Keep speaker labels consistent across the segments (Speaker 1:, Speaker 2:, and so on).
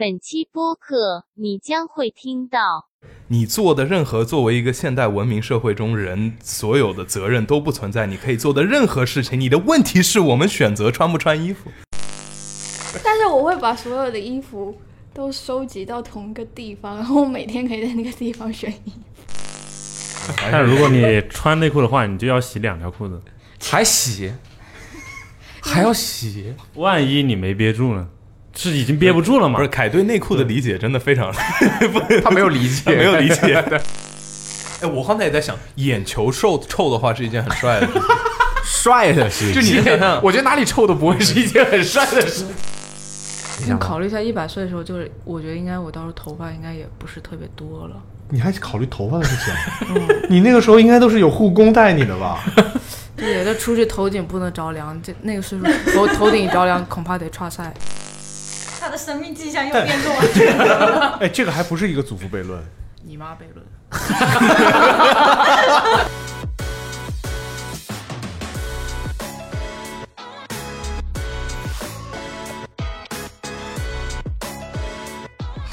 Speaker 1: 本期播客你将会听到。
Speaker 2: 你做的任何作为一个现代文明社会中人所有的责任都不存在，你可以做的任何事情，你的问题是我们选择穿不穿衣服。
Speaker 3: 但是我会把所有的衣服都收集到同一个地方，然后我每天可以在那个地方选衣服。
Speaker 4: 但如果你穿内裤的话，你就要洗两条裤子，
Speaker 5: 还洗，还要洗，
Speaker 4: 万一你没憋住呢？是已经憋不住了嘛
Speaker 2: 不？是凯对内裤的理解真的非 常，
Speaker 5: 他没有理解，
Speaker 2: 没有理 解。哎，我刚才也在想，眼球瘦臭的话是一件很帅的事情。
Speaker 5: 帅的事情。
Speaker 2: 就你想想
Speaker 5: 我觉得哪里臭都不会是一件很帅的事。
Speaker 6: 你嗯考虑一下，一百岁的时候，就是我觉得应该我到时候头发应该也不是特别多了。
Speaker 7: 你还考虑头发的事情？啊
Speaker 2: 嗯
Speaker 7: 你那个时候应该都是有护工带你的吧？
Speaker 6: 对，这出去头顶不能着凉，这那个岁数头头顶着凉恐怕得岔赛。
Speaker 8: 他的生命迹象又变啊弱了。
Speaker 7: 哎，这个还不是一个祖父悖论。
Speaker 6: 你妈悖论。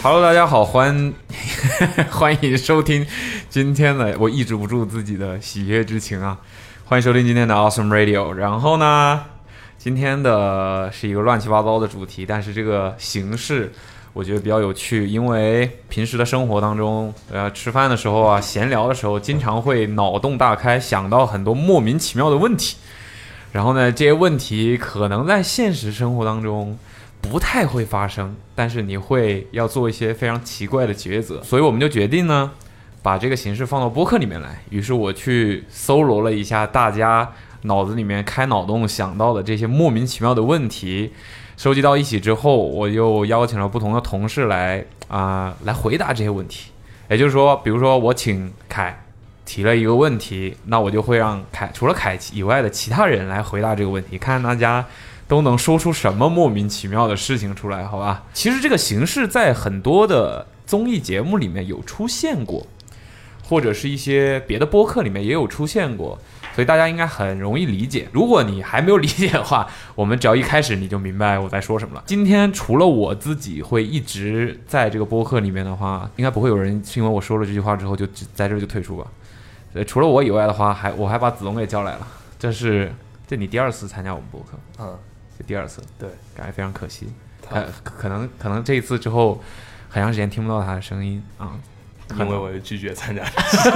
Speaker 5: Hello，大家好，欢 欢迎收听今天的，我抑制不住自己的喜悦之情啊！欢迎收听今天的 Awesome Radio。然后呢，今天的是一个乱七八糟的主题，但是这个形式我觉得比较有趣，因为平时的生活当中，呃，吃饭的时候啊，闲聊的时候，经常会脑洞大开，想到很多莫名其妙的问题。然后呢，这些问题可能在现实生活当中不太会发生，但是你会要做一些非常奇怪的抉择，所以我们就决定呢，把这个形式放到播客里面来。于是我去搜罗了一下大家脑子里面开脑洞想到的这些莫名其妙的问题，收集到一起之后，我又邀请了不同的同事来啊、来回答这些问题。也就是说，比如说我请凯提了一个问题，那我就会让凯除了凯以外的其他人来回答这个问题，看大家都能说出什么莫名其妙的事情出来，好吧？其实这个形式在很多的综艺节目里面有出现过，或者是一些别的播客里面也有出现过，所以大家应该很容易理解。如果你还没有理解的话，我们只要一开始你就明白我在说什么了。今天除了我自己会一直在这个播客里面的话，应该不会有人是因为我说了这句话之后就只在这儿就退出吧。呃，除了我以外的话，还我还把子龙给叫来了，这是这你第二次参加我们播客，
Speaker 2: 嗯，
Speaker 5: 这第二次，
Speaker 2: 对，
Speaker 5: 感觉非常可惜，呃，可能可能这一次之后，很长时间听不到他的声音啊、可
Speaker 2: 因
Speaker 5: 能
Speaker 2: 为我拒绝参加。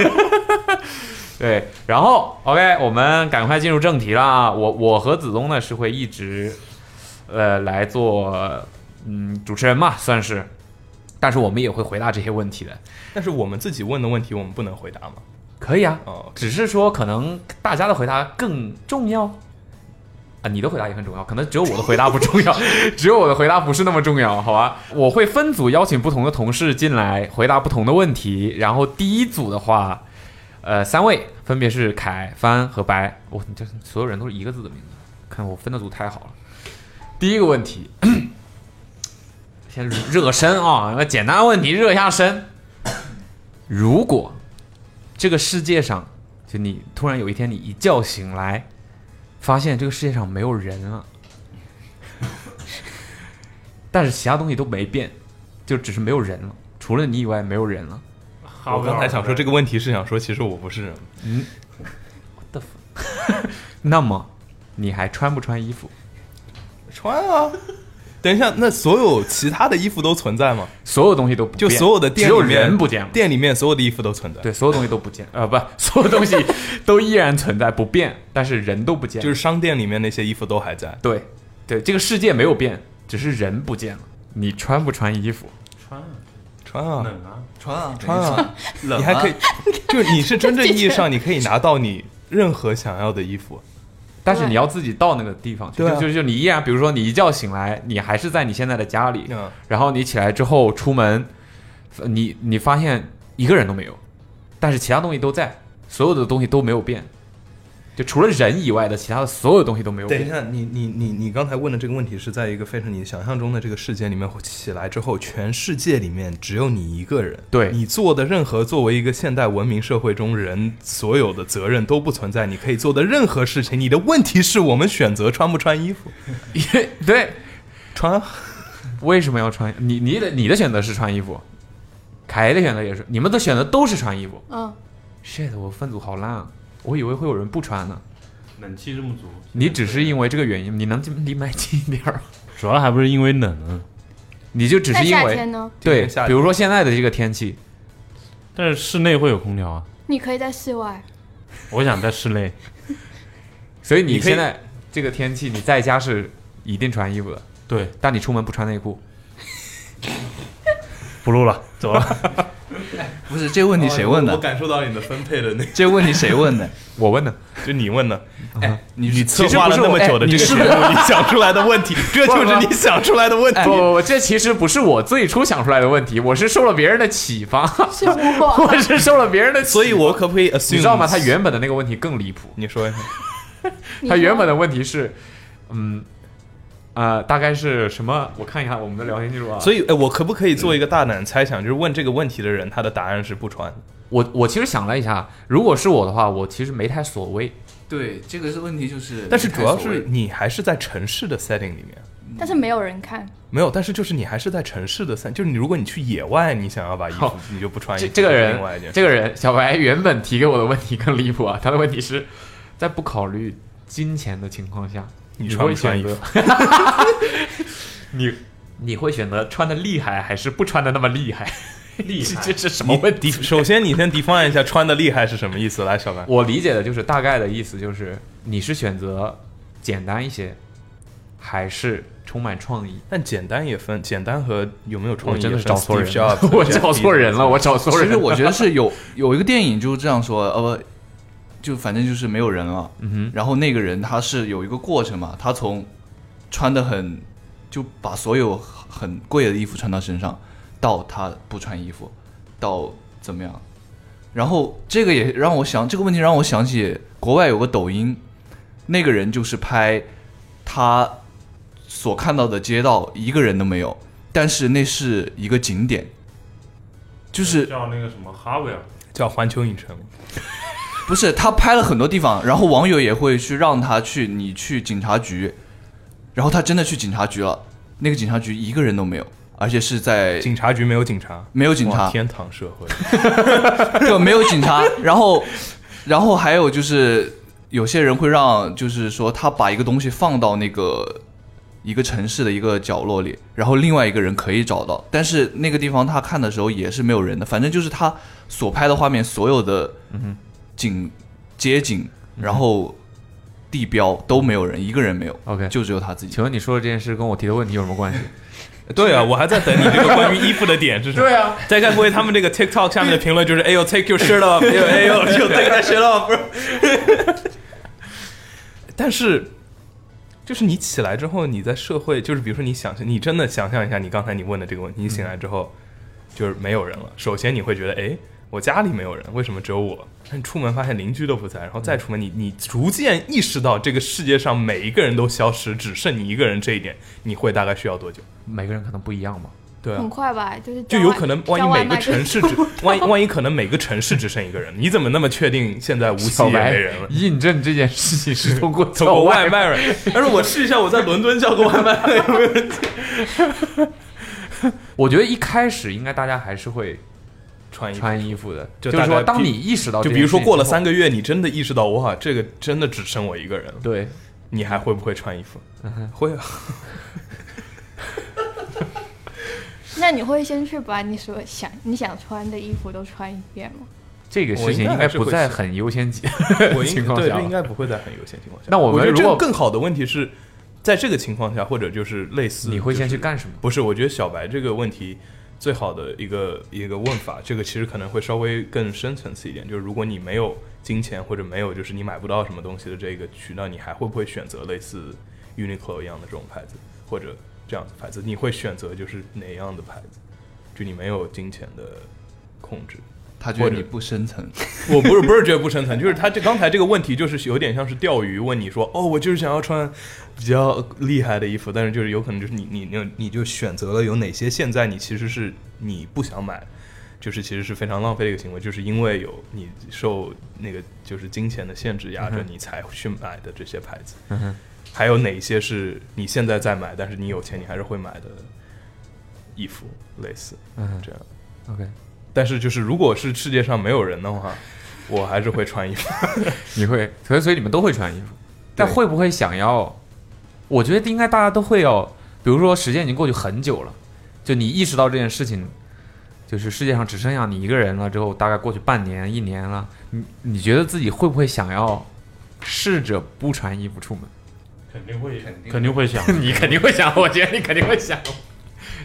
Speaker 5: 对，然后 OK，我们赶快进入正题了啊！我我和子东呢是会一直，呃，来做嗯主持人嘛，算是，但是我们也会回答这些问题的。
Speaker 2: 但是我们自己问的问题，我们不能回答吗？
Speaker 5: 可以啊，
Speaker 2: 哦，
Speaker 5: 只是说可能大家的回答更重要啊，你的回答也很重要，可能只有我的回答不 重要，只有我的回答不是那么重要，好吧？我会分组邀请不同的同事进来回答不同的问题，然后第一组的话，呃，三位分别是凯、帆和白，我这所有人都是一个字的名字，看我分的组太好了。第一个问题， 先热身啊，那简单问题热一下身。如果这个世界上，就你突然有一天你一觉醒来，发现这个世界上没有人了， 但是其他东西都没变，就只是没有人了，除了你以外没有人了。
Speaker 4: 好
Speaker 2: 我刚才想说这个问题是想说，其实我不是人。
Speaker 5: 嗯那么你还穿不穿衣服？
Speaker 2: 穿啊。等一下，那所有其他的衣服都存在吗？
Speaker 5: 所有东西都不
Speaker 2: 就
Speaker 5: 变
Speaker 2: 所有的
Speaker 5: 只
Speaker 2: 店里
Speaker 5: 有
Speaker 2: 面
Speaker 5: 人不见了。
Speaker 2: 店里面所有的衣服都存在，
Speaker 5: 对，所有东西都不见，呃，不， 所有东西都依然存在不变，但是人都不见了，
Speaker 2: 就是商店里面那些衣服都还在。
Speaker 5: 对，对，这个世界没有变，只是人不见了。你穿不穿衣服？
Speaker 4: 穿
Speaker 2: 穿啊，
Speaker 4: 冷啊，
Speaker 9: 穿啊，
Speaker 2: 穿 啊，
Speaker 9: 冷啊，
Speaker 2: 你还可以， 就是你是真正意义上你可以拿到你任何想要的衣服。
Speaker 5: 但是你要自己到那个地方去，
Speaker 2: 对啊
Speaker 5: 就就就你依然，比如说你一觉醒来，你还是在你现在的家里，
Speaker 2: 嗯，
Speaker 5: 然后你起来之后出门，呃你你发现一个人都没有，但是其他东西都在，所有的东西都没有变，就除了人以外的其他的所有东西都没有
Speaker 2: 等一
Speaker 5: 变。
Speaker 2: 下，你你你你刚才问的这个问题是在一个非常你想象中的这个世界里面起来之后，全世界里面只有你一个人。
Speaker 5: 对
Speaker 2: 你做的任何作为一个现代文明社会中人所有的责任都不存在，你可以做的任何事情，你的问题是我们选择穿不穿衣服，
Speaker 5: 对，
Speaker 2: 穿啊。
Speaker 5: 为什么要穿？你你的你的选择是穿衣服，凯的选择也是，你们的选择都是穿衣服。
Speaker 3: 嗯，
Speaker 5: shit，我分组好烂啊！我以为会有人不穿呢。
Speaker 9: 冷气这么足，
Speaker 5: 你只是因为这个原因，你能离麦近一点儿吗？
Speaker 4: 主要还不是因为冷，啊
Speaker 5: 你就只是因
Speaker 3: 那夏
Speaker 5: 为
Speaker 3: 天呢？
Speaker 5: 对，
Speaker 2: 夏天
Speaker 5: 比如说现在的这个天气，
Speaker 4: 但是室内会有空调啊。
Speaker 3: 你可以在室外，
Speaker 4: 我想在室内，
Speaker 5: 所以你
Speaker 4: 你可以
Speaker 5: 现在这个天气，你在家是一定穿衣服的，
Speaker 4: 对，
Speaker 5: 但你出门不穿内裤。
Speaker 4: 不录了，走了。
Speaker 10: 不是这个问题谁问
Speaker 2: 我
Speaker 10: 的？
Speaker 2: 感受到你的分配的那，
Speaker 10: 这个问题谁问的？
Speaker 5: 我问的，
Speaker 2: 就你问的，
Speaker 10: 哎，你
Speaker 2: 你策
Speaker 5: 实
Speaker 2: 划
Speaker 5: 不
Speaker 2: 了
Speaker 5: 是
Speaker 2: 那
Speaker 5: 我
Speaker 2: 么
Speaker 5: 哎
Speaker 2: 久的
Speaker 5: 你
Speaker 2: 这个
Speaker 5: 是
Speaker 2: 节
Speaker 5: 不
Speaker 2: 目
Speaker 5: 是，
Speaker 2: 你想出来的问题， 这就是你想出来的问题
Speaker 5: 不。不不，这其实不是我自己出想出来的问题，我是受了别人的启发，
Speaker 3: 是我。
Speaker 5: 我是受了别人的启发。
Speaker 2: 所以，我可不可以 assume？
Speaker 5: 你知道吗？他原本的那个问题更离谱，
Speaker 2: 你说一下，
Speaker 3: 你
Speaker 5: 他
Speaker 3: 说
Speaker 5: 原本的问题是，嗯，呃，大概是什么？我看一下我们的聊天记录啊。嗯
Speaker 2: 所以，哎，我可不可以做一个大胆的猜想，就是问这个问题的人，他的答案是不穿。
Speaker 5: 我我其实想了一下，如果是我的话，我其实没太所谓。
Speaker 10: 对这个是问题就是，
Speaker 2: 但是主要
Speaker 10: 无所谓
Speaker 2: 是你还是在城市的 setting 里面，
Speaker 3: 但是没有人看，
Speaker 2: 没有，但是就是你还是在城市的 setting，就是你如果你去野外，你想要把衣服
Speaker 5: 好，
Speaker 2: 你就不穿衣
Speaker 5: 这
Speaker 2: 服，
Speaker 5: 这个
Speaker 2: 是另外一
Speaker 5: 人
Speaker 2: 件，事。
Speaker 5: 这个人，小白原本提给我的问题更离谱啊！他的问题是在不考虑金钱的情况下，
Speaker 2: 你
Speaker 5: 你
Speaker 2: 穿不
Speaker 5: 会
Speaker 2: 穿
Speaker 5: 选
Speaker 2: 衣
Speaker 5: 择
Speaker 2: 服？
Speaker 5: 你你会选择穿的厉害还是不穿的那么厉害？厉害 这是什么
Speaker 2: 你
Speaker 5: 问题？
Speaker 2: define- 首先，你先 define 一下穿的厉害是什么意思？来，小白，
Speaker 5: 我理解的就是大概的意思就是，你是选择简单一些，还是充满创意？
Speaker 2: 但简单也分，简单和有没有创
Speaker 5: 我
Speaker 2: 意
Speaker 5: 真的
Speaker 2: 也
Speaker 5: 是
Speaker 2: 分
Speaker 5: 找错人
Speaker 2: Steve Jobs
Speaker 5: 了，
Speaker 2: 和
Speaker 5: 我
Speaker 2: Jeff
Speaker 5: 找
Speaker 2: Bezos
Speaker 5: 错人了，我找错人
Speaker 10: 其
Speaker 5: 了。
Speaker 10: 实我觉得是有有一个电影就是这样说，呃不，就反正就是没有人了。
Speaker 5: 嗯
Speaker 10: 然后那个人他是有一个过程嘛，他从穿的很就把所有很贵的衣服穿到身上，到他不穿衣服，到怎么样？然后这个也让我想这个问题让我想起国外有个抖音，那个人就是拍他所看到的街道一个人都没有，但是那是一个景点，就是
Speaker 4: 叫那个什么哈维尔，
Speaker 2: 叫环球影城，
Speaker 10: 不是，他拍了很多地方，然后网友也会去让他去，你去警察局，然后他真的去警察局了，那个警察局一个人都没有，而且是在
Speaker 2: 警察局没有警察，
Speaker 10: 没有警察
Speaker 2: 哇，天堂社会，
Speaker 10: 对，没有警察。然后，然后还有就是，有些人会让，就是说他把一个东西放到那个一个城市的一个角落里，然后另外一个人可以找到，但是那个地方他看的时候也是没有人的。反正就是他所拍的画面，所有的
Speaker 5: 嗯
Speaker 10: 景、街景，然后地标都没有人，一个人没有，
Speaker 5: OK，
Speaker 10: 就只有他自己。
Speaker 5: 请问你说的这件事跟我提的问题有什么 关系？
Speaker 2: 对啊，我还在等你这个关于衣服的点是什么？对啊，大概估计他们这个 TikTok 下面的评论就是，哎呦，take your shirt off，哎呦，哎呦，you take that shirt off。但是，就是你起来之后，你在社会，就是比如说你想象，你真的想象一下，你刚才你问的这个问题，你醒来
Speaker 5: 嗯
Speaker 2: 之后就是没有人了。首先你会觉得，哎，我家里没有人，为什么只有我？那你出门发现邻居都不在，然后再
Speaker 5: 嗯
Speaker 2: 出门，你你逐渐意识到这个世界上每一个人都消失，只剩你一个人这一点，你会大概需要多久？
Speaker 5: 每个人可能不一样嘛。
Speaker 2: 对啊
Speaker 3: 很，啊快吧，就是叫
Speaker 2: 就有
Speaker 3: 外
Speaker 2: 可能，万一
Speaker 3: 叫外
Speaker 2: 每个
Speaker 3: 卖就
Speaker 2: 城市只，万一万一可能每个城市只剩一个人，你怎么那么确定现在无锡
Speaker 5: 小
Speaker 2: 也
Speaker 5: 白
Speaker 2: 没人了？
Speaker 5: 印证这件事情是通过
Speaker 2: 通
Speaker 5: 叫
Speaker 2: 过
Speaker 5: 外
Speaker 2: 外卖
Speaker 5: 卖。
Speaker 2: 人，但是我试一下，我在伦敦叫个外卖，
Speaker 5: 我觉得一开始应该大家还是会
Speaker 2: 穿衣服。
Speaker 5: 穿衣服的，
Speaker 2: 就
Speaker 5: 就是
Speaker 2: 大
Speaker 5: 说，
Speaker 2: 概
Speaker 5: 当
Speaker 2: 比
Speaker 5: 你意识到
Speaker 2: 就
Speaker 5: 这
Speaker 2: 比如
Speaker 5: 件事
Speaker 2: 说
Speaker 5: 情
Speaker 2: 过了
Speaker 5: 之后
Speaker 2: 三个月，你真的意识到，哇，这个真的只剩我一个人了，
Speaker 5: 对，嗯
Speaker 2: 你还会不会穿衣服？会啊，
Speaker 3: 那你会先去把你所想你想穿的衣服都穿一遍吗？
Speaker 5: 这个
Speaker 2: 我
Speaker 5: 事
Speaker 2: 应
Speaker 5: 情
Speaker 2: 该
Speaker 5: 应
Speaker 2: 还是
Speaker 5: 不
Speaker 2: 会
Speaker 5: 在
Speaker 2: 是
Speaker 5: 很优先级
Speaker 2: 我应
Speaker 5: 情况
Speaker 2: 对
Speaker 5: 下
Speaker 2: 这应
Speaker 5: 了。
Speaker 2: 该不会在很有限情况下。
Speaker 5: 那
Speaker 2: 我
Speaker 5: 我们
Speaker 2: 觉得
Speaker 5: 如
Speaker 2: 这个
Speaker 5: 果
Speaker 2: 更好的问题是，在这个情况下，或者就是类似，
Speaker 5: 你会先
Speaker 2: 就是
Speaker 5: 去干什么？
Speaker 2: 不是，我觉得小白这个问题最好的一个一个问法，这个其实可能会稍微更深层次一点，就是如果你没有金钱或者没有就是你买不到什么东西的这个渠道，你还会不会选择类似 Uniqlo 一样的这种牌子，或者这样子牌子？你会选择就是哪样的牌子？就你没有金钱的控制。
Speaker 10: 他觉得
Speaker 2: 或者
Speaker 10: 你不深层，
Speaker 2: 我不是不是觉得不深层，就是他这刚才这个问题就是有点像是钓鱼，问你说哦，我就是想要穿比较厉害的衣服，但是就是有可能就是你你你你就选择了有哪些现在你其实是你不想买，就是其实是非常浪费的一个行为，就是因为有你受那个就是金钱的限制压着，你才去买的这些牌子。还有哪些是你现在在买，但是你有钱你还是会买的衣服，类似，
Speaker 5: 嗯
Speaker 2: 这样。
Speaker 5: OK，
Speaker 2: 但是就是如果是世界上没有人的 话，我还是会穿衣服。
Speaker 5: 你会，所以所以你们都会穿衣服，但会不会想要？我觉得应该大家都会要，比如说时间已经过去很久了，就你意识到这件事情，就是世界上只剩下你一个人了之后，大概过去半年、一年了，你你觉得自己会不会想要试着不穿衣服出门？
Speaker 4: 肯定会，
Speaker 5: 定
Speaker 4: 肯定会想
Speaker 5: 你肯定会想，我觉得你肯定会想。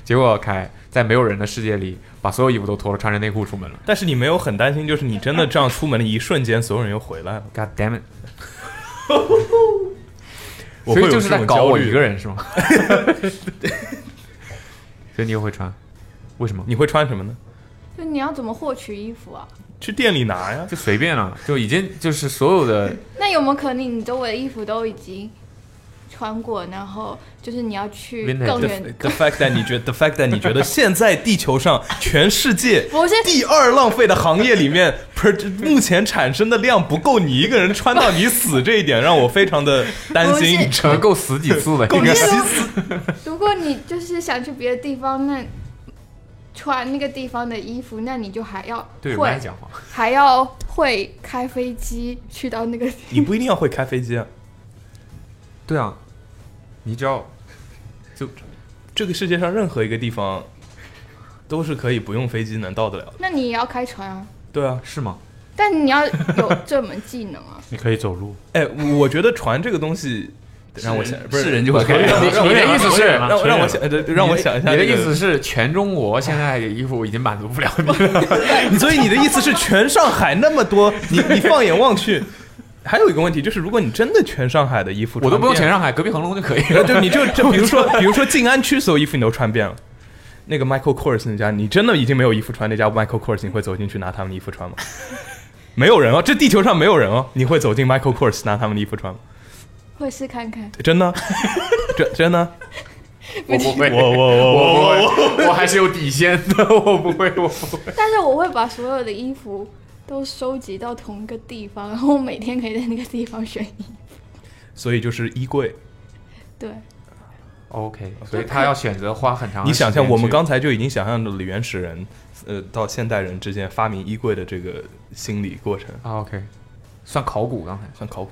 Speaker 5: 结果凯在没有人的世界里，把所有衣服都脱了，穿着内裤出门了。
Speaker 2: 但是你没有很担心，就是你真的这样出门的一瞬间，所有人又回来了。
Speaker 5: God damn it！
Speaker 2: 我
Speaker 5: 所
Speaker 2: 会有
Speaker 5: 以就是
Speaker 2: 这
Speaker 5: 在
Speaker 2: 种
Speaker 5: 搞
Speaker 2: 焦
Speaker 5: 我
Speaker 2: 虑
Speaker 5: 一个人是 吗？所以你又会穿，为什么？
Speaker 2: 你会穿什么呢？
Speaker 3: 就你要怎么获取衣服啊？
Speaker 2: 去店里拿呀。
Speaker 5: 就随便了，就已经就是所有的
Speaker 3: 那有没有可能你周围的衣服都已经穿过，然后就是你要去
Speaker 5: Vintage
Speaker 3: 更
Speaker 2: The,
Speaker 3: 远？
Speaker 2: the fact that 你觉 the fact that 你觉得现在地球上全世 界
Speaker 3: 不是
Speaker 2: 第二浪费的行业里面，不是目前产生的量不够你一个人穿到你死这一点，让我非常的担心
Speaker 3: 不。
Speaker 5: 可能够死几次了，
Speaker 2: 够
Speaker 5: 应
Speaker 2: 你
Speaker 5: 该
Speaker 2: 洗死，
Speaker 3: 如果你就是想去别的地方，那穿那个地方的衣服，那你就还要
Speaker 5: 对我来
Speaker 3: 会，
Speaker 5: 讲话。
Speaker 3: 还要会开飞机去到那个地
Speaker 2: 你不一定要会开飞机啊。
Speaker 5: 对啊，你 只要
Speaker 2: 这个世界上任何一个地方都是可以不用飞机能到得了的。
Speaker 3: 那你也要开船啊。
Speaker 2: 对啊，
Speaker 5: 是吗？
Speaker 3: 但你要有这门技能 啊！
Speaker 4: 你可以走路。
Speaker 2: 哎，我觉得船这个东西 让我想，不是
Speaker 10: 是人就会
Speaker 2: 我可以
Speaker 10: 开
Speaker 2: 让我
Speaker 5: 你你的意思是
Speaker 2: 让我让我想，呃让我想一下
Speaker 5: 你
Speaker 2: 这
Speaker 5: 的
Speaker 2: 个。
Speaker 5: 意思是全中国现在的衣服已经满足不了你了？
Speaker 2: 所以你的意思是，全上海那么多，你你放眼望去，还有一个问题就是，如果你真的全上海的衣服，
Speaker 5: 我都不用全，上海，隔壁恒隆就可以了。
Speaker 2: 呃 就你 就就比如说，比如说静安区所有衣服你都穿遍了。那个 Michael Kors 那家，你真的已经没有衣服穿，那家 Michael Kors 你会走进去拿他们的衣服穿吗？没有人哦，这地球上没有人哦，你会走进 Michael Kors 拿他们的衣服穿吗？
Speaker 3: 会试看看，
Speaker 2: 真的， 真真的，
Speaker 5: 我不会，我
Speaker 4: 我我
Speaker 5: 我我我还是有底线的， 我不会，我不会。
Speaker 3: 但是我会把所有的衣服都收集到同一个地方，然后我每天可以在那个地方选衣。
Speaker 2: 所以就是衣柜。
Speaker 3: 对，
Speaker 5: OK，所以他要选择花很长的
Speaker 2: 你想
Speaker 5: 时间
Speaker 2: 象，
Speaker 5: 去
Speaker 2: 我们刚才就已经想象了原始人，呃，到现代人之间发明衣柜的这个心理过程，
Speaker 5: 啊 OK，算考古刚才。
Speaker 2: 很考古。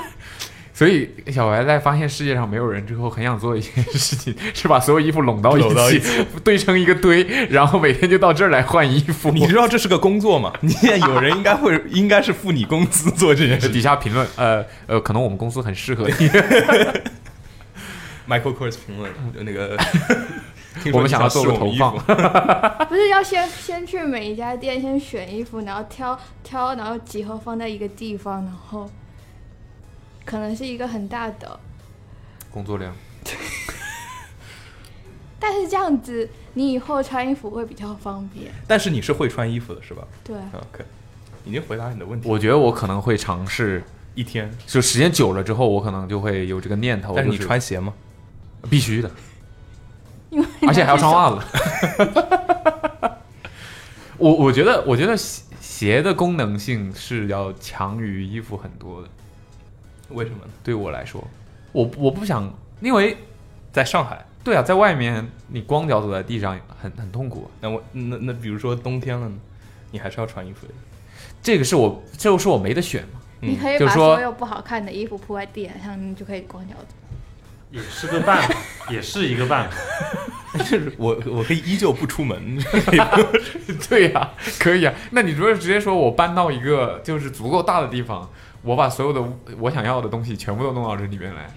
Speaker 5: 所以小白在发现世界上没有人之后，很想做一件事情， 是把所有衣服拢到一起，
Speaker 2: 拢到一
Speaker 5: 堆成一个堆，然后每天就到这儿来换衣服。
Speaker 2: 你知道这是个工作吗？ 你现在有人应该会，应该是付你工资做这件事
Speaker 5: 底
Speaker 2: 情。
Speaker 5: 下评论，呃呃，可能我们公司很适合你，
Speaker 2: Michael Kors 评论那 个，听说你
Speaker 5: 我们想要做个
Speaker 2: 试我
Speaker 5: 投
Speaker 2: 们衣服
Speaker 5: 放，
Speaker 3: 不是要先先去每一家店先选衣服，然后挑挑，然后集合放在一个地方，然后可能是一个很大的，
Speaker 5: 工作量。
Speaker 3: 但是这样子你以后穿衣服会比较方便。
Speaker 2: 但是你是会穿衣服的是吧
Speaker 3: 对，啊
Speaker 2: ？OK，已经回答你的问题。
Speaker 5: 我觉得我可能会尝试，
Speaker 2: 一天，
Speaker 5: 就时间久了之后，我可能就会有这个念头。
Speaker 2: 但是你
Speaker 5: 就是
Speaker 2: 穿鞋吗？
Speaker 5: 必须的，
Speaker 3: 因为
Speaker 5: 而且还要穿 袜子。我我觉得，我觉得鞋鞋的功能性是要强于衣服很多的。
Speaker 2: 为什么呢？
Speaker 5: 对我来说，我我不想，因为
Speaker 2: 在上海，
Speaker 5: 对啊，在外面你光脚走在地上很很痛苦啊、
Speaker 2: 那我那那比如说冬天了呢，你还是要穿衣服的。
Speaker 5: 这个是我，这个是我没得选嘛。
Speaker 2: 嗯
Speaker 3: 你可以
Speaker 5: 嗯就
Speaker 3: 把
Speaker 5: 是说
Speaker 3: 所有不好看的衣服铺在地毯上，你就可以光脚走。
Speaker 4: 也是个办法，也是一个办法。
Speaker 2: 就是我我可以依旧不出门，
Speaker 5: 对呀、可以啊。那你如果直接说我搬到一个就是足够大的地方，我把所有的我想要的东西全部都弄到这里面来，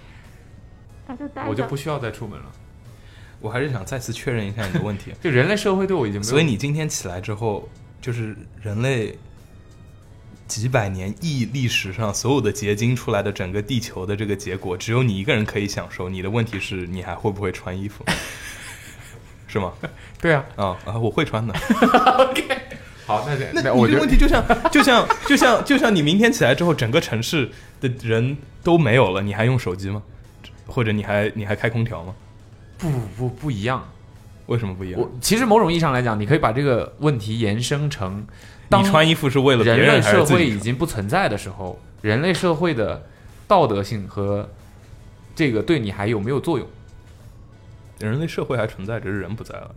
Speaker 3: 那就待
Speaker 5: 我就不需要再出门了。
Speaker 2: 我还是想再次确认一下你的问题。
Speaker 5: 就人类社会对我已经没有，
Speaker 2: 所以你今天起来之后，就是人类几百年亿历史上所有的结晶出来的整个地球的这个结果，只有你一个人可以享受。你的问题是你还会不会穿衣服？ 是吗？
Speaker 5: 对啊，
Speaker 2: 啊啊，我会 穿的。
Speaker 5: 好，那这
Speaker 2: 那
Speaker 5: 我
Speaker 2: 你这
Speaker 5: 觉得
Speaker 2: 个问题就像就像就像就像你明天起来之后，整个城市的人都没有了，你还用手机吗？或者你还你还开空调吗？
Speaker 5: 不不不一样。
Speaker 2: 为什么不一样
Speaker 5: 我？其实某种意义上来讲，你可以把这个问题延伸成，当
Speaker 2: 你穿衣服是为了别
Speaker 5: 人类
Speaker 2: 人还
Speaker 5: 社
Speaker 2: 是自
Speaker 5: 会已
Speaker 2: 己？
Speaker 5: 经不存在的时候，人类社会的道德性和这个对你还有没有作用？
Speaker 2: 人类社会还存在，只是人不在了。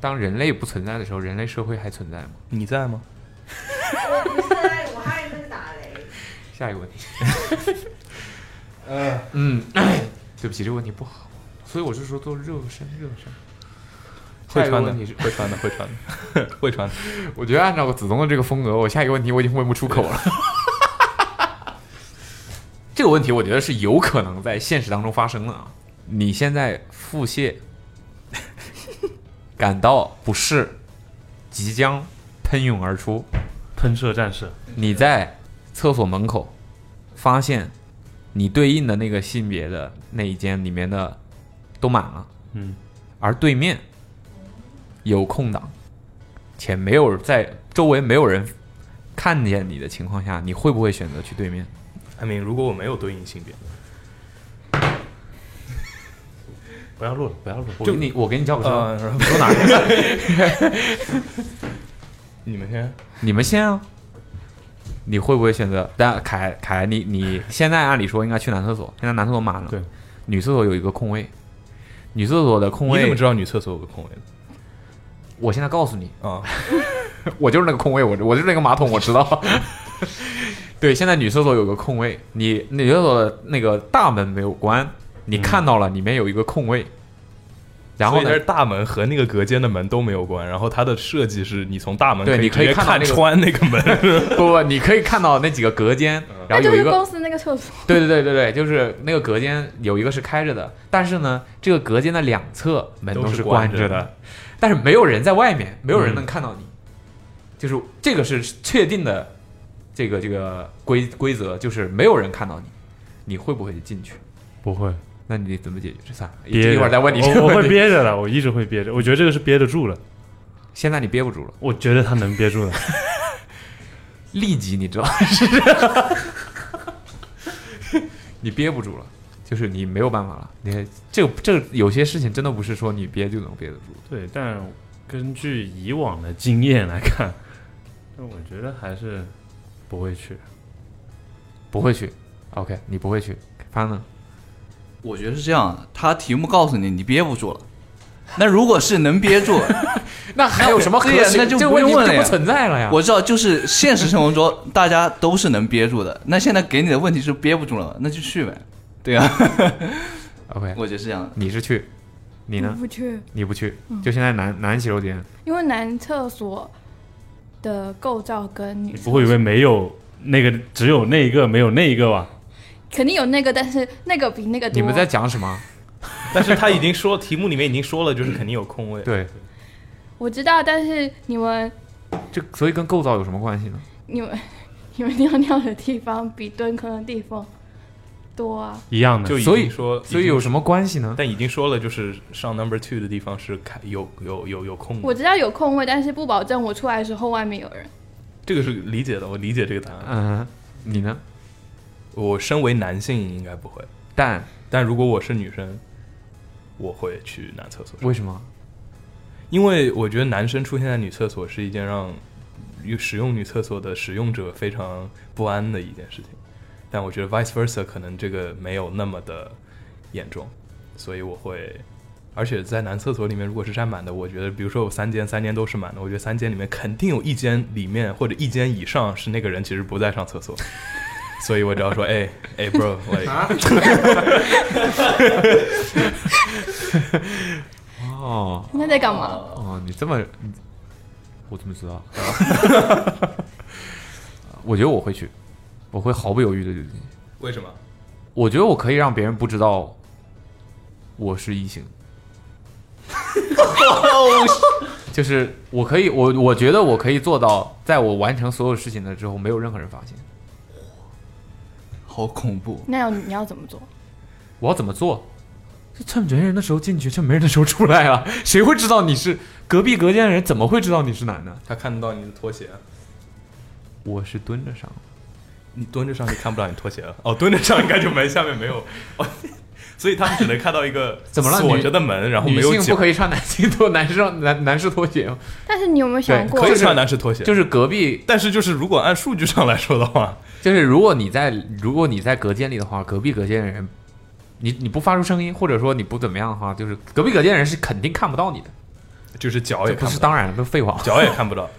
Speaker 5: 当人类不存在的时候，人类社会还存在吗？
Speaker 2: 你在吗？
Speaker 8: 我不是，我还在打雷。
Speaker 5: 下一个问题。 呃，嗯， 对不起，这个问题不好，所以我就说做热身，热身。
Speaker 2: 会
Speaker 5: 下一个
Speaker 2: 穿的
Speaker 5: 问题是，
Speaker 2: 会穿的，会穿 的，会穿的。
Speaker 5: 我觉得按照子东的这个风格，我下一个问题我已经问不出口了。 这个问题我觉得是有可能在现实当中发生的啊！你现在腹泻，感到不适，即将喷涌而出，
Speaker 4: 喷射战士，
Speaker 5: 你在厕所门口发现你对应的那个性别的那一间里面的都满了，
Speaker 4: 嗯，
Speaker 5: 而对面有空档，且没有在周围没有人看见你的情况下，你会不会选择去对面？
Speaker 2: I mean，如果我没有对应性别，
Speaker 4: 不要录了，不要录了，
Speaker 5: 我给你，我给你叫个车，
Speaker 2: 呃，然后
Speaker 5: 说哪儿？
Speaker 2: 你们先，
Speaker 5: 你们先啊。你会不会选择？但凯凯，你你现在按理说应该去男厕所，现在男厕所满了，
Speaker 4: 对，
Speaker 5: 女厕所有一个空位，女厕所的空
Speaker 2: 你怎么
Speaker 5: 位，
Speaker 2: 知道女厕所有个空位的
Speaker 5: 我现在告诉你，
Speaker 2: 啊？
Speaker 5: 我就是那个空位，我我就是那个马桶，我知 道。对，现在女厕所有个空位，你女厕所的那个大门没有关，你看到了里面有一个空位，然后
Speaker 2: 嗯所以
Speaker 5: 呢
Speaker 2: 它，是大门和那个隔间的门都没有关，然后它的设计 是你从大门
Speaker 5: 对你
Speaker 2: 以
Speaker 5: 可
Speaker 2: 直
Speaker 5: 以
Speaker 2: 接
Speaker 5: 看到
Speaker 2: 看
Speaker 5: 那个
Speaker 2: 穿那个门。 嗯
Speaker 5: 不不，你可以看到那几个隔间，然
Speaker 3: 那
Speaker 5: 后
Speaker 3: 就
Speaker 5: 有一
Speaker 3: 是
Speaker 5: 个
Speaker 3: 公司那个厕所，
Speaker 5: 对对对对对，就是那个隔间有一个是开着的，但是呢，这个隔间的两侧门
Speaker 2: 都
Speaker 5: 是
Speaker 2: 是
Speaker 5: 关
Speaker 2: 关
Speaker 5: 着
Speaker 2: 着的嗯
Speaker 5: 的，但是没有人在外面，没有人能看到你，就是这个是确定的，这个这个规规则就是没有人看到你，你会不会进去？
Speaker 4: 不会
Speaker 5: 那你怎么解决？这算了，
Speaker 4: 憋着。
Speaker 5: 一会儿再问你这
Speaker 4: 我
Speaker 5: 个
Speaker 4: 我
Speaker 5: 问
Speaker 4: 会
Speaker 5: 题。
Speaker 4: 憋着的，我一直会憋着。我觉得这个是憋得住了，
Speaker 5: 现在你憋不住了，
Speaker 4: 我觉得他能憋 住的。
Speaker 5: 立即你知道 你憋不住了，就是你没有办法了。你看这个这个有些事情真的不是说你憋就能憋得住。
Speaker 4: 对，但根据以往的经验来看，那我觉得还是不会去。
Speaker 5: 不会去。OK，你不 会去。翻呢？
Speaker 10: 我觉得是这样，他题目告诉你，你憋不住了。那如果是能憋 住，
Speaker 5: 那还有什么可
Speaker 10: 对呀
Speaker 5: 选？
Speaker 10: 那就
Speaker 5: 这个
Speaker 10: 不
Speaker 5: 问题
Speaker 10: 用问了
Speaker 5: 就
Speaker 10: 呀
Speaker 5: 不存在了呀。
Speaker 10: 我知道，就是现实生活中大家都是能憋住的。那现在给你的问题是憋不住了，那就去呗。对啊，
Speaker 5: OK，
Speaker 10: 我觉得是这样的。
Speaker 5: 你是去，你
Speaker 3: 我
Speaker 5: 呢？
Speaker 3: 不去，嗯
Speaker 5: 你不去，就现在男男洗手间，
Speaker 3: 因为男厕所的构造跟女
Speaker 4: 你
Speaker 3: 厕
Speaker 4: 不会以为没有那个只有那一个没有那一个吧？
Speaker 3: 肯定有那个，但是那个比那个多。
Speaker 5: 你们在讲什么？
Speaker 2: 但是他已经说题目里面已经说了，就是肯定有空位。
Speaker 5: 对，
Speaker 3: 我知道，但是你们
Speaker 5: 这所以跟构造有什么关系呢？
Speaker 3: 你们 你们尿尿的地方比蹲坑的地方多啊。
Speaker 4: 一样的，
Speaker 2: 就已
Speaker 5: 所以
Speaker 2: 经说，
Speaker 5: 所以有什么关系呢？
Speaker 2: 但已经说了，就是上 number two 的地方是开有有有有空
Speaker 3: 我
Speaker 2: 的，
Speaker 3: 知道有空位，但是不保证我出来的时候外面有人。
Speaker 2: 这个是理解的，我理解这个答案。
Speaker 5: 嗯，你呢？
Speaker 2: 我身为男性应该不会，
Speaker 5: 但
Speaker 2: 但如果我是女生，我会去男厕所，
Speaker 5: 为什么？
Speaker 2: 因为我觉得男生出现在女厕所是一件让使用女厕所的使用者非常不安的一件事情。但我觉得 vice versa 可能这个没有那么的严重，所以我会，而且在男厕所里面如果是占满的，我觉得比如说有三间，三间都是满的，我觉得三间里面肯定有一间里面或者一间以上是那个人其实不在上厕所，所以我只要说，哎哎 bro，like
Speaker 5: 哦
Speaker 3: 那在干嘛？
Speaker 5: 哦，你这么，你我怎么知道？ 我觉得我会去，我会毫不犹豫的就进去。
Speaker 2: 为什么？
Speaker 5: 我觉得我可以让别人不知道我是异性，就是我可以，我我觉得我可以做到，在我完成所有事情了之后，没有任何人发现。
Speaker 10: 好恐怖！
Speaker 3: 那要你要怎么做？
Speaker 5: 我要怎么做？就趁没人的时候进去，趁没人的时候出来啊！谁会知道你是隔壁隔间的人？怎么会知道你是男的？
Speaker 2: 他看得到你的拖鞋，啊
Speaker 5: 我是蹲着上，
Speaker 2: 你蹲着上去看不到你拖鞋了。哦，蹲着上应该就 没，下面没有。 哦，所以他们只能看到一个
Speaker 5: 怎么了
Speaker 2: 锁
Speaker 5: 女
Speaker 2: 着的门，然后
Speaker 5: 女
Speaker 2: 没有
Speaker 5: 性
Speaker 2: 脚
Speaker 5: 不，可以穿男性拖男生男男士拖鞋吗，
Speaker 3: 但是你有没有想
Speaker 5: 对
Speaker 3: 过
Speaker 2: 可，以
Speaker 5: 就是
Speaker 2: 穿男士拖鞋。
Speaker 5: 就是隔壁
Speaker 2: 但是就是如果按数据 上来说的话，
Speaker 5: 就是如果你在如果你在隔间里的话，隔壁隔间的人你你不发出声音，或者说你不怎么样的话，就是隔壁隔间人是肯定看不到你的。
Speaker 2: 就是脚也
Speaker 5: 不
Speaker 2: 看
Speaker 5: 是
Speaker 2: 不到，
Speaker 5: 当然了，都废话。
Speaker 2: 脚也看不到。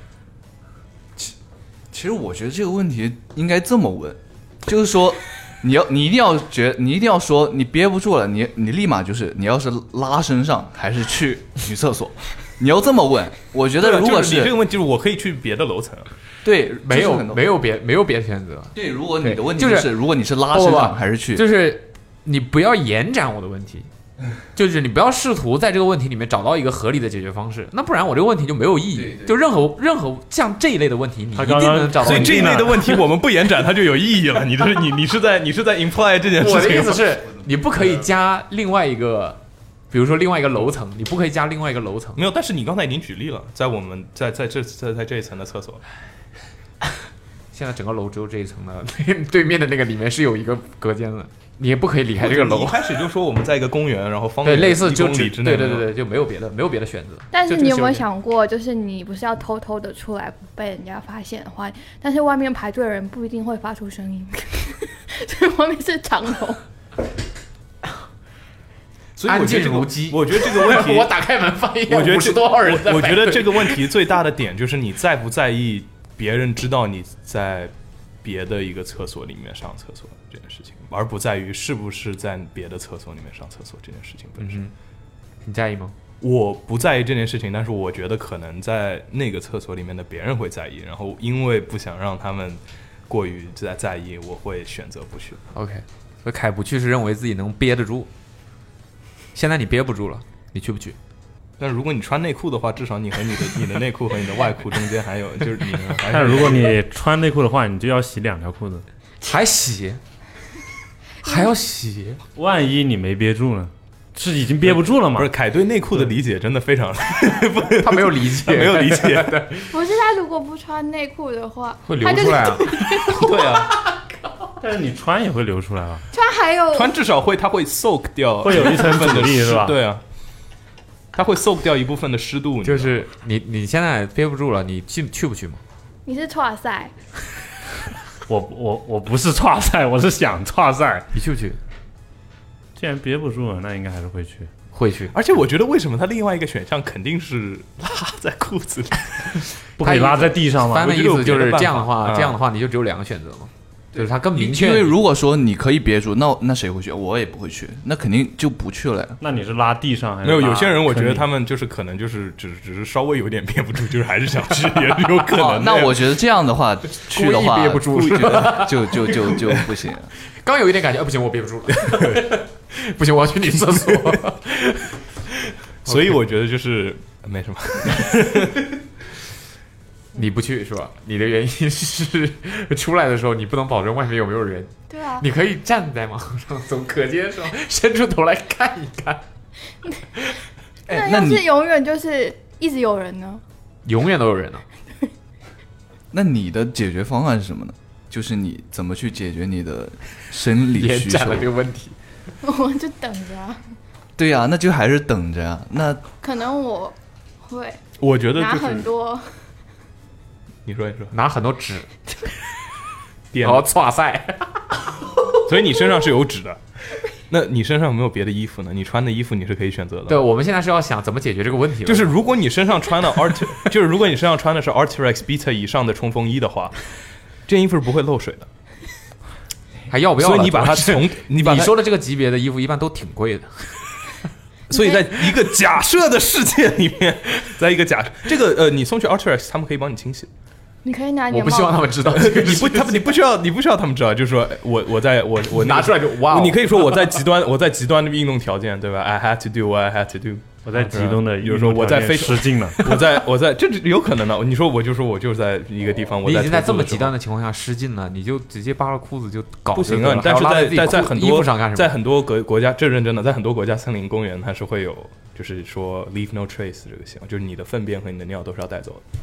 Speaker 10: 其实我觉得这个问题应该这么问，就是说，你要你一定要觉，你一定要说你憋不住了，你你立马就是你要是拉身上还是去女厕所， 你要这么问。我觉
Speaker 2: 对
Speaker 10: 得
Speaker 2: 啊
Speaker 10: 如
Speaker 2: 就
Speaker 10: 果
Speaker 2: 是你这
Speaker 10: 是
Speaker 2: 个问题，就是我可以去别的楼层，啊
Speaker 10: 对
Speaker 5: 没有
Speaker 10: 就是很多
Speaker 5: 没有别没有别的选择，
Speaker 10: 对，如果你的问题
Speaker 5: 对就是
Speaker 10: 是如果你是拉
Speaker 5: 不
Speaker 10: 身
Speaker 5: 不不
Speaker 10: 上还是去，
Speaker 5: 就是你不要延展我的问题，就是你不要试图在这个问题里面找到一个合理的解决方式，那不然我这个问题就没有意义。就任何任何像这一类的问题，你
Speaker 4: 他
Speaker 5: 一定
Speaker 4: 刚刚
Speaker 5: 能找到
Speaker 2: 所以
Speaker 5: 一个。
Speaker 2: 这一类 的问题我们不延展，它就有意义了。你这是你你是在你是在 imply 这件事情
Speaker 5: 我
Speaker 2: 吗？
Speaker 5: 的意思是，你不可以加另外一个，比如说另外一个楼层，你不可以加另外一个楼层。
Speaker 2: 没有，但是你刚才已经举例了，在我们在在这在在这一层的厕所，
Speaker 5: 现在整个楼只有这一层的， 对面的那个里面是有一个隔间的，你也不可以离开这个
Speaker 2: 你一
Speaker 5: 楼。
Speaker 2: 开始就说我们在一个公园，然后方
Speaker 5: 对，
Speaker 2: 圆
Speaker 5: 类似
Speaker 2: 一
Speaker 5: 就
Speaker 2: 公
Speaker 5: 只
Speaker 2: 里之内，
Speaker 5: 对对对，对，就没有别的，没有别的选择。
Speaker 3: 但是
Speaker 5: 就这
Speaker 3: 你有
Speaker 5: 个
Speaker 3: 没有
Speaker 5: 问题
Speaker 3: 想过，就是你不是要偷偷的出来，不被人家发现的话，但是外面排队的人不一定会发出声音， 所以外面是长龙。
Speaker 2: 所以我觉得这
Speaker 5: 安静如
Speaker 2: 个
Speaker 5: 鸡
Speaker 2: 我觉得这个问题，
Speaker 5: 我打开门发现
Speaker 2: 我觉得这
Speaker 5: 五十多号人在
Speaker 2: 我我觉
Speaker 5: 排
Speaker 2: 得
Speaker 5: 队
Speaker 2: 这个问题最大的点就是你在不在意别人知道你在别的一个厕所里面上厕所这件事情，而不在于是不是在别的厕所里面上厕所这件事情本身。
Speaker 5: 嗯哼，你在意吗？
Speaker 2: 我不在意这件事情，但是我觉得可能在那个厕所里面的别人会在意，然后因为不想让他们过于在在意，我会选择不去。
Speaker 5: OK，所以凯不去是认为自己能憋得住。现在你憋不住了，你去不去？
Speaker 2: 但如果你穿内裤的话，至少你和你的你的内裤和你的外裤中间还有就是你的还
Speaker 4: 但
Speaker 2: 有
Speaker 4: 如果你穿内裤的话，你就要洗两条裤子，
Speaker 5: 还洗，还要洗？
Speaker 4: 万一你没憋住呢？是已经憋不住了嘛
Speaker 2: 不？是凯对内裤的理解真的非常
Speaker 5: 他没有理解，
Speaker 2: 没有理解，
Speaker 3: 不是他如果不穿内裤的话，
Speaker 5: 会流
Speaker 3: 他就是
Speaker 5: 出来啊。
Speaker 2: 对啊，
Speaker 4: 但是你穿也会流出来啊吧？
Speaker 3: 穿还有
Speaker 2: 穿至少会它 Oh 会 soak 掉
Speaker 4: 会有一层
Speaker 2: 部分
Speaker 4: 阻
Speaker 2: 的
Speaker 4: 力
Speaker 2: 湿
Speaker 4: 是 吧
Speaker 2: 对啊，它会 soak 掉一部分的湿度，你知道吗
Speaker 5: 就是你，你现在憋不住了，你去去不去嘛？
Speaker 3: 你是错赛，
Speaker 4: 我我我不是岔赛，我是想岔赛。
Speaker 5: 你去不去？
Speaker 4: 既然憋不住了，那应该还是会去。
Speaker 5: 会去。
Speaker 2: 而且我觉得为什么它另外一个选项肯定是拉在裤子里。
Speaker 4: 不可以拉在地上
Speaker 5: 翻
Speaker 4: 吗
Speaker 5: 的？意思就
Speaker 2: 我觉得有别
Speaker 5: 是这样的
Speaker 2: 的办
Speaker 4: 啊
Speaker 5: 话，
Speaker 2: 法
Speaker 5: 这样的话你就只有两个选择嘛，就是他更明确。
Speaker 10: 因为如果说你可以憋住，那那谁会去？我也不会去，那肯定就不去了呀。
Speaker 4: 那你是拉地上还是
Speaker 2: 没有，
Speaker 4: 拉
Speaker 2: 有些人我觉得他
Speaker 4: 坑里
Speaker 2: 们就是可能就是只只是稍微有点憋不住，就是还是想去，也是有可
Speaker 10: 哦
Speaker 2: 能的呀。
Speaker 10: 那我觉得这样的 话，去的话
Speaker 5: 故意憋不住
Speaker 10: 就就就就就不行。
Speaker 5: 刚有一点感觉，哎，不行，我憋不住了， 不行，我要去女厕所。
Speaker 2: 所以我觉得就是没什么。
Speaker 5: 你不去是吧？你的原因是出来的时候你不能保证外面有没有人，
Speaker 3: 对啊，
Speaker 5: 你可以站在马路上从隔间上伸出头来看一看。
Speaker 10: 哎
Speaker 3: 那要
Speaker 10: 你
Speaker 3: 是永远就是一直有人呢？
Speaker 5: 永远都有人啊！
Speaker 10: 那你的解决方案是什么呢？就是你怎么去解决你的生理
Speaker 5: 延
Speaker 10: 需
Speaker 5: 展
Speaker 10: 求
Speaker 5: 了？这个问题，
Speaker 3: 我们就等着啊。
Speaker 10: 对呀、那就还是等着啊。那
Speaker 3: 可能我会
Speaker 2: 我觉得
Speaker 3: 拿
Speaker 2: 就
Speaker 3: 很
Speaker 2: 是
Speaker 3: 多，
Speaker 2: 你说你说
Speaker 5: 拿很 多纸，
Speaker 2: 点
Speaker 5: 然，后搓塞。
Speaker 2: 所以你身上是有纸的。那你身上有没有别的衣服呢？你穿的衣服你是可以选择的。
Speaker 5: 对，，我们现在是要想怎么解决这个问题了。
Speaker 2: 就是如果你身上穿的 Art，就是 如果你身上穿的是 Artrex Beta 以上的冲锋衣的话，这件衣服是不会漏水的。
Speaker 5: 还要不啊要了？
Speaker 2: 所以你把它从你
Speaker 5: 你
Speaker 2: 把它
Speaker 5: 你说的这个级别的衣服一般都挺贵的。
Speaker 2: 所以在一个假设的世界里面，在一个假设这个呃，你送去 Artrex，他们可以帮你清洗。
Speaker 3: 你可以拿你
Speaker 5: 我
Speaker 3: 的
Speaker 5: 不希望他
Speaker 3: 帽子，
Speaker 5: 们知 道
Speaker 2: 你不，他们你不需要，你不需要他们知道，就是说我我在我我
Speaker 5: 我拿出来就哇哦！
Speaker 2: 你可以说我在极端，我在极端的运动条件，对吧？I had to do what I had to do。
Speaker 4: 我在极东的
Speaker 2: 比如
Speaker 4: 运动条件
Speaker 2: 说我在非
Speaker 4: 失禁了，
Speaker 2: 我在我在这这有可能的。你说我就说我就是在一个地方，我
Speaker 5: 你已经在
Speaker 2: 徒
Speaker 5: 这
Speaker 2: 步
Speaker 5: 么
Speaker 2: 的时
Speaker 5: 极
Speaker 2: 候
Speaker 5: 端的情况下失禁了，你就直接扒了裤子就搞
Speaker 2: 不
Speaker 5: 就
Speaker 2: 行
Speaker 5: 得
Speaker 2: 啊
Speaker 5: 了！
Speaker 2: 但是
Speaker 5: 还要拉
Speaker 2: 在
Speaker 5: 自己
Speaker 2: 在在
Speaker 5: 裤
Speaker 2: 很
Speaker 5: 衣
Speaker 2: 多
Speaker 5: 服上干什么？
Speaker 2: 在很多国国家，这认真的，在很多国家森林公园它是会有就是说 leave no trace 这个行为，就是你的粪便和你的尿都是要带走的，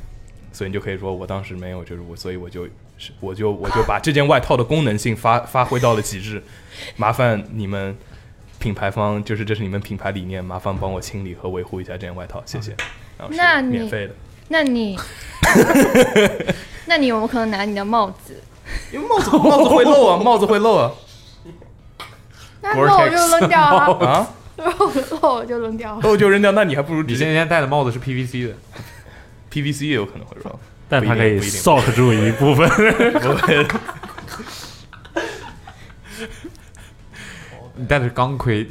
Speaker 2: 所以你就可以说我当时没有，就是我，所以我就是我就我就把这件外套的功能性发发挥到了极致，麻烦你们。品牌方就是这是你们品牌理念，麻烦帮我清理和维护一下这件外套，谢谢。然后
Speaker 3: 嗯
Speaker 2: 是
Speaker 3: 那你
Speaker 2: 免费的，
Speaker 3: 那你， 那你有没有可能拿你的帽子？
Speaker 2: 帽子帽子会漏啊，帽子会漏啊。
Speaker 3: 那肉我就扔掉啊，
Speaker 2: 啊，
Speaker 3: 肉肉我就扔 掉啊。
Speaker 2: 哦，就扔掉，那你还不如
Speaker 5: 你
Speaker 2: 直
Speaker 5: 现
Speaker 2: 接
Speaker 5: 在戴的帽子 是 PVC 的，
Speaker 2: PVC 也有可能会扔，
Speaker 4: 但它可以
Speaker 2: 不一定
Speaker 4: soak 住一部 分。
Speaker 5: 你戴的是钢 盔，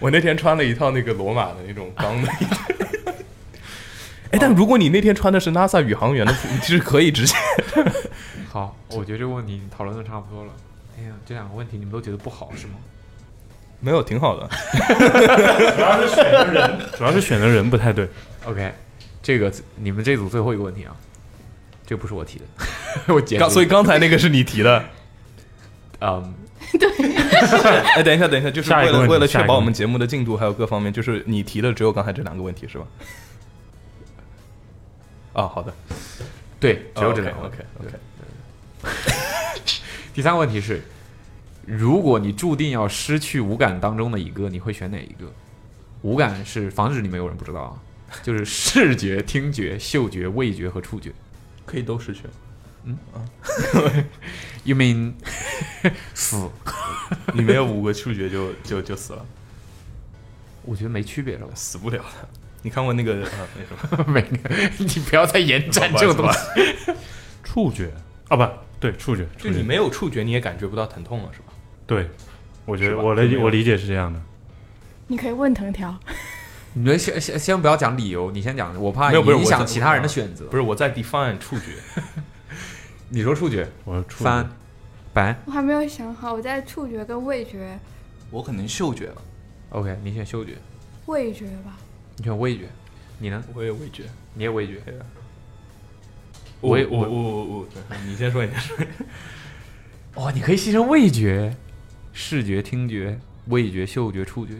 Speaker 2: 我那天穿了一套那个罗马的那种钢的衣 服。哎，但如果你那天穿的是 NASA 宇航员的服，其实可以直接。
Speaker 5: 好，我觉得这个问题讨论的差不多了。哎呀，这两个问题你们都觉得不好是吗？
Speaker 2: 没有，挺好的。
Speaker 4: 主要是选的 人，主要是选的人不太对。
Speaker 5: OK，这个你们这组最后一个问题啊，这个不是我提的，我 解 哦
Speaker 2: 刚所以刚才那个是你提的。
Speaker 5: 嗯，
Speaker 2: 哎，等一下，等一下，就是
Speaker 4: 下一
Speaker 2: 为
Speaker 4: 个
Speaker 2: 了
Speaker 4: 问题
Speaker 2: 为了
Speaker 4: 下一
Speaker 2: 确
Speaker 4: 个
Speaker 2: 保我
Speaker 4: 问
Speaker 2: 们节目的进度还有各方面，就是你提的只有刚才这两个问题是吧？ 啊，好的，哦
Speaker 5: 对，只有这两个。
Speaker 2: OK OK。
Speaker 5: 第三个问题是，如果你注定要失去五感当中的一个，你会选哪一个？五感是防止你们有人不知道啊，就是视觉、听觉、嗅觉、味觉和触觉。
Speaker 2: 可以都失去吗？ 嗯
Speaker 5: You mean 死？
Speaker 2: 你没有五个触觉就就就死了，。
Speaker 5: 我觉得没区别了吧
Speaker 2: 死不了的。 你看过那个啊？没什么。
Speaker 5: 没，你不要再延展
Speaker 2: 不好意思
Speaker 5: 这个东
Speaker 2: 不好
Speaker 5: 西。
Speaker 4: 触觉啊，不对，触觉，
Speaker 2: 就
Speaker 4: 触
Speaker 2: 你
Speaker 4: 觉。
Speaker 2: 没有触觉，你也感觉不到疼痛了，是吧？
Speaker 4: 对，我觉
Speaker 2: 是
Speaker 4: 得
Speaker 2: 吧
Speaker 4: 我理
Speaker 2: 就没有
Speaker 4: 我理解是这样的。
Speaker 3: 你可以问藤条，
Speaker 5: 你们先先先不要讲理由，你先讲，我怕
Speaker 2: 没有不是
Speaker 5: 影响
Speaker 2: 我啊
Speaker 5: 其他人的选择
Speaker 2: 不。是，我在 define 触觉。
Speaker 5: 你说触觉，
Speaker 4: 我触觉
Speaker 5: 翻，白
Speaker 3: 我还没有想好，我在触觉跟味觉，
Speaker 10: 我可能嗅觉吧，
Speaker 5: ，OK，你选嗅觉，
Speaker 3: 味觉吧，
Speaker 5: 你选味觉，你呢？
Speaker 2: 我也味觉。
Speaker 5: 你也味觉，
Speaker 2: 我
Speaker 5: 我
Speaker 2: 啊我我我我，你先说，你先说。
Speaker 5: 哇、哦你可以牺牲味觉、视觉、听觉、味觉、嗅觉、触觉。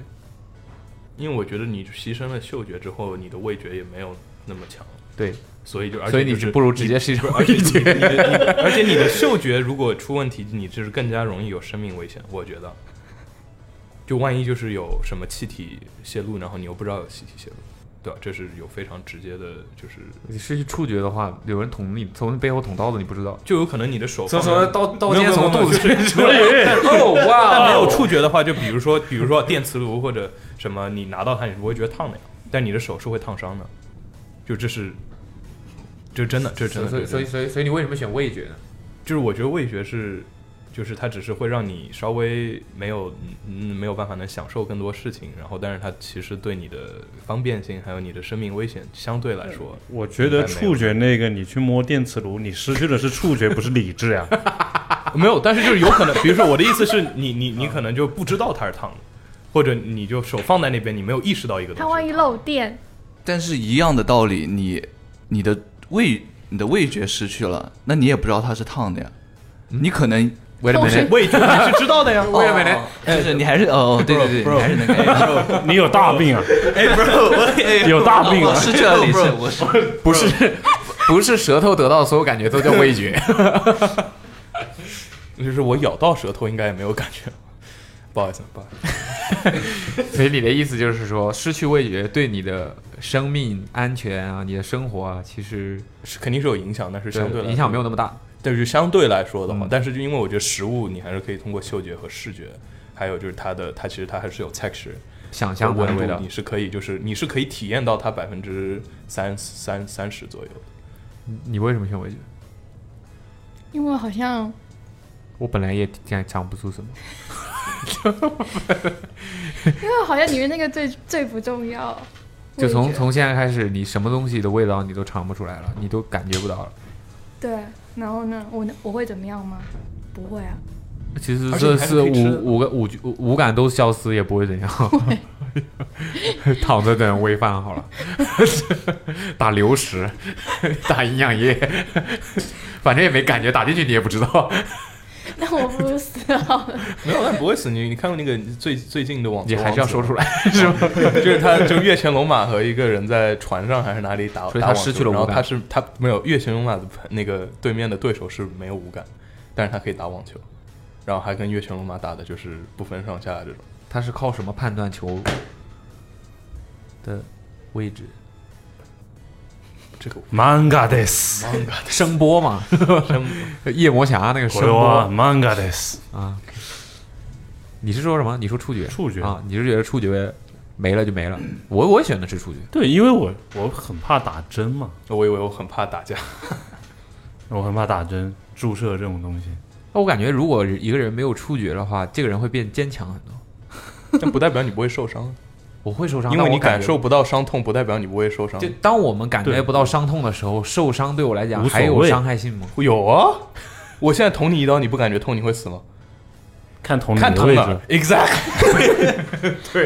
Speaker 2: 因为我觉得你牺牲了嗅觉之后，你的味觉也没有那么强，
Speaker 5: 对，
Speaker 2: 所以就而且
Speaker 5: 所以你
Speaker 2: 就是
Speaker 5: 就不如直接牺牲味
Speaker 2: 你的你的
Speaker 5: 觉。
Speaker 2: 你 的而且你的嗅觉如果出问题，你就是更加容易有生命危险。我觉得，就万一就是有什么气体泄露，然后你又不知道有气体泄露，对啊吧？这是有非常直接的，就是
Speaker 5: 你失去触觉的话，有人捅你，从背后捅刀子，你不知道。
Speaker 2: 就有可能你的手
Speaker 5: 从
Speaker 2: 放在
Speaker 5: 从刀刀
Speaker 2: 没有
Speaker 5: 尖
Speaker 2: 没有
Speaker 5: 从肚子
Speaker 2: 没有
Speaker 5: 伸出来。哦
Speaker 2: 但
Speaker 5: 哇！
Speaker 2: 没有触觉的话，就比如说，比如说电磁炉或者什么，你拿到它，你不会觉得烫的呀，但你的手是会烫伤的。就这是，就真的，这是真
Speaker 5: 所
Speaker 2: 的。
Speaker 5: 以所以所以
Speaker 2: 这是真的
Speaker 5: 所以所以你为什么选味觉呢？
Speaker 2: 就是我觉得味觉是，就是它只是会让你稍微没有嗯没有办法能享受更多事情，然后但是它其实对你的方便性还有你的生命危险相对来说，
Speaker 4: 我觉得触觉那个，你去摸电磁炉，你失去的是触觉，不是理 智呀。
Speaker 2: 没有，但是就是有可能，比如说我的意思是你你你可能就不知道它是烫的，或者你就手放在那边，你没有意识到一个东西。
Speaker 3: 它万一漏电，
Speaker 10: 但是一样的道理，你你的味你的味觉失去了，那你也不知道它是烫的呀，
Speaker 5: 嗯
Speaker 10: 你可能哦
Speaker 5: 为了
Speaker 3: 都
Speaker 5: 美
Speaker 3: 是
Speaker 5: 人，
Speaker 2: 味觉你是知道的呀。
Speaker 5: 为了美人，
Speaker 10: 就是你还是哦，对对对，你还是能感觉到。
Speaker 4: 你有大病 啊！
Speaker 10: 哎，bro，我
Speaker 4: 有大病啊
Speaker 10: 我失去 了理智，我是
Speaker 5: 不是不是舌头得到的所有感觉都叫味觉。
Speaker 2: 就是我咬到舌头应该也没有感觉，不好意思，不好意思。
Speaker 5: 所以你的意思就是说，失去味觉对你的生命安全啊，你的生活啊，其实
Speaker 2: 是肯定是有影响，但是相对来
Speaker 5: 影响没
Speaker 2: 有，
Speaker 5: 有那么大。
Speaker 2: 但是相对来说的话，
Speaker 5: 嗯
Speaker 2: 但是就因为我觉得食物你还是可以通过嗅觉和视觉，还有就是它的它其实它还是有 texture
Speaker 5: 想
Speaker 2: 和
Speaker 5: 象它的
Speaker 2: 温
Speaker 5: 味
Speaker 2: 度，
Speaker 5: 道
Speaker 2: 你，是可以就是你是可以体验到它百分之三三三十左右的。
Speaker 5: 你你为什么选味觉？
Speaker 3: 因为好像
Speaker 5: 我本来也讲讲不出什么。
Speaker 3: 因为好像里面那个最最不重要，
Speaker 5: 就
Speaker 3: 味
Speaker 5: 从
Speaker 3: 觉
Speaker 5: 从现在开始，你什么东西的味道你都尝不出来了，你都感觉不到了。
Speaker 3: 对，然后呢，我能我会怎么样吗？不会啊，
Speaker 5: 其实
Speaker 2: 而且
Speaker 5: 这
Speaker 2: 你还
Speaker 5: 是
Speaker 2: 可以吃
Speaker 5: 五五个五五五感都消失也不会怎样， 躺着等喂饭好了，打流食，打营养液，反正也没感觉，打进去你也不知道。
Speaker 3: 那我不如死好了。
Speaker 2: 没有，但不会死你。你看过那个最最近的网
Speaker 5: 你
Speaker 2: 球
Speaker 5: 还是要说出
Speaker 2: 来，
Speaker 5: 来，是吧？
Speaker 2: 就是他就月前龙马和一个人在船上还是哪里打，
Speaker 5: 所以
Speaker 2: 打
Speaker 5: 他
Speaker 2: 网
Speaker 5: 失
Speaker 2: 球
Speaker 5: 去了
Speaker 2: 然后
Speaker 5: 五感
Speaker 2: 他是他没有月前龙马的那个对面的对手是没有五感，但是他可以打网球，然后还跟月前龙马打的就是不分上下这种。
Speaker 5: 他是靠什么判断球的位置？
Speaker 2: 这个
Speaker 4: manga des，
Speaker 5: 声波嘛，
Speaker 2: 真
Speaker 5: 夜魔侠那个声
Speaker 4: 我有
Speaker 5: 波
Speaker 4: manga des，
Speaker 5: 啊。你是说什么？你说触觉？
Speaker 4: 触觉
Speaker 5: 啊？你是觉得触觉没了就没了？我我选的是触觉，
Speaker 4: 对，因为我我很怕打针嘛，
Speaker 2: 我以为我很怕打架，
Speaker 4: 我很怕打针注射这种东西，
Speaker 5: 那我感觉如果一个人没有触觉的话，这个人会变坚强很多。
Speaker 2: 但不代表你不会受伤，
Speaker 5: 我会受伤，
Speaker 2: 因
Speaker 5: 但
Speaker 2: 为
Speaker 5: 我
Speaker 2: 你感
Speaker 5: 觉
Speaker 2: 受不到伤痛，不代表你不会受伤
Speaker 5: 就。当我们感觉
Speaker 4: 对
Speaker 5: 不到伤痛的时候，受伤对我来讲
Speaker 4: 无所
Speaker 5: 还
Speaker 4: 谓
Speaker 5: 有伤害性吗？
Speaker 2: 有啊，我现在捅你一刀，你不感觉痛，你会死吗？
Speaker 4: 看同
Speaker 2: 看
Speaker 4: 龄的
Speaker 2: 疼
Speaker 4: 位
Speaker 2: 哪儿
Speaker 4: 置，
Speaker 2: ，exactly，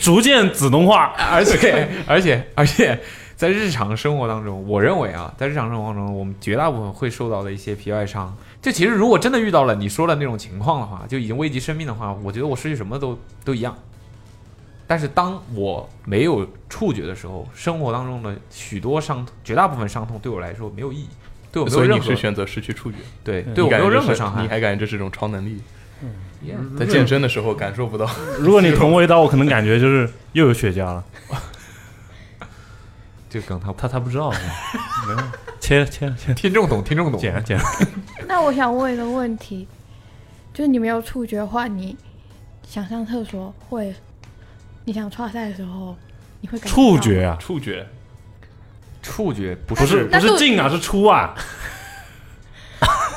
Speaker 4: 逐渐自动化，
Speaker 5: 而且 而且而且，在日常生活当中，我认为啊，在日常生活当中，我们绝大部分会受到的一些皮外伤，就其实如果真的遇到了你说的那种情况的话，就已经危及生命的话，我觉得我失去什么都都一样。但是当我没有触觉的时候，生活当中的许多伤，绝大部分伤痛对我来说没有意义，对我没有
Speaker 2: 所以
Speaker 5: 任
Speaker 2: 你
Speaker 5: 何
Speaker 2: 是选择失去触觉，
Speaker 5: 对
Speaker 4: 嗯
Speaker 5: 对我
Speaker 2: 你
Speaker 5: 没
Speaker 2: 感
Speaker 5: 有
Speaker 2: 觉
Speaker 5: 任
Speaker 2: 这
Speaker 5: 何
Speaker 2: 是
Speaker 5: 伤害嗯
Speaker 2: 你。还感觉这是一种 超能力，
Speaker 5: Yeah
Speaker 2: 在健身的时候感受不到。
Speaker 4: 如果你捅我一刀，我可能感觉就是又有雪 茄了，
Speaker 5: 这个梗他
Speaker 4: 他他不知 道，没有，切切切，
Speaker 5: 听众懂，听众懂。
Speaker 4: 剪了剪了，
Speaker 3: 那我想问一个问题，就是你没有触觉的话，你想上厕所会，你想刷塞的时候，你会感觉到
Speaker 4: 触
Speaker 3: 吗
Speaker 4: 觉啊，
Speaker 2: 触觉，
Speaker 5: 触觉不
Speaker 4: 不是不
Speaker 3: 但是
Speaker 4: 是进啊，是出啊，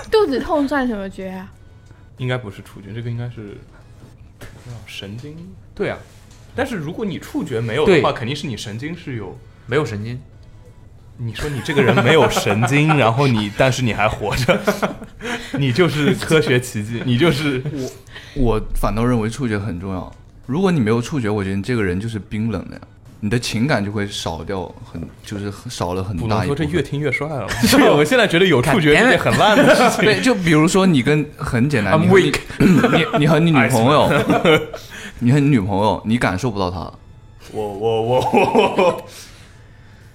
Speaker 3: 肚子痛算什么觉啊？
Speaker 2: 应该不是触觉，这个应该是不知道神经。
Speaker 5: 对啊，
Speaker 2: 但是如果你触觉没有
Speaker 5: 对
Speaker 2: 的话，肯定是你神经是有。
Speaker 5: 没有神经，
Speaker 2: 你说你这 个人没有神经， 然后你但是你还活着， 你就是科学 奇迹，你就是
Speaker 10: 我反倒认为触觉很重要。如果你没有触觉，我觉得你这个人就是冰冷的呀，你的情感就会少掉很，就是少了很
Speaker 2: 不
Speaker 10: 大
Speaker 2: 能
Speaker 10: 一部
Speaker 2: 说这
Speaker 10: 分。
Speaker 2: 越听越帅了。我现在觉得有触觉
Speaker 5: God damn
Speaker 2: 是件很烂的事情。
Speaker 10: 对，就比如说你跟很简单，
Speaker 5: I'm
Speaker 10: 你和你你你和你女朋友，你和你女朋友，你感受不到她，
Speaker 2: 我我我我我，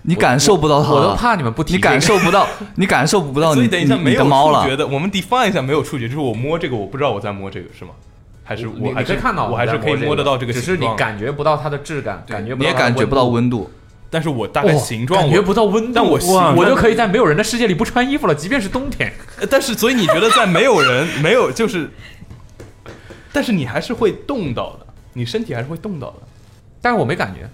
Speaker 10: 你感受不到她，
Speaker 5: 我都怕你们不提
Speaker 10: 你感
Speaker 5: 这个
Speaker 10: 受不到，你感受不到
Speaker 2: 所
Speaker 10: 你
Speaker 2: 以等一下
Speaker 10: 你
Speaker 2: 没
Speaker 10: 你
Speaker 2: 有
Speaker 10: 的猫
Speaker 2: 触觉
Speaker 10: 了。
Speaker 2: 的，我们 define 一下没有触觉，就是我摸这个，我不知道我在摸这个是吗？还是
Speaker 5: 你
Speaker 2: 我还
Speaker 5: 你
Speaker 2: 是
Speaker 5: 是看到的
Speaker 2: 我还是可以摸得到这个
Speaker 5: 只
Speaker 2: 形
Speaker 5: 是
Speaker 2: 状，
Speaker 5: 你感觉不到它的质感，
Speaker 10: 对
Speaker 5: 感觉
Speaker 10: 你也感觉不到温度，
Speaker 2: 但是我大概
Speaker 5: 哦
Speaker 2: 形状
Speaker 5: 感
Speaker 2: 我
Speaker 5: 觉不到温度，
Speaker 2: 但我
Speaker 5: 哇
Speaker 2: 形
Speaker 5: 我就可以在没有人的世界里不穿衣服了，即便是冬天。
Speaker 2: 呃但是，所以你觉得在没有人没有就是，但是你还是会动到的，你身体还是会动到的。
Speaker 5: 但是我没感觉，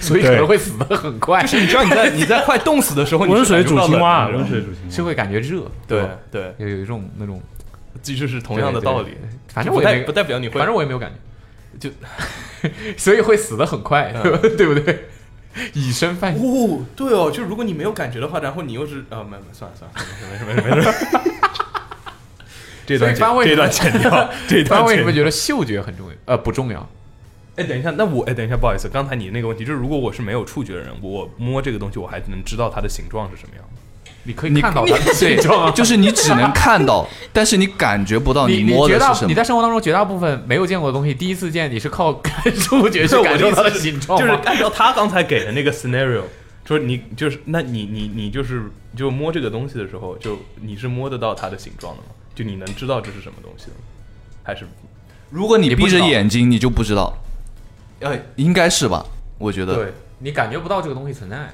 Speaker 5: 所以可
Speaker 4: 对
Speaker 5: 能会死得很快，
Speaker 2: 你知道你 在你在快冻死的时候，你
Speaker 4: 温
Speaker 2: 是
Speaker 4: 水
Speaker 2: 感受
Speaker 4: 煮
Speaker 2: 不到
Speaker 4: 青蛙，
Speaker 5: 啊
Speaker 2: 冷的嗯
Speaker 4: 温水煮青蛙，
Speaker 5: 是会感觉热，
Speaker 2: 对
Speaker 5: 吧
Speaker 2: 对，
Speaker 5: 有有一种那种，
Speaker 2: 这就是同样的道理
Speaker 5: 对。对反正
Speaker 2: 不
Speaker 5: 我也
Speaker 2: 代
Speaker 5: 没
Speaker 2: 不代表你会，
Speaker 5: 反正我也没有感觉，
Speaker 2: 就
Speaker 5: 所以会死得很快，
Speaker 2: 嗯
Speaker 5: 对不对？以身犯险，
Speaker 2: 哦，对哦，就如果你没有感觉的话，然后你又是啊，没没算了算了，没事没事没事没事。这段
Speaker 5: 所以番
Speaker 2: 剪
Speaker 5: 位
Speaker 2: 这段剪 掉，这
Speaker 5: 不
Speaker 2: 段
Speaker 5: 然为
Speaker 2: 剪
Speaker 5: 什
Speaker 2: 掉。
Speaker 5: 么觉得嗅觉很重要？呃，不重要。
Speaker 2: 哎，等一下，那我哎，等一下，不好意思，刚才你那个问题就是，如果我是没有触觉的人，我摸这个东西，我还能知道它的形状是什么样的。
Speaker 5: 你可以
Speaker 10: 你
Speaker 5: 看到它的
Speaker 10: 对
Speaker 5: 形状啊，，
Speaker 10: 就是你只能看 到，但是你感觉不到
Speaker 5: 你
Speaker 10: 摸
Speaker 5: 绝
Speaker 10: 的
Speaker 5: 大
Speaker 10: 是什
Speaker 5: 你
Speaker 10: 么。
Speaker 5: 在生活当中绝大部分没有见过的东西，第一次见你是靠触觉 去感受它的形状
Speaker 2: 就
Speaker 5: 吗，
Speaker 2: 是按照他刚才给的那个 scenario，就是你就是那你你你就是就摸这个东西的时候，就你是摸得到它的形状的吗？就你能知道这是什么东西的吗？还是
Speaker 10: 如果你
Speaker 5: 你不
Speaker 10: 闭
Speaker 5: 知
Speaker 10: 着
Speaker 5: 道哎
Speaker 10: 眼睛，你就不知道。呃，应该是吧？我觉得。
Speaker 5: 你感觉不到这个东西存在。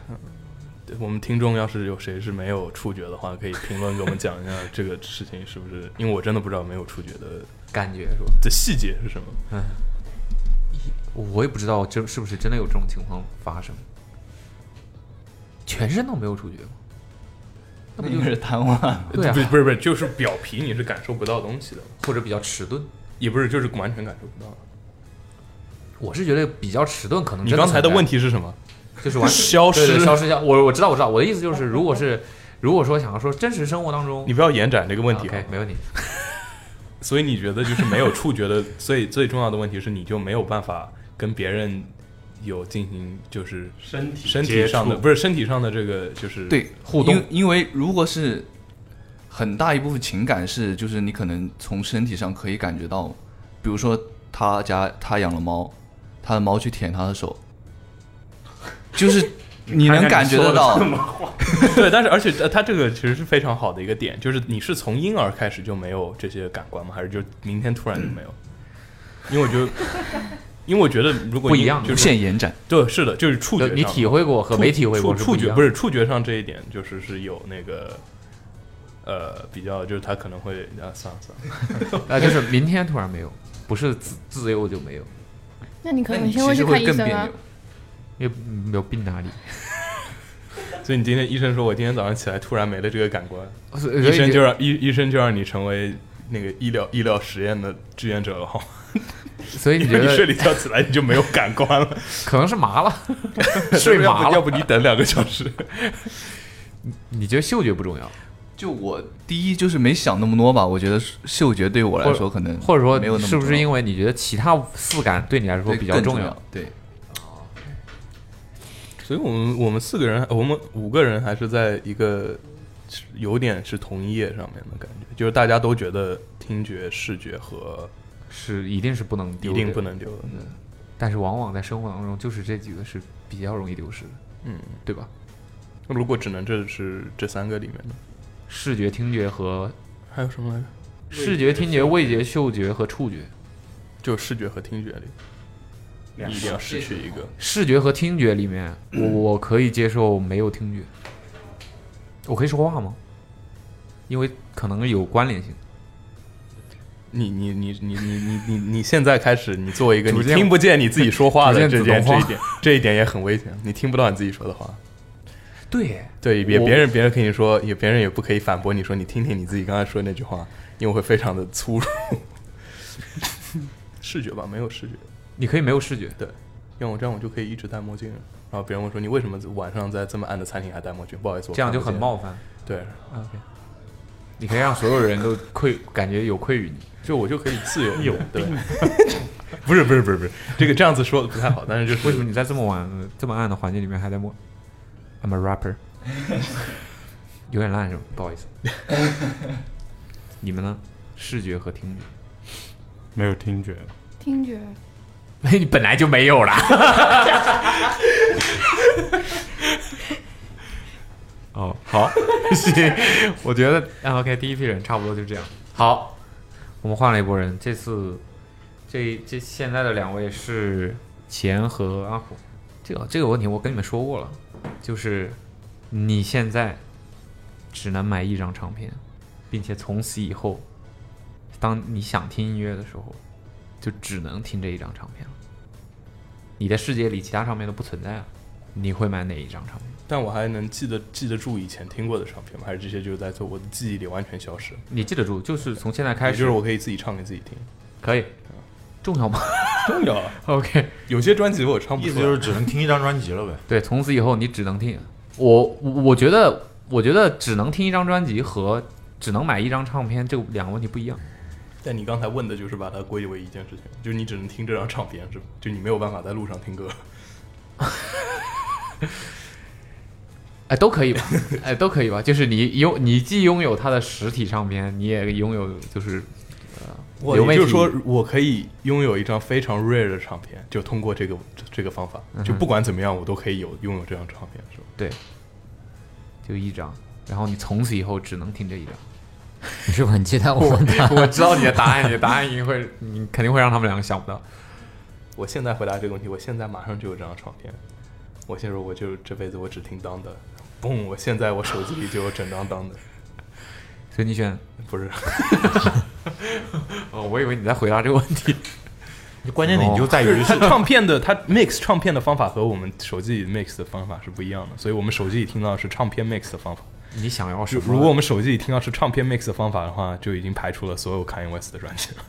Speaker 2: 对我们听众要是有谁是没有触觉的话，可以评论给我们讲一下这个事情是不是？因为我真的不知道没有触觉的
Speaker 5: 感觉是吧？
Speaker 2: 的细节是什么。
Speaker 5: 我也不知道这是不是真的有这种情况发生，全身都没有触觉吗？
Speaker 10: 那不就是瘫痪？
Speaker 5: 对啊
Speaker 2: 不，是不是不是，就是表皮你是感受不到东西的，
Speaker 5: 或者比较迟钝。
Speaker 2: 也不是就是完全感受不到。
Speaker 5: 我是觉得比较迟钝，可能
Speaker 2: 你刚才的问
Speaker 5: 题
Speaker 2: 题是什么？
Speaker 5: 就是完
Speaker 2: 消
Speaker 5: 对对
Speaker 2: 失
Speaker 5: 消失掉。我我知道我知道，我的意思就是，如果是如果说想要说真实生活当中，
Speaker 2: 你不要延展这个问题、啊。
Speaker 5: OK 没问题。
Speaker 2: 所以你觉得就是没有触觉的 最最重要的问题是，你就没有办法跟别人有进行就是
Speaker 4: 身体
Speaker 2: 身体
Speaker 4: 接
Speaker 2: 上的
Speaker 4: 触
Speaker 2: 不是身体上的这个就是
Speaker 10: 对，
Speaker 5: 互动
Speaker 10: 因因为如果是很大一部分情感是，就是你可能从身体上可以感觉到，比如说他家他养了猫，他的猫去舔他的手，就是 你能感觉得到。
Speaker 2: 对，但是而且呃它这个其实是非常好的一个点，就是你是从婴儿开始就没有这些感官吗？还是就明天突然就没有？因为我觉得因为我觉得如果
Speaker 5: 不
Speaker 2: 因
Speaker 5: 一样
Speaker 2: 就是
Speaker 5: 无
Speaker 10: 限延展，
Speaker 2: 对，是的，就是触觉
Speaker 5: 就
Speaker 2: 上，
Speaker 5: 你体会过和
Speaker 2: 触
Speaker 5: 没体会过
Speaker 2: 触
Speaker 5: 是
Speaker 2: 触
Speaker 5: 不一
Speaker 2: 觉
Speaker 5: 样
Speaker 2: 不是触觉上这一点，就是是有那个。呃，比较就是他可能会啊，算了算了，
Speaker 5: 啊，就是明天突然没有，不是自自由就没有，
Speaker 3: 那你可
Speaker 10: 那
Speaker 3: 能
Speaker 10: 你
Speaker 3: 先
Speaker 10: 其
Speaker 3: 去
Speaker 10: 实
Speaker 3: 看
Speaker 10: 会
Speaker 3: 医
Speaker 10: 更
Speaker 3: 生
Speaker 10: 别
Speaker 3: 啊
Speaker 10: 扭。。
Speaker 5: 因为没有病哪里？
Speaker 2: 所以你今天医生说我今天早上起来突然没了这个感官，
Speaker 5: 哦所以
Speaker 2: 医生就让医医生就让你成为那个医疗医疗实验的志愿者了，好吗？
Speaker 5: 所以你
Speaker 2: 因
Speaker 5: 觉
Speaker 2: 为你睡
Speaker 5: 得
Speaker 2: 了一觉起来你就没有感官了，
Speaker 5: 可能是麻 了，睡
Speaker 2: 要不
Speaker 5: 麻
Speaker 2: 要
Speaker 5: 了。
Speaker 2: 不你等两个小时？
Speaker 5: 你觉得嗅觉不重要，
Speaker 10: 就 我第一就是没想那么多吧，我觉得嗅觉对我来说可能
Speaker 5: 或者
Speaker 10: 没有那
Speaker 5: 说
Speaker 10: 么
Speaker 5: 是不是因
Speaker 10: 为
Speaker 5: 为你觉得其他四感对你来说比较
Speaker 10: 重
Speaker 5: 要？？
Speaker 10: 对，
Speaker 2: 所以我们我们四个人，我们五个人还是在一个有点是同一页上面的感觉，就是大家都觉得听觉、视觉和
Speaker 5: 是一定是不能
Speaker 2: 一
Speaker 5: 丢的，
Speaker 2: 定不能丢的。
Speaker 5: 但是往往在生活当中，就是这几个是比较容易丢失的，
Speaker 2: 嗯，
Speaker 5: 对吧？
Speaker 2: 如果只能这是这三个里面的，
Speaker 5: 视觉、听觉和
Speaker 2: 还有什么来着？
Speaker 5: 视觉、听觉、味觉、嗅觉和触觉。
Speaker 2: 就视觉和听觉里，你一定要失去一个。
Speaker 5: 视觉和听觉里面，我我可以接受没有听觉。我可以说话吗？因为可能有关联性。
Speaker 2: 你你你你你你你你现在开始，你作为一个
Speaker 5: 逐
Speaker 2: 你
Speaker 5: 渐
Speaker 2: 听不见你自己说话的
Speaker 5: 逐
Speaker 2: 这
Speaker 5: 渐
Speaker 2: 件
Speaker 5: 自动
Speaker 2: 这
Speaker 5: 化
Speaker 2: 一点，这一点也很危险。你听不到你自己说的话，
Speaker 5: 对，
Speaker 2: 对，别
Speaker 5: 我
Speaker 2: 别人别人跟你说，也别人也不可以反驳你说你听听你自己刚才说那句话，因为会非常的粗鲁。视觉吧，没有视觉，
Speaker 5: 你可以没有视觉，
Speaker 2: 因为我这样我就可以一直戴墨镜。然后别人会说你为什么晚上在这么暗的餐厅还戴墨镜？不好意思，我
Speaker 5: 这
Speaker 2: 看
Speaker 5: 样就
Speaker 2: 不
Speaker 5: 很
Speaker 2: 见。
Speaker 5: 冒犯。
Speaker 2: 对，
Speaker 5: OK，你可以让所有人都愧，感觉有愧于你。
Speaker 2: 就我就可以自 由一点。有对， 不是不是不是不是，这个这样子说的不太好，但是就是
Speaker 5: 为什么你在这么晚、这么暗的环境里面还在默？I'm a rapper，有点烂是吧？不好意思。你们呢？视觉和听
Speaker 4: 没有听觉，
Speaker 3: 听觉，
Speaker 5: 觉，你本来就没有啦。哦，好， 行，我觉得啊 OK，第一批人差不多就这样。好，我们换了一波人，这次这这现在的两位是钱和阿虎。这个这个问题我跟你们说过了，就是你现在只能买一张唱片，并且从此以后，当你想听音乐的时候，就只能听这一张唱片了。你的世界里其他唱片都不存在了，你会买哪一张唱片？
Speaker 2: 但我还能记得记得住以前听过的唱片吗？还是这些就是在做我的记忆里完全消失？
Speaker 5: 你记得住，就是从现在开
Speaker 2: 也
Speaker 5: 始，
Speaker 2: 就是我可以自己唱给自己听。
Speaker 5: 可以重要吗
Speaker 2: 重要啊，
Speaker 5: ？OK，
Speaker 2: 有些专辑我唱不
Speaker 9: 意思
Speaker 2: 出
Speaker 9: 就是
Speaker 2: 来。
Speaker 9: 只能听一张专辑了呗。
Speaker 5: 对，从此以后你只能听。我我我觉得，我觉得只能听一张专辑和只能买一张唱片这两个问题不一样。
Speaker 2: 但你刚才问的就是把它归为一件事情，就是你只能听这张唱片，是吧就你没有办法在路上听歌。
Speaker 5: 哎，都可以 吧，哎，都可以吧。就是你拥，你既拥有它的实体唱片，你也拥有就是呃
Speaker 2: 我
Speaker 5: 流媒
Speaker 2: 也
Speaker 5: 体
Speaker 2: 就是说，我可以拥有一张非常 rare 的唱片，就通过这个这个方法，就不管怎么样，我都可以有拥有这张唱片，是吧？
Speaker 5: 嗯对，就一张，然后你从此以后只能听这一张。你是不是很期待我问的？我知道你的答案，你的答案一定会，你肯定会让他们两个想不到。
Speaker 2: 我现在回答这个问题，我现在马上就有这张唱片。我先说，我就这辈子我只听当的，嘣！我现在我手机里就有整张当的，
Speaker 5: 所以你选，
Speaker 2: 不是。
Speaker 5: 哦，我以为你在回答这个问题。哦
Speaker 9: 关键点就在于
Speaker 2: 它唱片的它 mix 唱片的方法和我们手机里 mix 的方法是不一样的，所以我们手机里听到的是唱片 mix 的方法。
Speaker 5: 你想要什
Speaker 2: 就
Speaker 5: 么？
Speaker 2: 如果我们手机里听到是唱片 mix 的方法的话，就已经排除了所有 Kanye West 的专辑了。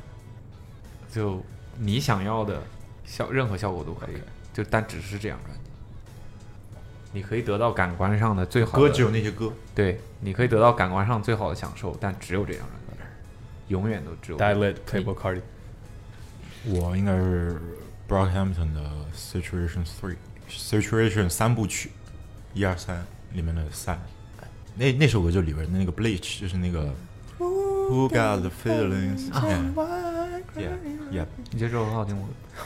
Speaker 5: 就你想要的效，任何效果都可以
Speaker 2: OK
Speaker 5: 就但只是这样专辑。你可以得到感官上的最好的
Speaker 9: 歌只有那些歌，
Speaker 5: 对，你可以得到感官上最好的享受，但只有这张专辑，永远都只有
Speaker 2: d i l e t Playboy Cardi，
Speaker 9: 我应该是 Brockhampton 的 Situation Three Situation 三部曲，一二三里面的三，那那首歌就里边那个 Bleach 就是那个 Who got the feelings？Yeah, yeah,
Speaker 5: 你觉得这首很好听吗？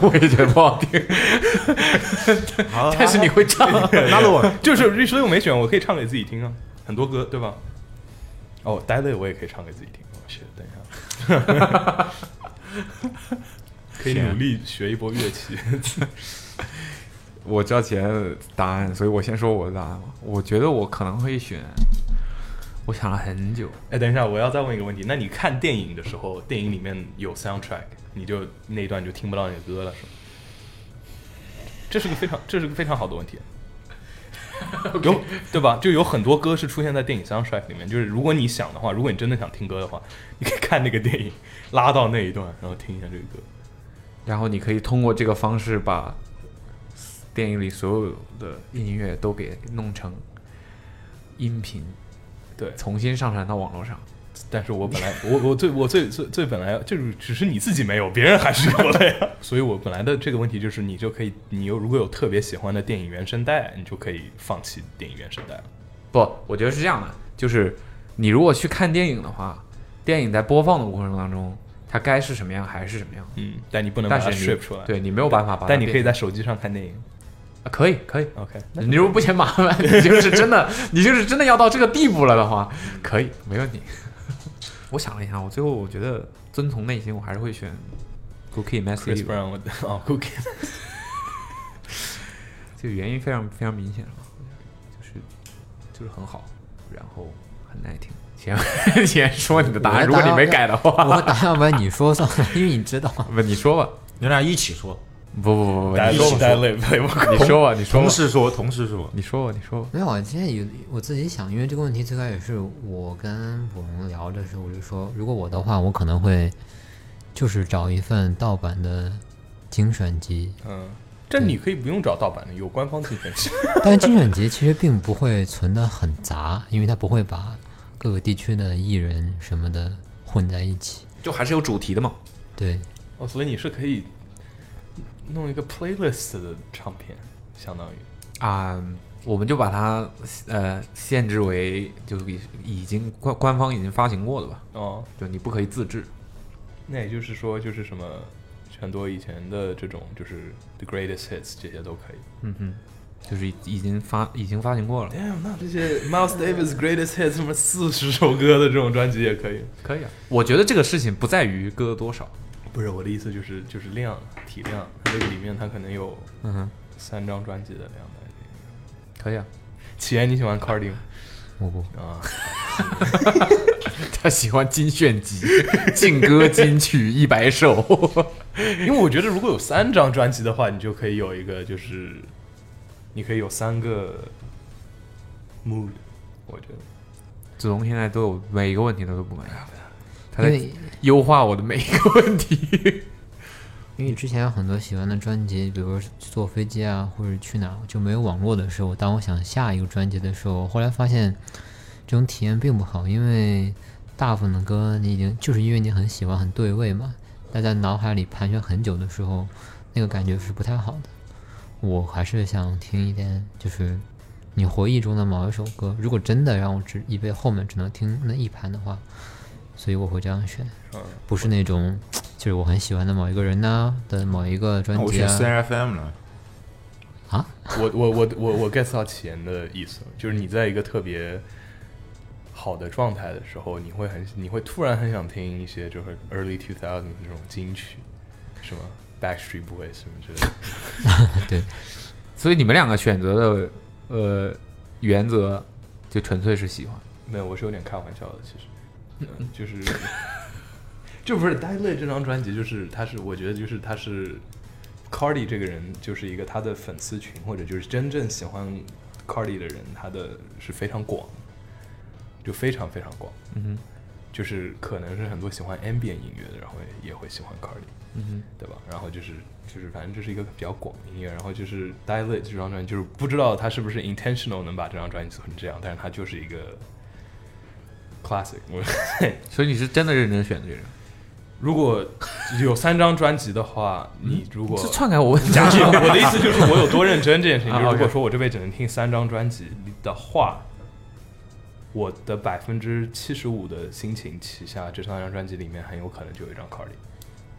Speaker 5: 我也觉得不好 听，
Speaker 9: yeah. 好，
Speaker 5: 但是你会唱。
Speaker 9: 拉了我。
Speaker 2: 就是所以我没选，我可以唱给自己听啊，很多歌对吧？哦 d i l e t 我也可以唱给自己听。哦，shit，等一下，可以
Speaker 5: 天啊
Speaker 2: 努力学一波乐 器。
Speaker 5: 我知道姐的答案，所以我先说我的答案吧。我觉得我可能会选，我想了很久，
Speaker 2: 哎，等一下，我要再问一个问题。那你看电影的时候，电影里面有 soundtrack，你就那一段你就听不到你的歌了，是吗？这是个非常，这是个非常好的 问题。有对吧？就有很多歌是出现在电影 soundtrack 里面，就是如果你想的话，如果你真的想听歌的话，你可以看那个电影，拉到那一段，然后听一下这个歌。
Speaker 5: 然后你可以通过这个方式把电影里所有的音乐都给弄成音频，
Speaker 2: 对，
Speaker 5: 重新上传到网络上。
Speaker 2: 但是我本 来我我最我最最最本来就是只是你自己没有，别人还是有的呀。 所以我本来的这个问题就是，你就可以，你有如果有特别喜欢的电影原声带，你就可以放弃电影原声带了。
Speaker 5: 不，我觉得是这样的，就是你如果去看电影的话，电影在播放的过程当中，它该是什么样还是什么样。
Speaker 2: 嗯，但你不能把它
Speaker 5: 但是你
Speaker 2: strip 出来。
Speaker 5: 对你没有办法把它
Speaker 2: 但你
Speaker 5: 变
Speaker 2: 可以在
Speaker 5: 成
Speaker 2: 手机上看电影。
Speaker 5: 啊，可以可以
Speaker 2: ，OK。
Speaker 5: 你如果不嫌麻烦， 你就是真的，你就是真的要到这个地步了的话，可以没问题。 我想了一下，我最后我觉得遵从内心，我还是会选 Cookie m e s s a
Speaker 2: Chris
Speaker 5: g e
Speaker 2: Brown，我哦 Cookie，
Speaker 5: 这个原因非常非常明显了，就是就是很好，然后很耐听。 行， 先说你的答
Speaker 11: 我
Speaker 5: 案，
Speaker 11: 的
Speaker 5: 如果
Speaker 11: 答
Speaker 5: 你
Speaker 11: 案
Speaker 5: 没改的话，
Speaker 11: 我的答案
Speaker 5: 吧，你说上， 因为你知道。不，你说吧，
Speaker 9: 你俩一起说。
Speaker 5: 不不不 不，
Speaker 9: 大家
Speaker 5: 你
Speaker 9: 一起
Speaker 5: 说吧
Speaker 9: 大家累累不够
Speaker 5: 你说吧，你说吧。
Speaker 9: 同事说，同事说，
Speaker 5: 你说吧，你说吧。
Speaker 11: 没有啊，现在有我自己想，因为这个问题最开始是我跟普龙聊的时候，我就说，如果我的话，我可能会就是找一份盗版的精选集，
Speaker 2: 嗯，这你可以不用找盗版的，有官方自选集。
Speaker 11: 但是精选集其实并不会存的很杂，因为它不会把各个地区的艺人什么的混在一起。
Speaker 5: 就还是有主题的嘛。
Speaker 11: 对，
Speaker 2: 哦，所以你是可以弄一个 playlist 的唱片，相当于。
Speaker 5: 啊、我们就把它呃限制为就已已经官官方已经发行过的吧。
Speaker 2: 哦，
Speaker 5: 就你不可以自制。
Speaker 2: 那也就是说，就是什么很多以前的这种，就是 the greatest hits 这些都可以。
Speaker 5: 嗯哼，就是已已经发已经发行过了。
Speaker 2: Damn，那这些 Miles Davis greatest hits 什么四十首歌的这种专辑也可以。
Speaker 5: 可以啊，我觉得这个事情不在于歌多少，
Speaker 2: 不是我的意思，就是就是量体量，它这个里面它可能有
Speaker 5: 嗯哼
Speaker 2: 三张专辑的量在里面。
Speaker 5: 可以啊。
Speaker 2: 起源你喜欢 Cardi 吗？
Speaker 11: 我不
Speaker 2: 啊，
Speaker 5: 他喜欢精选集、劲歌金曲一百首。
Speaker 2: 因为我觉得如果有三张专辑的话，你就可以有一个就是，你可以有三个 mood，我觉得。
Speaker 5: 子龙现在对我每一个问题他都不满意，他
Speaker 11: 因
Speaker 5: 在
Speaker 11: 为
Speaker 5: 优化我的每一个问题。
Speaker 11: 因为之前有很多喜欢的专辑，比如说坐飞机啊，或者去哪儿就没有网络的时候，当我想下一个专辑的时候，后来发现这种体验并不好，因为大部分的歌你已经就是因为你很喜欢很对味嘛，但在脑海里盘旋很久的时候，那个感觉是不太好的。我还是想听一点，就是你回忆中的某一首歌，如果真的让我只一辈后面只能听那一盘的话，所以我会这样选
Speaker 2: 嗯，
Speaker 11: 不是那种就是我很喜欢的某一个人呐、的某一
Speaker 2: 哦
Speaker 11: 个专
Speaker 9: 那我
Speaker 11: 辑
Speaker 9: 选
Speaker 11: 啊。
Speaker 9: CFM 了。
Speaker 2: 我我我我我 get 到启言的意思了，就是你在一个特别好的状态的时候，你会很你会突然很想听一些就是 early two thousand 这种金曲，什么 Backstreet Boys 什么之类的。
Speaker 11: 对，
Speaker 5: 所以你们两个选择的呃原则就纯粹是喜欢。
Speaker 2: 没有，我是有点开玩笑的，其实，嗯、就是 就不是《呆累》这张专辑，就是他是我觉得就是他是 Cardi 这个人，就是一个他的粉丝群或者就是真正喜欢 Cardi 的人，他的是非常广，就非常非常广，
Speaker 5: 嗯哼，
Speaker 2: 就是可能是很多喜欢 ambient 音乐的，然后也会喜欢 Cardi，
Speaker 5: 嗯哼
Speaker 2: 对吧？然后就是就是反正这是一个比较广的音乐，然后就是《Die Lit》这张专辑，就是不知道他是不是 intentional 能把这张专辑做成这样，但是它就是一个 classic 我。
Speaker 5: 所以你是真的认真选的这个人。
Speaker 2: 如果有三张专辑的话，你如果
Speaker 5: 这嗯篡改我问题
Speaker 2: 假设我的意思就是我有多认真这件事情，
Speaker 5: 啊
Speaker 2: 就是如
Speaker 5: OK
Speaker 2: 果说我这辈子只能听三张专辑的话，我的百分之七十五的心情旗下这三张专辑里面很有可能就有一张 Cardi。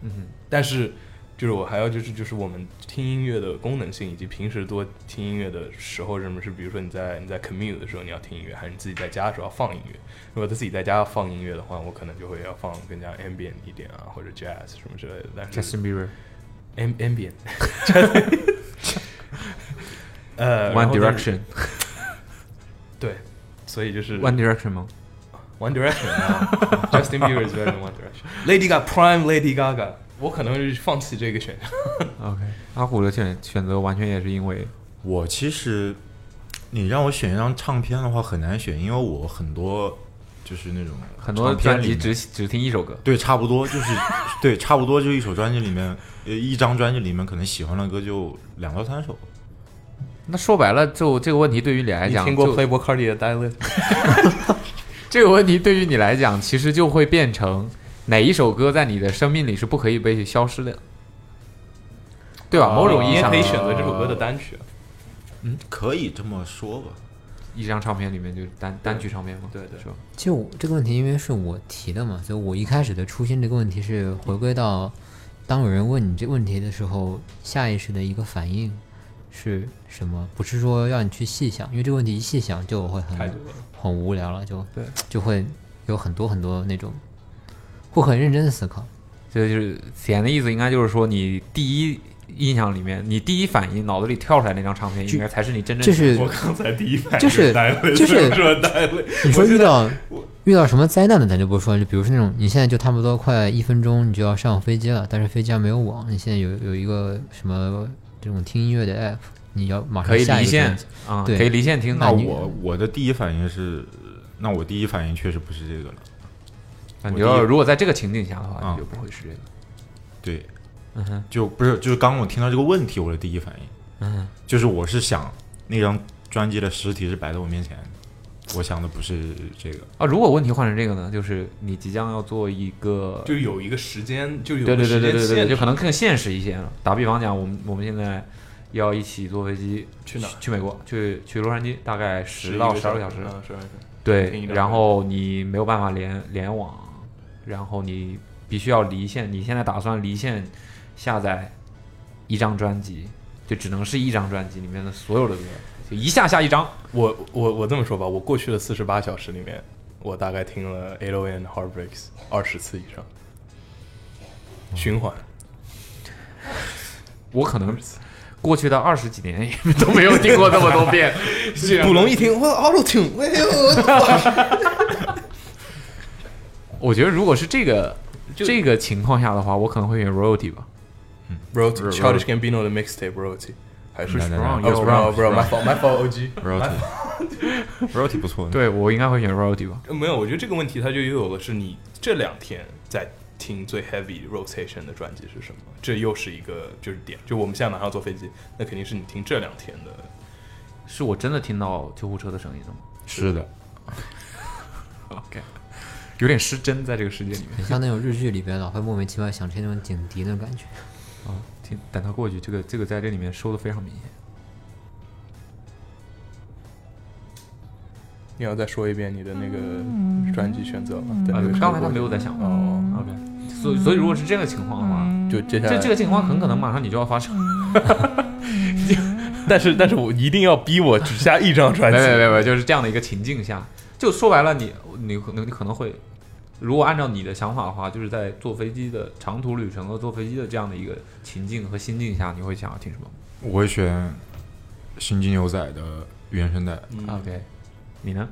Speaker 5: 嗯哼，
Speaker 2: 但是就是我还要就是就是我们听音乐的功能性，以及平时多听音乐的时候，什么是比如说你在你在 commute 的时候你要听音乐，还是你自己在家的时候要放音乐？如果他自己在家要放音乐的话，我可能就会要放更加 ambient 一点啊，或者 jazz 什么之类的。但是
Speaker 5: Justin Bieber
Speaker 2: Am ambient，呃
Speaker 5: One
Speaker 2: 然后就是
Speaker 5: Direction
Speaker 2: 对，所以就是
Speaker 5: One Direction 吗
Speaker 2: ？One Direction 啊 ，Justin Bieber is better than One Direction。Lady Gaga Prime Lady Gaga，我可能是放弃这个选 项。
Speaker 5: OK，阿虎的选选择完全也是因为
Speaker 9: 我其实你让我选一张唱片的话很难选，因为我很多就是那种
Speaker 5: 很多
Speaker 9: 唱片
Speaker 5: 专辑
Speaker 9: 里面
Speaker 5: 只只听一首歌，
Speaker 9: 对，差不多就是对，差不多就一首专辑里面，呃，一张专辑里面可能喜欢的歌就两到三首。
Speaker 5: 那说
Speaker 2: 呃
Speaker 5: 白了，就这个问题对于你来
Speaker 9: 你
Speaker 5: 讲，
Speaker 9: 听过
Speaker 5: Playboy Cardi 的 Dialog？这 个问题对于你来讲，其实就会变成哪一首歌在你的生命里是不可以被消失的，对
Speaker 11: 哦
Speaker 5: 吧？某种意义上，
Speaker 2: 你也可以选择这首歌的单曲啊。
Speaker 9: 嗯，可以这么说吧。
Speaker 5: 一张唱片里面就是单单曲唱片嘛，对对，是吧？
Speaker 11: 就我这个问题，因为是我提的嘛，所以我一开始的初心这个问题是回归到，当有人问你这问题的时候，下意识的一个反应是什么？不是说让你去细想，因为这个问题一细想就会很
Speaker 2: 太多了
Speaker 11: 很无聊了，就
Speaker 5: 对，
Speaker 11: 就会有很多很多那种，会很认真的思考。
Speaker 5: 这就是显的意思，应该就是说你第一印象里面，你第一反应脑子里跳出来那张唱片，
Speaker 11: 就
Speaker 5: 应该才是你真正
Speaker 11: 这是
Speaker 2: 我刚才第一反应
Speaker 11: 就是
Speaker 2: 呆了
Speaker 11: 就是
Speaker 2: 说呆 了
Speaker 11: 你说
Speaker 2: 我觉
Speaker 11: 遇
Speaker 2: 得
Speaker 5: 啊
Speaker 11: 到遇到什么灾难的，咱就不说，就比如说那种你现在就差不多快一分钟你就要上飞机了，但是飞机上没有网，你现在有有一个什么这种听音乐的 app，你要马上
Speaker 5: 可以
Speaker 11: 下一
Speaker 5: 离
Speaker 11: 个
Speaker 5: 线
Speaker 11: 专辑
Speaker 5: 啊
Speaker 11: 对，
Speaker 9: 那
Speaker 11: 你
Speaker 9: 我我的第一反应是，那我第一反应确实不是这个了。
Speaker 5: 啊
Speaker 9: 我
Speaker 5: 你
Speaker 9: 第一
Speaker 5: 要如果在这个情境下的话，
Speaker 9: 啊
Speaker 5: 你就不会是这个。
Speaker 9: 对，
Speaker 5: 嗯哼，
Speaker 9: 就不是就是刚我听到这个问题，我的第一反应，
Speaker 5: 嗯哼，
Speaker 9: 就是我是想那张专辑的实体是摆在我面前，我想的不是这个。
Speaker 5: 啊，如果问题换成这个呢，就是你即将要做一个，
Speaker 2: 就是有一个时间，就有
Speaker 5: 对
Speaker 2: 个时
Speaker 5: 对对
Speaker 2: 间
Speaker 5: 对对
Speaker 2: 线
Speaker 5: 对，
Speaker 2: 制，
Speaker 5: 就可能更现实一些了。打比方讲，我们我们现在要一起坐飞机
Speaker 2: 去哪儿
Speaker 5: 去美国，去去洛杉矶，大概十
Speaker 2: 11
Speaker 5: 到
Speaker 2: 个
Speaker 5: 十二个
Speaker 2: 小
Speaker 5: 小
Speaker 2: 时
Speaker 5: 时
Speaker 2: 啊12个小时。听
Speaker 5: 对
Speaker 2: 一，段
Speaker 5: 然后你没有办法联联网，然后你必须要离线。你现在打算离线下载一张专辑，就只能是一张专辑里面的所有的歌，就一下下一张。
Speaker 2: 我我我这么说吧，我过去的四十八小时里面，我大概听了 A O N Heartbreaks 二十次以上，循环。。
Speaker 5: 我可能过去的二十几年也都 没有听过这么多遍 啊
Speaker 2: 不容易听，我 auto tune，哎呦我的妈！
Speaker 5: 我觉得如果是这个
Speaker 2: 就
Speaker 5: 这个情况下的话，我可能会选 royalty 吧。嗯
Speaker 2: Royalty Childish Gambino 的 mixtape Royalty 还是
Speaker 5: No, no,
Speaker 2: Strong
Speaker 5: no,
Speaker 2: Oh, Strong
Speaker 5: Strong,
Speaker 2: Bro My
Speaker 5: Strong.
Speaker 2: Fault My Fault OG
Speaker 5: Royalty
Speaker 2: My-
Speaker 9: 不错
Speaker 5: 对我应该会选 royalty 吧。
Speaker 2: 没有，我觉得这个问题它就又有了，是你这两天在听最 heavy rotation 的专辑是什么？这又是一个就是点，就我们现在马上要坐飞机，那肯定是你听这两天的。
Speaker 5: 是我真的听到救护车的声音了吗？
Speaker 9: 是的。
Speaker 5: OK，有点失真在这个世界里面
Speaker 11: 很。像那种日剧里边老会莫名其妙想起那种警笛那种感觉。
Speaker 5: 啊，听等他过去，这个这个在这里面收的非常明显。
Speaker 2: 你要再说一遍你的那个专辑选择吗？对
Speaker 5: 嗯啊，刚才他没有在想。哦，OK。所以所以如果是这个情况的话，
Speaker 2: 嗯就接下来
Speaker 5: 这这个情况很可能马上你就要发生。
Speaker 2: 但是但是我一定要逼我只下一张专辑。
Speaker 5: 没没没没，就是这样的一个情境下，就说白了你，你可能你可能会，如果按照你的想法的话，就是在坐飞机的长途旅程和坐飞机的这样的一个情境和心境下，你会想要听什么？
Speaker 9: 我会选新金牛仔的原声带。
Speaker 5: OK，你呢？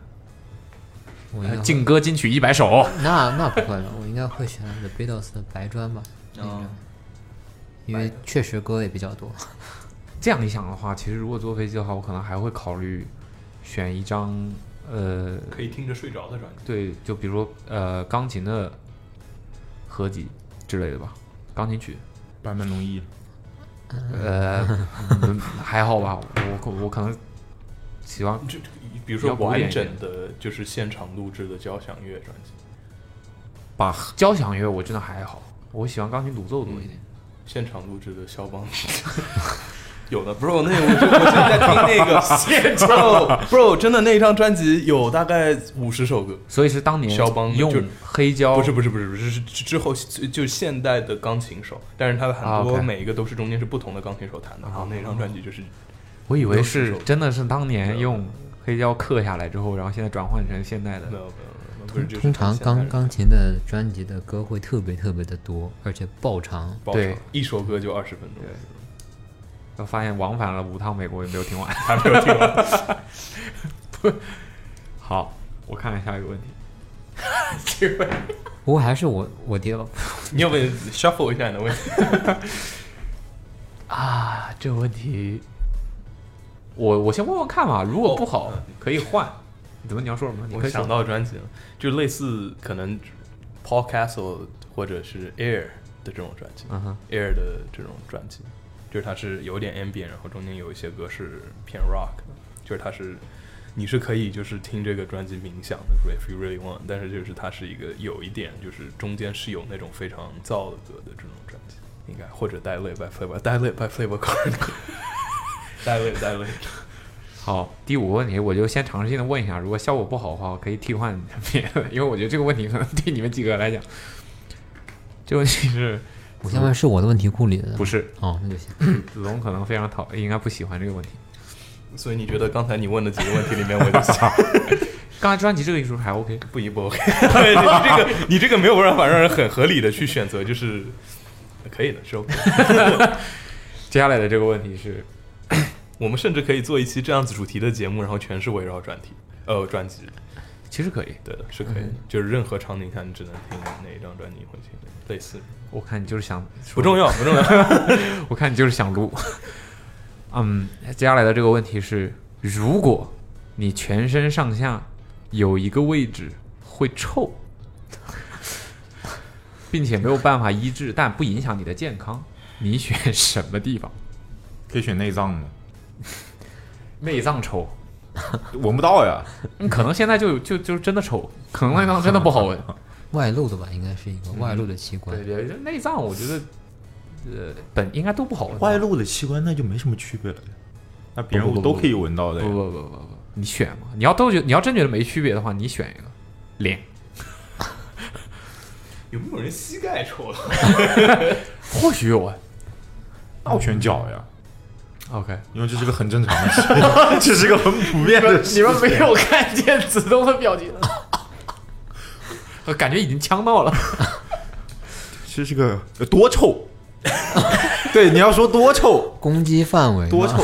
Speaker 11: 我应该会
Speaker 5: 呃劲歌金曲一百首。
Speaker 11: 那那不会了，我应该会选 The Beatles 的白砖吧，那个因为确实歌也比较多。
Speaker 5: 这样一想的话，其实如果坐飞机的话，我可能还会考虑选一张呃，
Speaker 2: 可以听着睡着的专辑。
Speaker 5: 对，就比如说呃钢琴的合集之类的吧，钢琴曲。
Speaker 9: 坂本龙一。
Speaker 5: 呃， 嗯还好吧，我可我可能喜欢，
Speaker 2: 比如说
Speaker 5: 比较古典
Speaker 2: 完
Speaker 5: 一
Speaker 2: 整
Speaker 5: 点
Speaker 2: 的，就是现场录制的交响乐专辑。
Speaker 5: 把交响乐我真的还好，我喜欢钢琴独奏多一点。
Speaker 2: 嗯现场录制的肖邦，有的 bro，那我就我现在在听那个
Speaker 5: 现场
Speaker 2: bro bro，真的那一张专辑有大概五十首歌，
Speaker 5: 所以是当年
Speaker 2: 肖邦
Speaker 5: 用
Speaker 2: 就
Speaker 5: 黑胶，
Speaker 2: 不是不是不是不是是之后就是现代的钢琴手，但是他的很
Speaker 5: 啊，OK
Speaker 2: 多每一个都是中间是不同的钢琴手弹的，然后那张专辑就是
Speaker 5: 我以为
Speaker 2: 60
Speaker 5: 是
Speaker 2: 首歌
Speaker 5: 真的是当年用黑胶刻下来之后，然后现在转换成现代的
Speaker 2: 没有没有没有不是这是
Speaker 11: 通常
Speaker 2: 现代
Speaker 11: 钢
Speaker 2: 人
Speaker 11: 钢琴的专辑的歌会特别特别的多，而且爆长。
Speaker 2: 包场一首歌就二十分钟，
Speaker 5: 我发现往返了五趟美国也没有听 完，
Speaker 2: 还没有听完。
Speaker 5: 不，好，我看看下一个问题。这位，
Speaker 11: 不过还是我我爹了。
Speaker 2: 你要不 shuffle 一下你的问题？
Speaker 5: 啊，这个问题，我我先问问看吧，如果不好、可以换。怎么你要说什么？你
Speaker 2: 哦我
Speaker 5: 可以说
Speaker 2: 想到专辑了，就类似可能 Paul Castle 或者是 Air 的这种专辑、
Speaker 5: 嗯哼
Speaker 2: a i r 的这种专辑，就是它是有点 ambient，然后中间有一些歌是偏 rock 的，就是它是你是可以就是听这个专辑冥想的，If you really want，但是就是它是一个有一点就是中间是有那种非常燥的歌的这种专辑，应该或者 Die Late by Flavor，Die Late by Flavor Card，Die Late Die Late。
Speaker 5: 好，第五个问题我就先尝试性的问一下，如果效果不好的话，我可以替换 别的，因为我觉得这个问题可能对你们几个来讲，这个问题是，
Speaker 11: 我先问是我的问题库里的，
Speaker 5: 嗯不是
Speaker 11: 哦，那就行。
Speaker 5: 子 龙可能非常讨，应该不喜欢这个问题。
Speaker 2: 所以你觉得刚才你问的几个问题里面，我就想，
Speaker 5: 刚才专辑这个艺术还 OK，
Speaker 2: 不一不 OK，对 你这个你这个没有办法让人很合理的去选择，就是可以的，是 OK 的。
Speaker 5: 接下来的这个问题是，
Speaker 2: 我们甚至可以做一期这样子主题的节目，然后全是围绕专题，呃，专辑。
Speaker 5: 其实可以，嗯
Speaker 2: 对的，是可以的
Speaker 5: OK。
Speaker 2: 就是任何场景下，你只能听哪一张专辑你会听的，类似。
Speaker 5: 我看你就是想。
Speaker 2: 不重要，不重要
Speaker 5: 我看你就是想录。嗯，接下来的这个问题是：如果你全身上下有一个位置会臭，并且没有办法医治，但不影响你的健康，你选什么地方？
Speaker 9: 可以选内脏吗？
Speaker 5: 内脏臭， 嗯
Speaker 9: 闻不到呀。
Speaker 5: 可能现在就就就真的臭，可能内脏真的不 好闻。
Speaker 11: 外露的吧，应该是一个外露的器官。
Speaker 5: 对，也就内脏我觉得，呃，本应该都不好闻。
Speaker 9: 外露的器官那就没什么区别了，那别人都可以闻到的。
Speaker 5: 不不不不不，你选嘛？你要都觉，你要真觉得没区别的话，你选一个 脸。
Speaker 2: 有没有人膝盖臭了？
Speaker 5: 或许有啊，
Speaker 9: 那我选脚呀。
Speaker 5: OK，
Speaker 9: 啊因为这是个很正常 的事，这是个很普遍的事
Speaker 5: 你们没有看见子东的表情，我感觉已经呛到了。
Speaker 9: 这是个有多 臭？对，你要说多臭，
Speaker 11: 攻击范围
Speaker 9: 多臭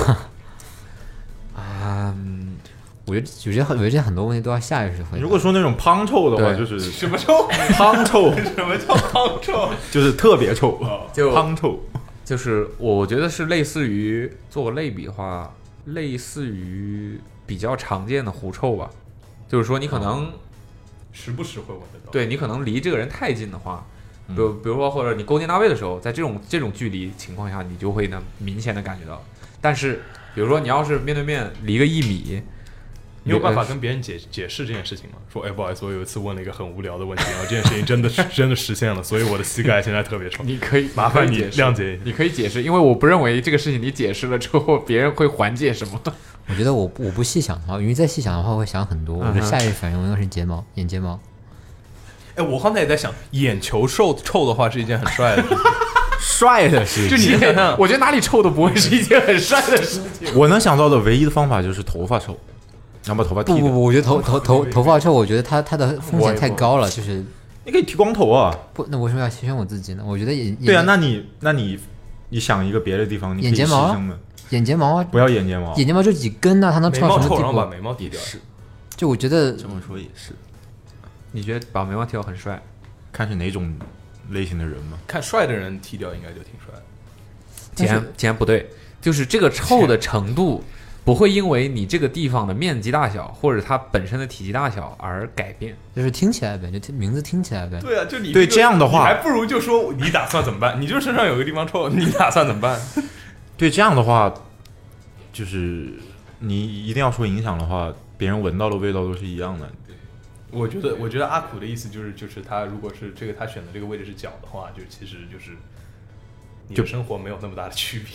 Speaker 11: 啊！嗯我觉得，我觉得很，我觉得很多问题都要下意识回答。
Speaker 9: 如果说那种胖臭的话，就是
Speaker 2: 什么 臭？
Speaker 9: 胖臭
Speaker 2: 什么叫胖臭？
Speaker 9: 就是特别臭，
Speaker 5: 就
Speaker 9: 胖臭，
Speaker 5: 就是我觉得是类似于做个类比的话，类似于比较常见的狐臭吧，就是说你可能、
Speaker 9: 哦
Speaker 2: 时不时会闻得到。
Speaker 5: 对你可能离这个人太近的话，
Speaker 2: 嗯
Speaker 5: 比如比如说或者你勾肩搭背的时候，在这种这种距离情况下，你就会能明显的感觉到。但是比如说你要是面对面离个一米，
Speaker 2: 你有办法跟别人解解释这件事情吗？说，哎，不好意思，我有一次问了一个很无聊的问题，然后这件事情真的是真的实现了，所以我的膝盖现在特别臭。
Speaker 5: 你可以
Speaker 2: 麻烦
Speaker 5: 可以
Speaker 2: 你
Speaker 5: 解释
Speaker 2: 谅解一下。
Speaker 5: 你可以解释，因为我不认为这个事情你解释了之后，别人会缓解 什么。
Speaker 11: 我觉得我不我不细想的话，因为再细想的话会想很多。我的
Speaker 5: 嗯哼
Speaker 11: 下意识反应我应该是睫毛，眼睫毛。
Speaker 2: 哎，我刚才也在想，眼球臭臭的话是一件很帅 的事情，
Speaker 9: 帅的事
Speaker 2: 就你能想象，
Speaker 5: 我觉得哪里臭都不会是一件很帅的事情。
Speaker 9: 我能想到的唯一的方法就是头发臭，然后把头发剃
Speaker 11: 不
Speaker 9: 掉
Speaker 11: 不不，我觉得头头头头发臭，我觉得它它的风险太高了，就是
Speaker 9: 你可以剃光头啊。
Speaker 11: 不，那我为什么要牺牲我自己呢？我觉得眼
Speaker 9: 对啊，
Speaker 11: 眼
Speaker 9: 那你那你你想一个别的地方，你可以
Speaker 11: 眼睫毛
Speaker 9: 牺牲的
Speaker 11: 啊，眼睫毛啊，
Speaker 9: 不要眼睫毛，
Speaker 11: 眼睫毛就几根啊呢、它能臭到什么地步？
Speaker 2: 毛剃掉。
Speaker 11: 就我觉得
Speaker 9: 这么说也是，
Speaker 5: 你觉得把眉毛剃掉很帅？
Speaker 9: 看是哪种类型的人嘛。
Speaker 2: 看帅的人剃掉应该就挺帅的。
Speaker 5: 既然既然不对，就是这个臭的程度不会因为你这个地方的面积大小或者它本身的体积大小而改变。
Speaker 11: 就是听起来呗，就听名字听起来呗。
Speaker 2: 对啊，就你
Speaker 5: 对
Speaker 2: 个
Speaker 5: 这样的话
Speaker 2: 你还不如就说你打算怎么办？你就是身上有个地方臭， 你打算怎么办？
Speaker 9: 对，这样的话，就是你一定要说影响的话，别人闻到的味道都是一样的。
Speaker 2: 我觉得，我觉得阿苦的意思就是，就是他如果是这个他选的这个位置是脚的话，就其实就是你的生活没有那么大的区别。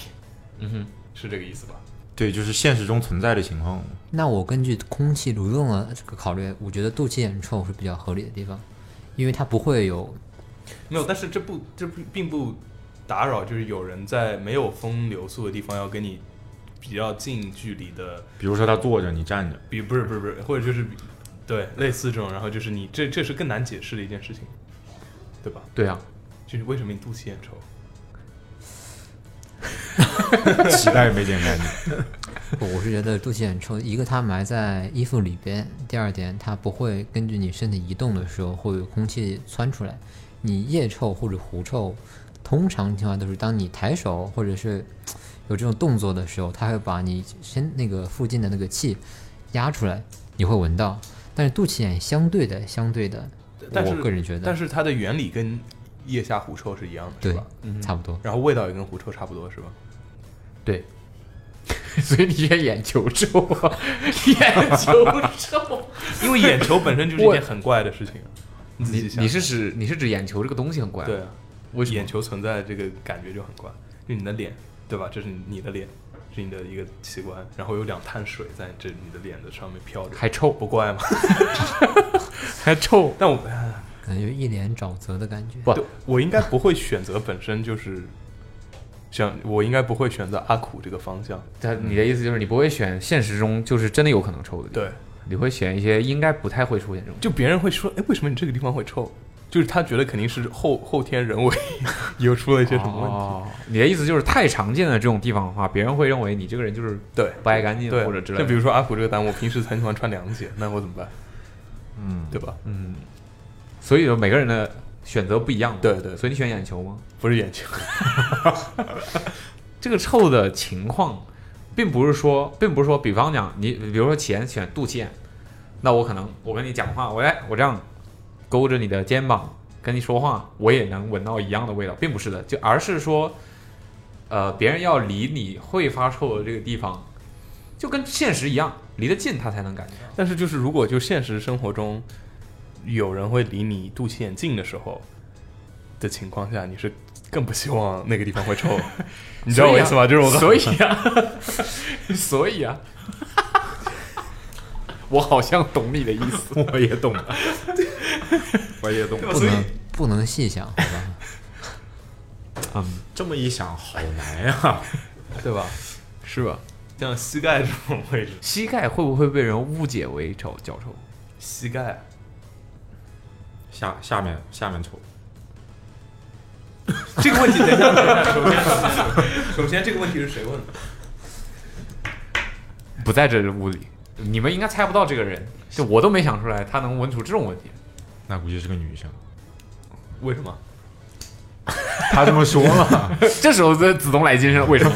Speaker 5: 嗯哼，
Speaker 2: 是这个意思吧？
Speaker 9: 对，就是现实中存在的情况。
Speaker 11: 那我根据空气流动的这个考虑，我觉得肚脐眼臭是比较合理的地方，因为它不会有
Speaker 2: 没有，但是这不这不并不打扰，就是有人在没有风流速的地方要跟你比较近距离的，
Speaker 9: 比如说他坐着，你站着，
Speaker 2: 比不是不是不是，或者就是对，类似这种，然后就是你这这是更难解释的一件事情，对吧？
Speaker 5: 对啊，
Speaker 2: 就是为什么你肚脐眼臭？
Speaker 9: 脐带没剪干
Speaker 11: 净。不我是觉得肚脐眼臭，一个它埋在衣服里边，第二点它不会根据你身体移动的时候会有空气窜出来。你腋臭或者狐臭，通常情况都是当你抬手或者是有这种动作的时候，它会把你身那个附近的那个气压出来，你会闻到。但是肚脐眼相对的，相对的，
Speaker 2: 但是
Speaker 11: 我个人觉得，
Speaker 2: 但是它的原理跟腋下狐臭是一样的，是
Speaker 11: 对
Speaker 2: 吧？，
Speaker 5: 嗯
Speaker 2: 嗯
Speaker 11: 差不多。
Speaker 2: 然后味道也跟狐臭差不多，是吧？
Speaker 5: 对， 所以你也眼球臭啊， 眼球臭，
Speaker 2: 因为眼球本身就是一件很怪的事情。啊你自己
Speaker 5: 你
Speaker 2: 想
Speaker 5: 你是指你是指眼球这个东西很怪？
Speaker 2: 对啊，我眼球存在这个感觉就很怪，因为你的脸，对吧？这是你的脸，是你的一个器官，然后有两滩水在这你的脸的上面飘着，
Speaker 5: 还臭
Speaker 2: 不怪吗？
Speaker 5: 还臭，
Speaker 2: 但我
Speaker 11: 感觉一脸沼泽的感觉。
Speaker 2: 对我应该不会选择本身就是。像我应该不会选择阿苦这个方向，嗯
Speaker 5: 他你的意思就是你不会选现实中就是真的有可能臭的地方，
Speaker 2: 对，
Speaker 5: 你会选一些应该不太会出现这种。
Speaker 2: 就别人会说，哎，为什么你这个地方会臭？就是他觉得肯定是后后天人为又出了一些什么问题。
Speaker 5: 哦，你的意思就是太常见的这种地方的话，别人会认为你这个人就是
Speaker 2: 对
Speaker 5: 不爱干净
Speaker 2: 对，
Speaker 5: 或者之类的。
Speaker 2: 就比如说阿苦这个单，我平时很喜欢穿凉鞋，那我怎么办？
Speaker 5: 嗯，
Speaker 2: 对吧？
Speaker 5: 嗯，所以说每个人的选择不一样。
Speaker 2: 对对，
Speaker 5: 所以你选眼球吗？
Speaker 2: 不是眼球，
Speaker 5: 这个臭的情况，并不是说，并不是说，比方讲你，比如说前选肚脐眼，那我可能我跟你讲话，我哎，我这样勾着你的肩膀跟你说话，我也能闻到一样的味道，并不是的，就而是说，呃，别人要离你会发臭的这个地方，就跟现实一样，离得近他才能感觉到。
Speaker 2: 但是就是如果就现实生活中有人会离你肚脐眼近的时候的情况下，你是更不希望那个地方会臭， 你知道我意思吗？就是我刚
Speaker 5: 所 以啊，所以啊， 我好像懂你的意思，
Speaker 9: 我也懂，啊我也懂。
Speaker 11: 不能不能细想，好吧？
Speaker 5: 嗯，
Speaker 9: 这么一想，好难啊呀、
Speaker 2: 对吧？是吧？像膝盖这种位置，
Speaker 5: 膝盖会不会被人误解为臭脚臭？
Speaker 2: 膝盖
Speaker 9: 下下面下面臭，
Speaker 2: 这个问题，等一下，等一下，首先，首先，首先这个问题是谁问的？
Speaker 5: 不在这屋里，你们应该猜不到这个人，就我都没想出来他能问出这种问题。
Speaker 9: 那估计是个女生。
Speaker 2: 为什么？
Speaker 9: 他这么说了，
Speaker 5: 这时候这子东来精神了，为什么？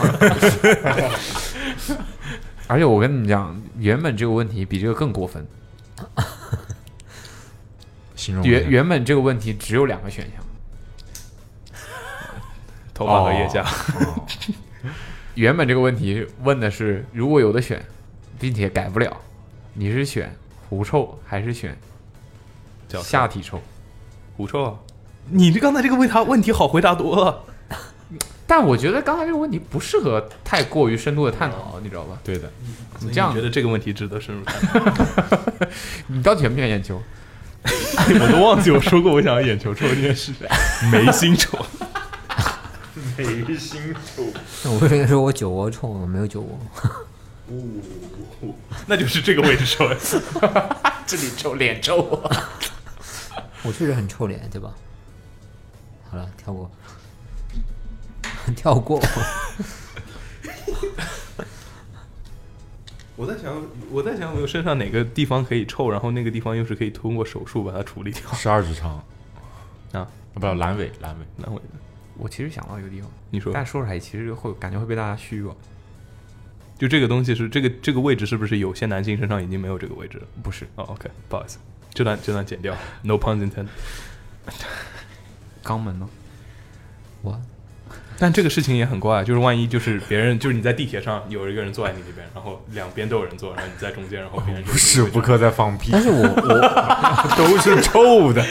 Speaker 5: 而且我跟你们讲，原本这个问题比这个更过分。
Speaker 9: 形容
Speaker 5: 原原本这个问题只有两个选项，
Speaker 2: 头发和腋下。
Speaker 5: 哦原本这个问题问的是，如果有的选，并且改不了，你是选狐臭还是选
Speaker 2: 脚臭
Speaker 5: 下体臭？
Speaker 2: 狐臭啊！你这刚才这个问他问题好回答多了。
Speaker 5: 但我觉得刚才这个问题不适合太过于深度的探讨，你知道吧？
Speaker 9: 对的，
Speaker 5: 你这样
Speaker 2: 哦所以觉得这个问题值得深入探讨？
Speaker 5: 你到底选不选眼球？
Speaker 2: 我都忘记我说过我想要眼球臭这件事，眉心臭。
Speaker 9: 眉心臭，
Speaker 11: 那我应该说我酒窝臭，我没有酒窝。
Speaker 2: 那就是这个位置臭，
Speaker 5: 这里臭，脸臭。
Speaker 11: 我确实很臭脸，对吧？好了，跳过，跳过。
Speaker 2: 我在想，我在想，我身上哪个地方可以臭，然后那个地方又是可以通过手术把它处理掉。
Speaker 9: 十二指肠
Speaker 2: 啊，
Speaker 9: 不，阑尾，阑尾，
Speaker 2: 阑尾。
Speaker 5: 我其实想到一个地方，
Speaker 2: 你说
Speaker 5: 但说出来其实会感觉会被大家虚弱。
Speaker 2: 就这个东西是这个这个位置是不是有些男性身上已经没有这个位置了？
Speaker 5: 不是
Speaker 2: 哦，OK，不好意思，这段这段剪掉，no pun intended。
Speaker 5: 肛门呢？
Speaker 11: 我，
Speaker 2: 但这个事情也很怪，啊就是万一就是别人就是你在地铁上有一个人坐在你这边，然后两边都有人坐，然后你在中间，然后别人就
Speaker 9: 无时 哦不刻在放屁。
Speaker 11: 但是我
Speaker 9: 我 都是臭 的。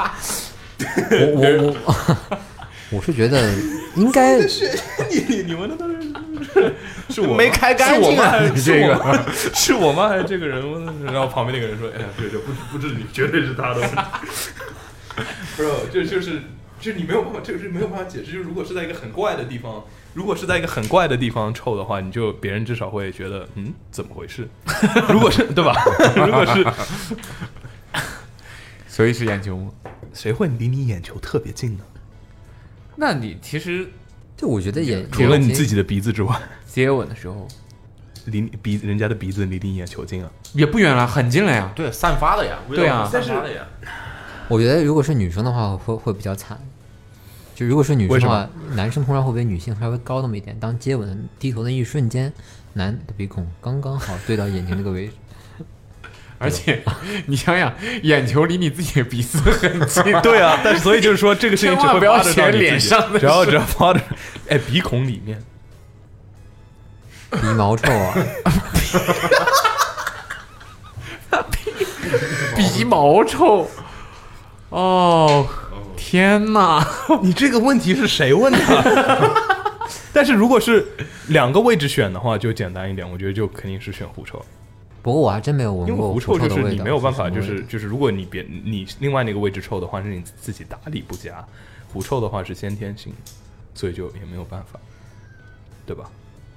Speaker 11: 我我我，我是觉得应该
Speaker 2: 你你你闻的都是是
Speaker 9: 我
Speaker 2: 我是我
Speaker 9: 吗
Speaker 5: 啊
Speaker 2: 吗？还啊是
Speaker 9: 是我吗
Speaker 2: 个是我吗？还是这个人？ 然后旁边 那个人说：“哎呀，对对，不不是你，绝对是他的问题。”不是，就就是就是你没有办法，这个是没有办法解释。就是如果是在一个很怪的地 方，如果是在一个很怪的地方臭的话，你就别人至少会觉得嗯怎么回事？ 如果是对吧？ 如果是，
Speaker 5: 所以是眼球吗？
Speaker 2: 谁会离你眼球特别近呢？
Speaker 5: 那你其实
Speaker 11: 就我觉得眼
Speaker 2: 除了你自己的鼻子之外，
Speaker 5: 接吻的时候，
Speaker 2: 离你鼻人家的鼻子离你眼球近啊，
Speaker 5: 也不远了，很近了呀。
Speaker 9: 对，散发的呀，
Speaker 5: 对啊
Speaker 9: 散发的呀。
Speaker 11: 我觉得如果是女生的话，会会比较惨。就如果是女生的
Speaker 2: 为。
Speaker 11: 话，男生通常会比女性稍微高那么一点。当接吻低头的一瞬间，男的鼻孔刚刚好对到眼睛这个位置。
Speaker 5: 而且你想想， 眼球离你自己的鼻子很近
Speaker 2: 对啊，但是所以就是说，这个事情只
Speaker 5: 千万
Speaker 2: 会
Speaker 5: 不要
Speaker 2: 发生
Speaker 5: 写
Speaker 2: 到你自己
Speaker 5: 脸上的事，
Speaker 2: 只要只要发 的，哎，鼻孔里面，
Speaker 11: 鼻毛臭啊！
Speaker 5: 鼻毛臭。哦，天哪！
Speaker 2: 你这个问题是谁问的？ 但是如果是两个位置选的话，就简单一点，我觉得就肯定是选狐臭，
Speaker 11: 不过我还真 没有
Speaker 2: 因为
Speaker 11: 闻过
Speaker 2: 狐臭
Speaker 11: 臭
Speaker 2: 就
Speaker 11: 的
Speaker 2: 是
Speaker 11: 味
Speaker 2: 你
Speaker 11: 道，
Speaker 2: 没有办法，就
Speaker 11: 什么味
Speaker 2: 是
Speaker 11: 道
Speaker 2: 就是如果你别你另外那个位置臭的话，是你自己打理不佳；狐臭的话是先天性，所以就也没有办法，对吧？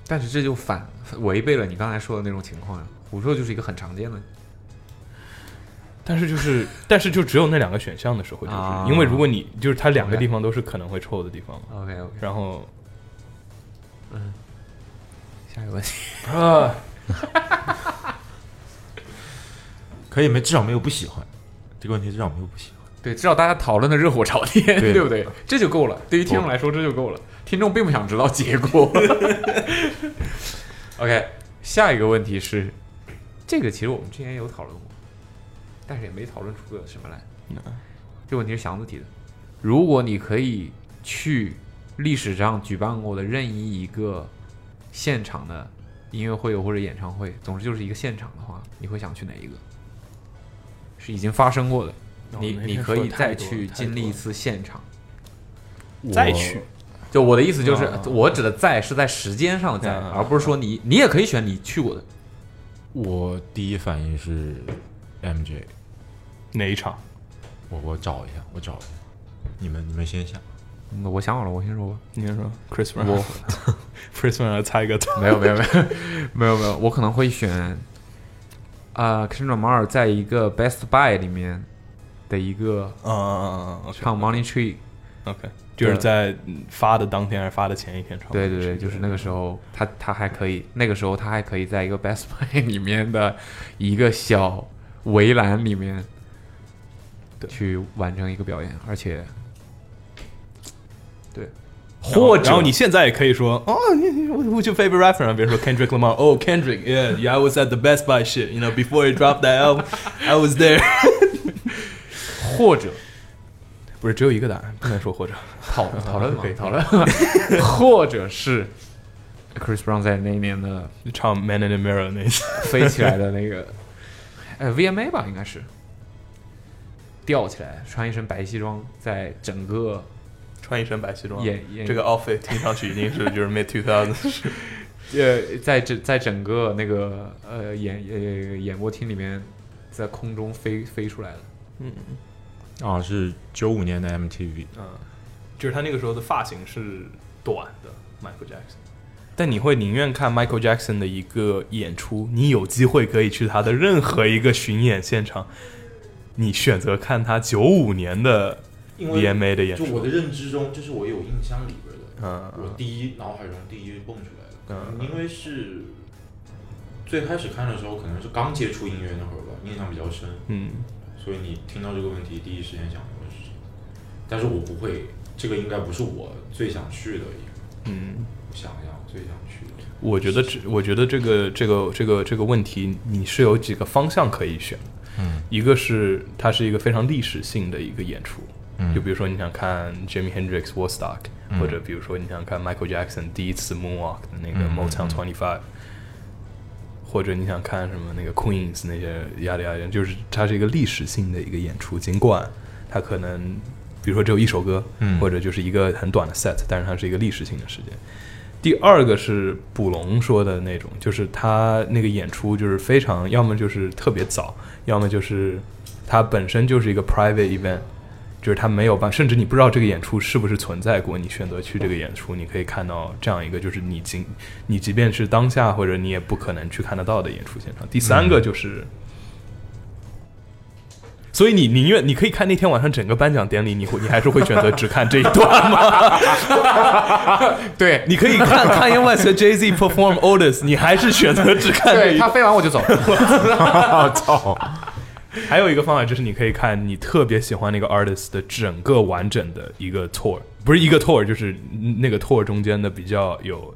Speaker 5: 但是这就反违背了你刚才说的那种情况呀、狐臭就是一个很常见的，
Speaker 2: 但是就是，但是就只有那两个选项的时候，就是、
Speaker 5: 啊
Speaker 2: 因为如果你就是它两个地方都是可能会臭的地方嘛。
Speaker 5: OK OK。
Speaker 2: 然后嗯
Speaker 5: 嗯下一个问题，
Speaker 2: 啊，
Speaker 9: 可以没，至少没有不喜欢这个问题，至少没有不喜欢。
Speaker 5: 对，至少大家讨论的热火朝天，
Speaker 9: 对
Speaker 5: 对不对？这就够了。对于听众来说，这就够了。听众并不想知道结果。OK，下一个问题是，这个其实我们之前有讨论过，但是也没讨论出个什么来。这问题是祥子提的。如果你可以去历史上举办过的任意一个现场的音乐会或者演唱会，总之就是一个现场的话，你会想去哪一个？是已经发生过的，
Speaker 2: 哦
Speaker 5: 你
Speaker 2: 那
Speaker 5: 你
Speaker 2: 天
Speaker 5: 可
Speaker 2: 说
Speaker 5: 以
Speaker 2: 太
Speaker 5: 再
Speaker 2: 多
Speaker 5: 去
Speaker 2: 太
Speaker 5: 经历
Speaker 2: 多
Speaker 5: 一次现场。
Speaker 2: 再去，
Speaker 5: 就我的意思就是
Speaker 2: 啊，
Speaker 5: 我指的在是在时间上的在，
Speaker 2: 嗯嗯嗯
Speaker 5: 而不是说你你也可以选你去过的。
Speaker 9: 我第一反应是 MJ，
Speaker 2: 哪一场？
Speaker 9: 我我找一下，我找一下。你们你们先想，
Speaker 5: 嗯我想好了，我先说吧。
Speaker 2: 你先说，Chris Brown，
Speaker 5: 我
Speaker 2: Chris Brown 来猜一个，
Speaker 5: 没有没有没有没有没有，我可能会选啊、呃、，Kendrick Lamar 在一个 Best Buy 里面的一个
Speaker 2: 嗯嗯嗯嗯，
Speaker 5: 唱 Money Tree，
Speaker 2: OK，就是在嗯发的当天还是发的前一天唱？
Speaker 5: 对对对，就是那个时候他他还可以，那个时候他还可以在一个 Best Buy 里面的一个小围栏里面去完成一个表演，而且对，
Speaker 2: 然后
Speaker 5: 或者
Speaker 2: 然后你现在也可以说，哦，你你 who's your favorite rapper？啊比如说 Kendrick Lamar。Oh Kendrick，yeah，yeah，I was at the Best Buy shit。You know before he dropped that album，I was there。
Speaker 5: 或者
Speaker 2: 不是只有一个答案，不能说或者
Speaker 5: 讨讨论嘛
Speaker 2: 可以，
Speaker 5: 讨论， 或者是 Chris Brown 在那一年的
Speaker 2: 唱 Man in the Mirror 那一次
Speaker 5: 飞起来的 那个，呃 VMA 吧，应该是吊起来，穿一身白西装，在整个
Speaker 2: 穿一身白西装，
Speaker 5: 演演
Speaker 2: 这个 outfit 听上去已经是就是 mid two thousand。
Speaker 5: 呃，在整在整个那个呃演呃演播厅里面，在空中飞飞出来的。
Speaker 2: 嗯，
Speaker 9: 啊，是九五年的 MTV，
Speaker 2: 嗯，就是他那个时候的发型是短的，Michael Jackson。但你会宁愿看 Michael Jackson 的一个演出，你有机会可以去他的任何一个巡演现场，你选择看他九五年的 BMA 的演
Speaker 9: 就我
Speaker 2: 出
Speaker 9: 的。认知中，就是我有印象里边的，
Speaker 2: 嗯
Speaker 9: 我第一脑海中第一蹦出来的，
Speaker 2: 嗯
Speaker 9: 因为是最开始看的时候，可能是刚接触音乐那会儿吧，印象比较深，
Speaker 2: 嗯，
Speaker 9: 所以你听到这个问题，第一时间想的会是这个，但是我不会，这个应该不是我最想去的一个，
Speaker 2: 嗯，
Speaker 9: 我想一想，我最想 去的，
Speaker 2: 我觉得这，我觉得这个这个这个这个问题，你是有几个方向可以选。
Speaker 9: 嗯，
Speaker 2: 一个是它是一个非常历史性的一个演出，
Speaker 9: 嗯
Speaker 2: 就比如说你想看 Jimi Hendrix Woodstock，、
Speaker 9: 嗯
Speaker 2: 或者比如说你想看 Michael Jackson 第一次 Moonwalk 的那个
Speaker 9: 嗯
Speaker 2: Motown
Speaker 9: 嗯
Speaker 2: Twenty Five，、或者你想看什么那个 Queens 那些呀里呀里，就是它是一个历史性的一个演出，尽管它可能比如说只有一首歌，
Speaker 9: 嗯
Speaker 2: 或者就是一个很短的 set，但是它是一个历史性的事件。第二个是卜龙说的那种，就是他那个演出就是非常，要么就是特别早，要么就是它本身就是一个 private event，就是他没有办，甚至你不知道这个演出是不是存在过，你选择去这个演出，你可以看到这样一个，就是你今你即便是当下或者你也不可能去看得到的演出现场。第三个就是，所以你宁愿你可以看那天晚上整个颁奖典礼，你会你还是会选择只看这一段吗？
Speaker 5: 对，
Speaker 2: 你可以看 Kanye West 和 Jay Z perform Otis，你还是选择只看这一
Speaker 5: 对他
Speaker 2: 段。
Speaker 5: 飞完 我就走。
Speaker 2: 操！还有一个方法就是，你可以看你特别喜欢那个 artist 的整个完整的一个 tour，不是一个 tour，就是那个 tour 中间的比较有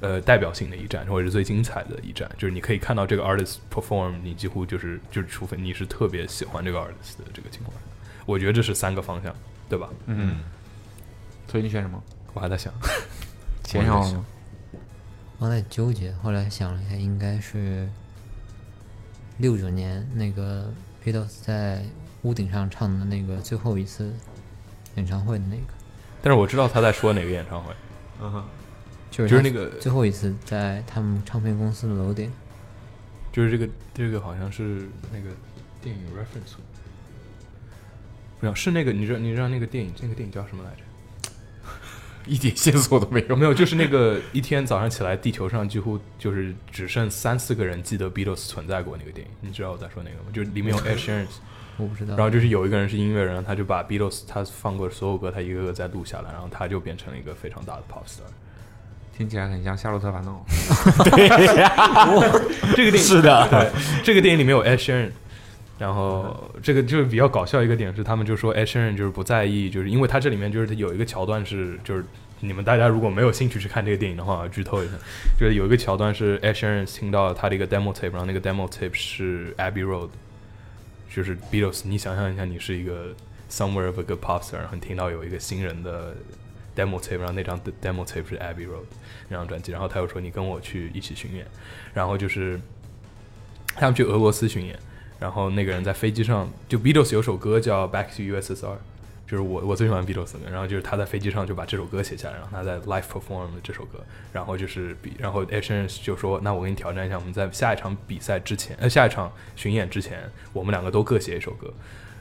Speaker 2: 呃代表性的一站，或者是最精彩的一站，就是你可以看到这个 artist perform，你几乎就是就是，除非你是特别喜欢这个 artist 的这个情况下，我觉得这是三个方向，对吧？
Speaker 5: 嗯，所以你选什么？
Speaker 2: 我还在 想，
Speaker 5: 钱上了吗？
Speaker 11: 我在纠结，后来想了一下，应该是六九年那个 Beatles 在屋顶上唱的那个最后一次演唱会的那个，
Speaker 2: 但是我知道他在说哪个演唱会，
Speaker 5: 嗯哼，
Speaker 11: 就是
Speaker 2: 就是
Speaker 11: 他
Speaker 2: 那个
Speaker 11: 最后一次在他们唱片公司的楼顶。
Speaker 2: 就是这个这个好像是那个电影 reference，不是是那个你知道你知道那个电影那个电影叫什么来着？
Speaker 5: 一点线索都没有，
Speaker 2: 没有，就是那个一天早上起来，地球上几乎就是只剩三四个人记得 Beatles 存在过那个电影，你知道我在说哪个吗？就是里面有 Ed Sheeran，
Speaker 11: 我不知道
Speaker 2: 然后就是有一个人是音乐人，他就把 Beatles 他放过的所有歌，他一个个再录下来，然后他就变成了一个非常大的 pop star。。
Speaker 5: 听起来很像《夏洛特烦恼》
Speaker 2: 这个电影对， 这个电影里面有 Ed Sheeran，然后这个就是比较搞笑一个点是，他们就说 Ed Sheeran 就是不在意，就是因为他这里面就是有一个桥段是就是。你们大家如果没有兴趣去看这个电影的话，剧透一下，就是有一个桥段是 Ed Sheeran 听到他的一个 demo tape，然后那个 demo tape 是 Abbey Road，就是 Beatles。你想象一下，你是一个 somewhere of a good pop star，然后你听到有一个新人的 demo tape，然后那张 demo tape 是 Abbey Road 那张专辑，然后他又说你跟我去一起巡演，然后就是他们去俄罗斯巡演，然后那个人在飞机上，就 Beatles 有首歌叫《Back to USSR》，就是我我最喜欢 Beatles 的歌，然后就是他在飞机上就把这首歌写下来，然后他在 live perform 了这首歌，然后就是比，然后 a s h e r 就说，那我给你挑战一下，我们在下一场比赛之前，呃，下一场巡演之前，我们两个都各写一首歌，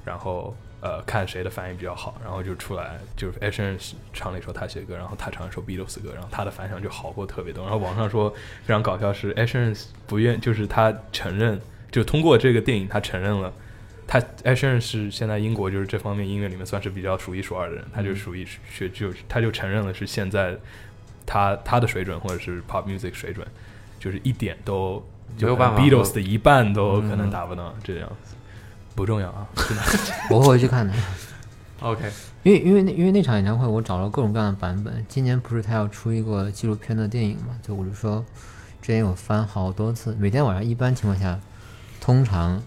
Speaker 2: 然后。呃，看谁的翻译比较好，然后就出来，就是 a s h e r 唱了一首他写的歌，然后他唱了一首 Beatles 的歌，然后他的反响就好过特别多。然后网上说非常搞笑是 a s h e r 不愿，就是他承认，就通过这个电影他承认了，他 a s h e r 是现在英国就是这方面音乐里面算是比较数一数二的人，他就属于是就是他就承认了是现在他他的水准或者是 pop music 水准，就是一点都就
Speaker 5: 没有办法
Speaker 2: Beatles 的一半都可能
Speaker 5: 嗯
Speaker 2: 达不到这样子，不重要啊，真的
Speaker 11: 我会去看的。
Speaker 5: OK，
Speaker 11: 因为因为那因为那场演唱会，我找了各种各样的版本。今年不是他要出一个纪录片的电影嘛？就我就说，之前我翻好多次，每天晚上一般情况下，通常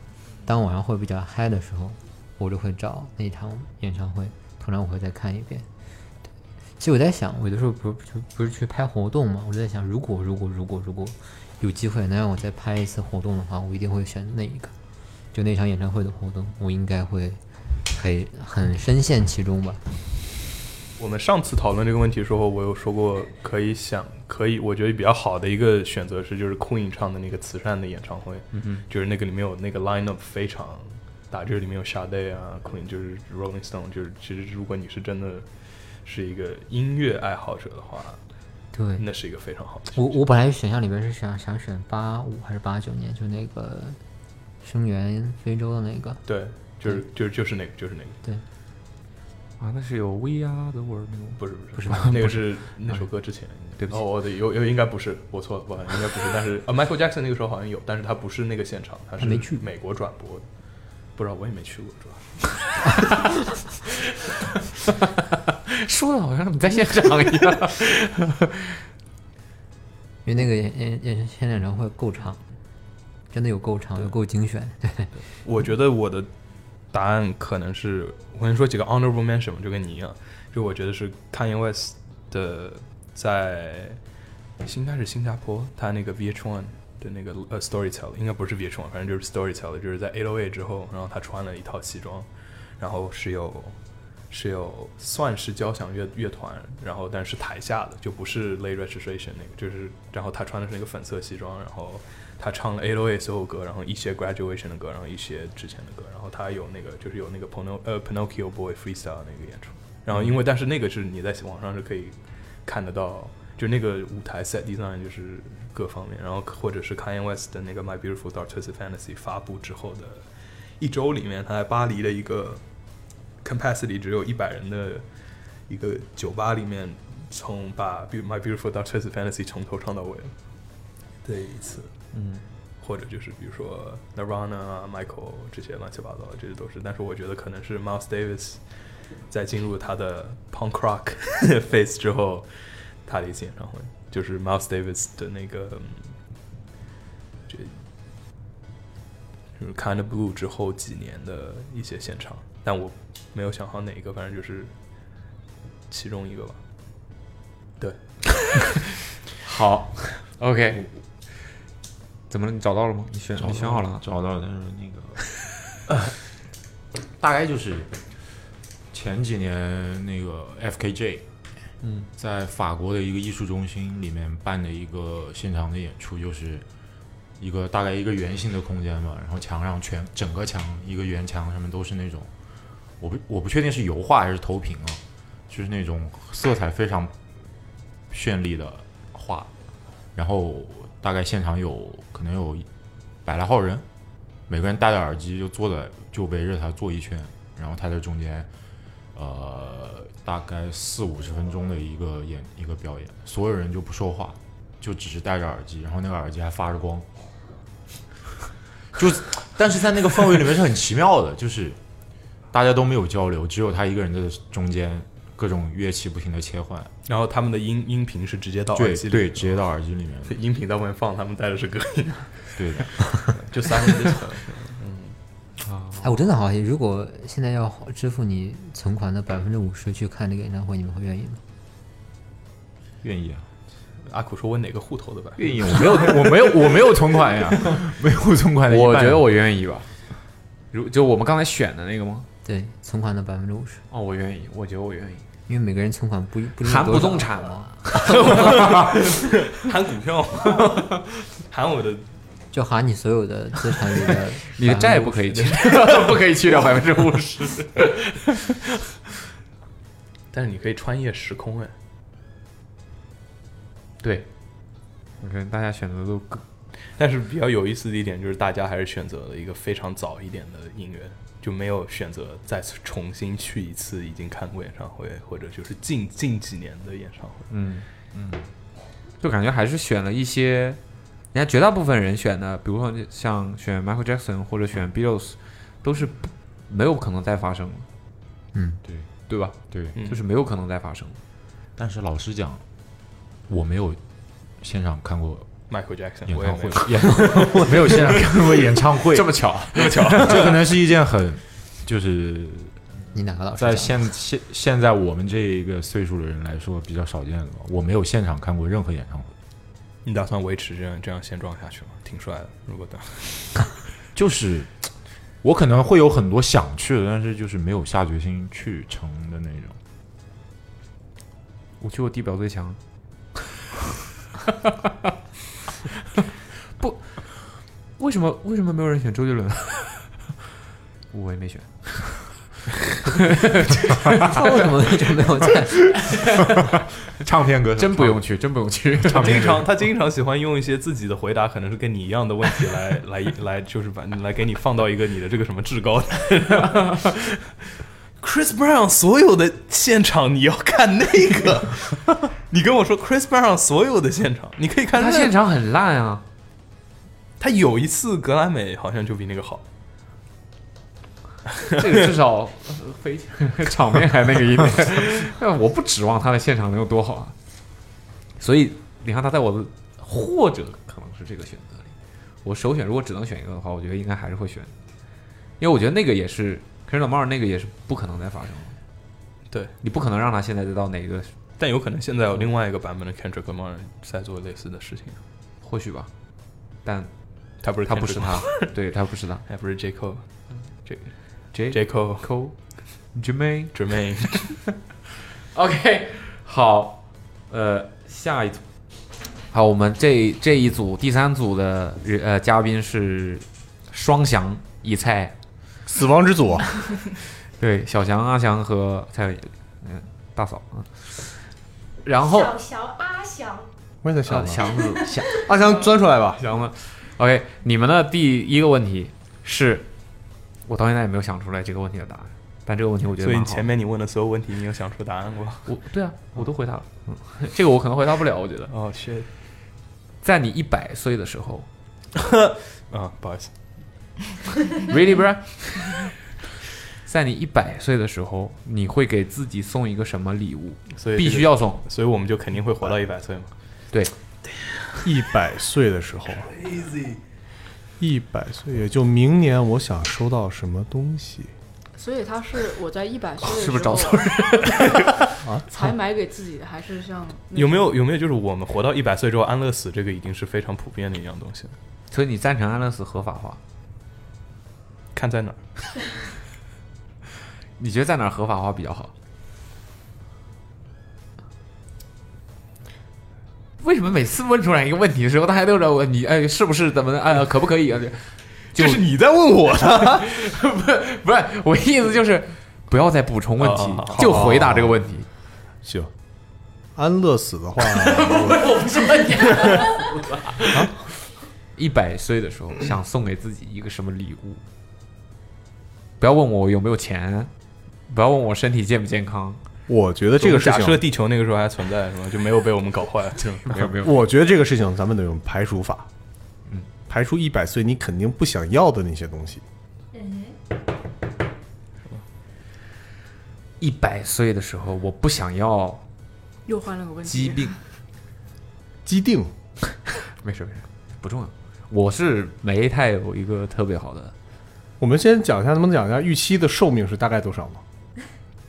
Speaker 11: 当晚上会比较嗨的时候，我就会找那一场演唱会，通常我会再看一遍。对其实我在想，我有的时候不是就不是去拍活动嘛，我就在想，如果如果如果如果有机会能让我再拍一次活动的话，我一定会选那一个，就那场演唱会的活动，我应该会很很深陷其中吧。
Speaker 2: 我们上次讨论这个问题的时候，我有说过，可以想，可以，我觉得比较好的一个选择是，就是 Queen 唱的那个慈善的演唱会，
Speaker 5: 嗯哼
Speaker 2: 就是那个里面有那个 lineup 非常大，就是里面有 Sade 啊，Queen 就是 Rolling Stone，就是其实如果你是真的是一个音乐爱好者的话，
Speaker 11: 对
Speaker 2: 那是一个非常好的。
Speaker 11: 我我本来选项里边是想想选八五还是八九年，就那个声援非洲的那 个。
Speaker 2: 对，就是就是就是那个就是那个，
Speaker 11: 对，
Speaker 5: 啊，那是有 We Are the World 那个吗？
Speaker 2: 不是不
Speaker 5: 不
Speaker 2: 是
Speaker 5: 是啊
Speaker 2: 那个是那首歌之前。
Speaker 5: 对不起
Speaker 2: 哦，我的有有应该不是，我错了，不好意 思，应该不是。但是啊，Michael Jackson 那个时候好像有，但是他不是那个现场，他是
Speaker 11: 他没去
Speaker 2: 美国转播的，不知道我也没去过，主要是。
Speaker 5: 说的好像你在现场一样。
Speaker 11: 因为那个演演演现场演唱会够长，真的有够长，有够精选。
Speaker 5: 哦
Speaker 11: 对，
Speaker 2: 我觉得我的答案可能是，我跟你说几个 honorable mention，就跟你一样，就我觉得是 Kanye West 的在应该是新加坡，他那个 VH1 的那个呃 Storytell，应该不是 VH1，反正 oh 就是 Storytell，就是在808之后，然后他穿了一套西装，然后是有是有算是交响乐乐团，然后但是台下的就不是 late registration 那个，就是然后他穿的是那个粉色西装，然后他唱了808所有歌，然后一些 graduation 的歌，然后一些之前的歌，然后他有那个就是有那个 Pono 呃 Pinocchio Boy freestyle 那个演出，然后因为但是那个是你在网上是可以看得到。就那个舞台 set design 就是各方面，然后或者是 Kanye West 的那个 My Beautiful Dark Twisted Fantasy 发布之后的一周里面，他在巴黎的一个 capacity 只有一百人的一个酒吧里面，从把 Be- My Beautiful Dark Twisted Fantasy 从头唱到尾的一次，
Speaker 5: 嗯，
Speaker 2: 或者就是比如说 Nirvana 啊、Michael 这些乱七八糟的，这些都是，但是我觉得可能是 Miles Davis 在进入他的 punk rock phase 之后，他的一次演唱会，就是 Miles Davis 的那个，嗯这就是 Kind of Blue 之后几年的一些现场，但我没有想好哪一个，反正就是其中一个吧。对，
Speaker 5: 好，OK，怎么了？你找到了吗？你选
Speaker 9: 找
Speaker 5: 你
Speaker 9: 到
Speaker 5: 选
Speaker 9: 了
Speaker 5: 好了？啊
Speaker 9: 找到了，但是那个大概就是前几年那个 FKJ，
Speaker 5: 嗯，
Speaker 9: 在法国的一个艺术中心里面办的一个现场的演出，就是一个大概一个圆形的空间嘛，然后墙上全整个墙一个圆墙上面都是那种，我不我不确定是油画还是投屏啊，就是那种色彩非常绚丽的画，然后大概现场有可能有百来号人，每个人戴着耳机就坐在就围着他坐一圈，然后他在中间，呃，大概四五十分钟的一个演一个表演，所有人就不说话，就只是戴着耳机，然后那个耳机还发着光，就是但是在那个氛围里面是很奇妙的，就是大家都没有交流，只有他一个人在中间，各种乐器不停的切换，
Speaker 2: 然后他们的音音频是直接到耳
Speaker 9: 对
Speaker 2: 机里，
Speaker 9: 对，直接到耳机里面，
Speaker 2: 音频在外面放，他们带的是隔音，
Speaker 9: 对的，
Speaker 2: 就三个 disco，
Speaker 9: 嗯
Speaker 11: 哎，我真的好奇，如果现在要支付你存款的百分之五十去看这个演唱会，你们会愿意吗？
Speaker 9: 愿意啊。
Speaker 2: 阿苦说：“我哪个户头的吧？”
Speaker 5: 愿意，我没有，我没有，我没有存款呀，
Speaker 9: 没有存款的一半
Speaker 5: 我觉得我愿意吧。如就我们刚才选的那个吗？
Speaker 11: 对，存款的百分之五十，
Speaker 5: 哦，我愿意，我觉得我愿意。
Speaker 11: 因为每个人存款不一不一定
Speaker 5: 含
Speaker 11: 多
Speaker 5: 不
Speaker 11: 少啊
Speaker 5: 动产啊吗，
Speaker 2: 含股 票，含我的
Speaker 11: 就含你所有的资产里的
Speaker 5: 你的债不可以去 不可以去啊掉50%
Speaker 2: 但是你可以穿越时空哎，
Speaker 5: 对，你看大家选择都各，
Speaker 2: 但是比较有意思的一点就是，大家还是选择了一个非常早一点的音乐，就没有选择再次重新去一次已经看过演唱会，或者就是近近几年的演唱会。
Speaker 5: 嗯嗯，就感觉还是选了一些，人家绝大部分人选的，比如说像选 Michael Jackson 或者选 Beatles，都是不没有可能再发生了。
Speaker 11: 嗯，
Speaker 9: 对
Speaker 5: 对吧？
Speaker 9: 对
Speaker 5: 就是没有可能再发生了。
Speaker 9: 但是老实讲，我没有现场看过
Speaker 2: Michael Jackson，
Speaker 9: 演
Speaker 2: 我也
Speaker 9: 唱
Speaker 2: 没
Speaker 9: 会
Speaker 2: 有，
Speaker 9: 演 我没有现场看过演唱会，
Speaker 5: 这 么巧这么巧
Speaker 9: 这可能是一件很就是
Speaker 11: 你哪个老师
Speaker 9: 在
Speaker 11: 讲
Speaker 9: 现现现在我们这一个岁数的人来说比较少见的吧。我没有现场看过任何演唱会，
Speaker 2: 你打算维持这样这样现状下去吗？挺帅的，如果打。
Speaker 9: 就是我可能会有很多想去的，但是就是没有下决心去成的那种。
Speaker 5: 我去过地表 最强， 不，为什么为什么没有人选周杰伦？ 我也没选，
Speaker 11: 为什么一直没有在
Speaker 9: 唱片歌手
Speaker 5: 真不用去，真不用去，
Speaker 2: 他经常他经常喜欢用一些自己的回答，可能是跟你一样的问题来 来来，就是把来给你放到一个你的这个什么至高的。Chris Brown 所有的现场你要看那个， 你跟我说 Chris Brown 所有的现场，你可以看
Speaker 5: 他
Speaker 2: 那
Speaker 5: 现场很烂啊。
Speaker 2: 他有一次格莱美好像就比那个好，
Speaker 5: 这个至少呃飞起 场面还那个一点。 但我不指望他的现场能有多好啊。所以你看他在我的或者可能是这个选择里，我首选如果只能选一个的话，我觉得应该还是会选，因为我觉得那个也是 k r i s t m a r 那个也是不可能再发生了。
Speaker 2: 对
Speaker 5: 你不可能让他现在再到哪个，
Speaker 2: 但有可能现在
Speaker 5: 嗯
Speaker 2: 有另外一个版本的 Kendrick Lamar 在做类似的事情，
Speaker 5: 或许吧，但
Speaker 2: 他不是
Speaker 5: 他不是
Speaker 2: Kendrick
Speaker 5: 他
Speaker 2: Lamar，
Speaker 5: 对他不是他，
Speaker 2: 还不是 J Cole，这
Speaker 5: J
Speaker 2: J Cole
Speaker 5: Cole Jermaine
Speaker 2: Jermaine。
Speaker 5: OK，好，呃，下一组。好，我们这这一组第三组的人呃嘉宾是呃双翔一菜，
Speaker 9: 死亡之 组，
Speaker 5: 啊对，小翔、阿翔和蔡伟，嗯、大嫂，嗯然后
Speaker 8: 小翔阿翔，
Speaker 5: 我也在啊
Speaker 7: 想呢
Speaker 5: 翔子翔，
Speaker 7: 阿翔钻出来吧，
Speaker 5: 翔子。OK，你们的第一个问题是，我到现在也没有想出来这个问题的答案，但这个问题我觉得
Speaker 2: 所以
Speaker 5: 蛮
Speaker 2: 你
Speaker 5: 好
Speaker 2: 前面你问的所有问题，你有想出答案过？
Speaker 5: 我 对啊，我都回答了。嗯，这个我可能回答不了，我觉得。
Speaker 2: 哦，是，
Speaker 5: 在你一百岁的时候，
Speaker 2: 啊，不好意思
Speaker 5: ，really bro，在你一百岁的时候，你会给自己送一个什么礼物？
Speaker 2: 所以
Speaker 5: 必
Speaker 2: 这
Speaker 5: 须
Speaker 2: 个
Speaker 5: 要送，
Speaker 2: 所以我们就肯定会活到一百岁嘛。
Speaker 5: 对，
Speaker 7: 一百岁的时候，一百岁也就明年，我想收到什么东西？
Speaker 6: 所以他是我在一百岁的时候
Speaker 7: 是不是找错
Speaker 2: 啊
Speaker 6: 才买给自己的，还是像
Speaker 2: 有没有有没有就是我们活到一百岁之后安乐死这个已经是非常普遍的一样东西了？
Speaker 5: 所以你赞成安乐死合法化？
Speaker 2: 看在哪儿？
Speaker 5: 你觉得在哪儿合法化比较好？为什么每次问出来一个问题的时候，大家都知道问你哎是不是怎么的 哎可不可以啊？就
Speaker 7: 这是你在问我呢
Speaker 5: 不是 我意思就是不要再补充问题，
Speaker 7: 哦好
Speaker 5: 就回答这个问题。
Speaker 7: 行，安乐死 的话，
Speaker 5: 我不是问你。
Speaker 7: 啊
Speaker 5: 一百岁的时候想送给自己一个什么礼物？不要问我有没有钱，不要问我身体健不健康。
Speaker 7: 我觉得这个事
Speaker 2: 假
Speaker 7: 情
Speaker 2: 设地球那个时候还存在是吧？就没有被我们搞坏， 就
Speaker 5: 没有没
Speaker 7: 我觉得这个事情咱们得用排除法，嗯，排除一百岁你肯定不想要的那些东西。
Speaker 6: 嗯
Speaker 5: 一百岁的时候，我不想要
Speaker 6: 又换了个问题？
Speaker 5: 疾病，
Speaker 7: 既定，
Speaker 5: 没事没事，不重要。我是没太有一个特别好的，
Speaker 7: 我们先讲一下，能不能讲一下预期的寿命是大概多少吗？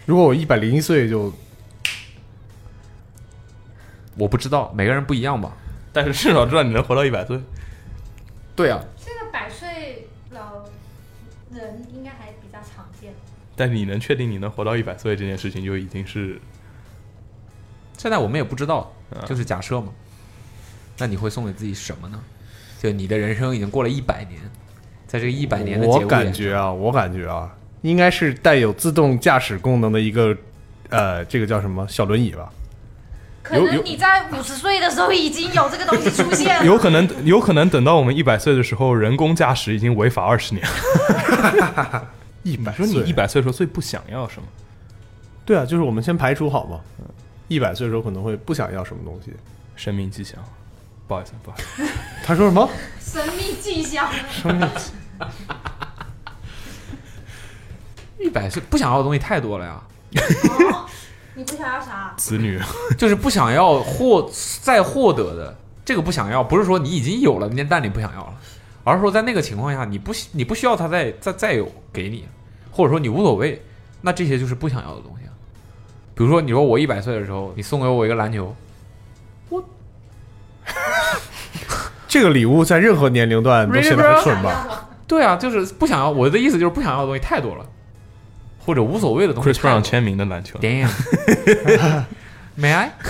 Speaker 7: 如果我一百零一岁就
Speaker 5: 我不知道，每个人不一样吧。
Speaker 2: 但是至少知道你能活到一百岁。
Speaker 5: 对啊，
Speaker 8: 这个百岁老人应该还比较常见。
Speaker 2: 但你能确定你能活到一百岁这件事情，就已经是嗯
Speaker 5: 现在我们也不知道， 就是假设嘛。那你会送给自己什么呢？就你的人生已经过了一百年，在这个一百年的节
Speaker 7: 我
Speaker 5: 骨
Speaker 7: 感
Speaker 5: 眼，
Speaker 7: 觉啊，我感觉啊，应该是带有自动驾驶功能的一个，呃，这个叫什么小轮椅吧？
Speaker 8: 可能你在五十岁的时候已经有这个东西出现了，
Speaker 2: 有可能，有可能等到我们一百岁的时候，人工驾驶已经违法二十年了。
Speaker 7: 一百
Speaker 2: 说你
Speaker 7: 岁
Speaker 2: 一百岁的时候最不想要什么？
Speaker 7: 对啊，就是我们先排除好嘛。一百岁的时候可能会不想要什么东西。
Speaker 2: 生命迹象，不好意思，不好意
Speaker 7: 思。他说什么？
Speaker 8: 神秘迹象。
Speaker 7: 生命
Speaker 5: 一百岁不想要的东西太多了呀。
Speaker 8: 你不想要啥？
Speaker 2: 子女
Speaker 5: 就是不想要获再获得的这个不想要，不是说你已经有了，但你不想要了，而是说在那个情况下，你不需你不需要他再再再有给你，或者说你无所谓，那这些就是不想要的东西啊。比如说，你说我一百岁的时候，你送给我一个篮球，
Speaker 7: 这个礼物在任何年龄段都
Speaker 5: Really,
Speaker 7: 显得很
Speaker 5: bro？
Speaker 7: 蠢吧？
Speaker 5: 对啊，就是不想要。我的意思就是不想要的东西太多了， 或者无所谓的东西
Speaker 2: Chris
Speaker 5: 太多
Speaker 2: Brown
Speaker 5: 了。
Speaker 2: 签名的篮球。
Speaker 5: May I？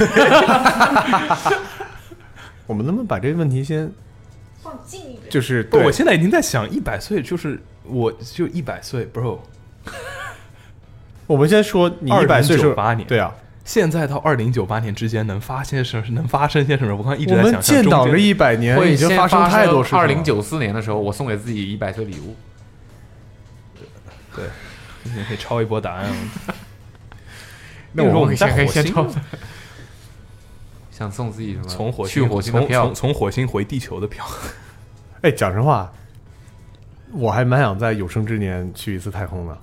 Speaker 7: 我们能不能把这个问题先
Speaker 8: 放近一点。
Speaker 7: 就是
Speaker 2: 不
Speaker 7: 对
Speaker 2: 我现在已经在想，一百岁就是我就一百岁，bro。
Speaker 7: 我们先说你一百岁是
Speaker 2: 九八年，
Speaker 7: 对啊，
Speaker 2: 现在到二零九八年之间能发现什么？能发生些什么？我刚刚一直
Speaker 7: 我
Speaker 2: 在
Speaker 7: 们
Speaker 2: 想象
Speaker 7: 建
Speaker 2: 中
Speaker 7: 党
Speaker 2: 间
Speaker 7: 这100年
Speaker 5: 会
Speaker 7: 已经
Speaker 5: 先
Speaker 7: 发
Speaker 5: 发
Speaker 7: 生太多事情了
Speaker 5: 二零九四年的时候，我送给自己一百岁礼物。
Speaker 2: 对，你可以抄一波答案了。
Speaker 5: 那
Speaker 2: 个时候
Speaker 5: 我
Speaker 2: 我
Speaker 5: 们
Speaker 2: 们在
Speaker 5: 先可以
Speaker 2: 火
Speaker 5: 先
Speaker 2: 星
Speaker 5: 抄
Speaker 2: 呢
Speaker 5: 想送自己什么？
Speaker 2: 从火
Speaker 5: 去
Speaker 2: 星
Speaker 5: 火星的票
Speaker 2: 从从从火星回地球的票。
Speaker 7: 哎，讲实话，我还蛮想在有生之年去一次太空的。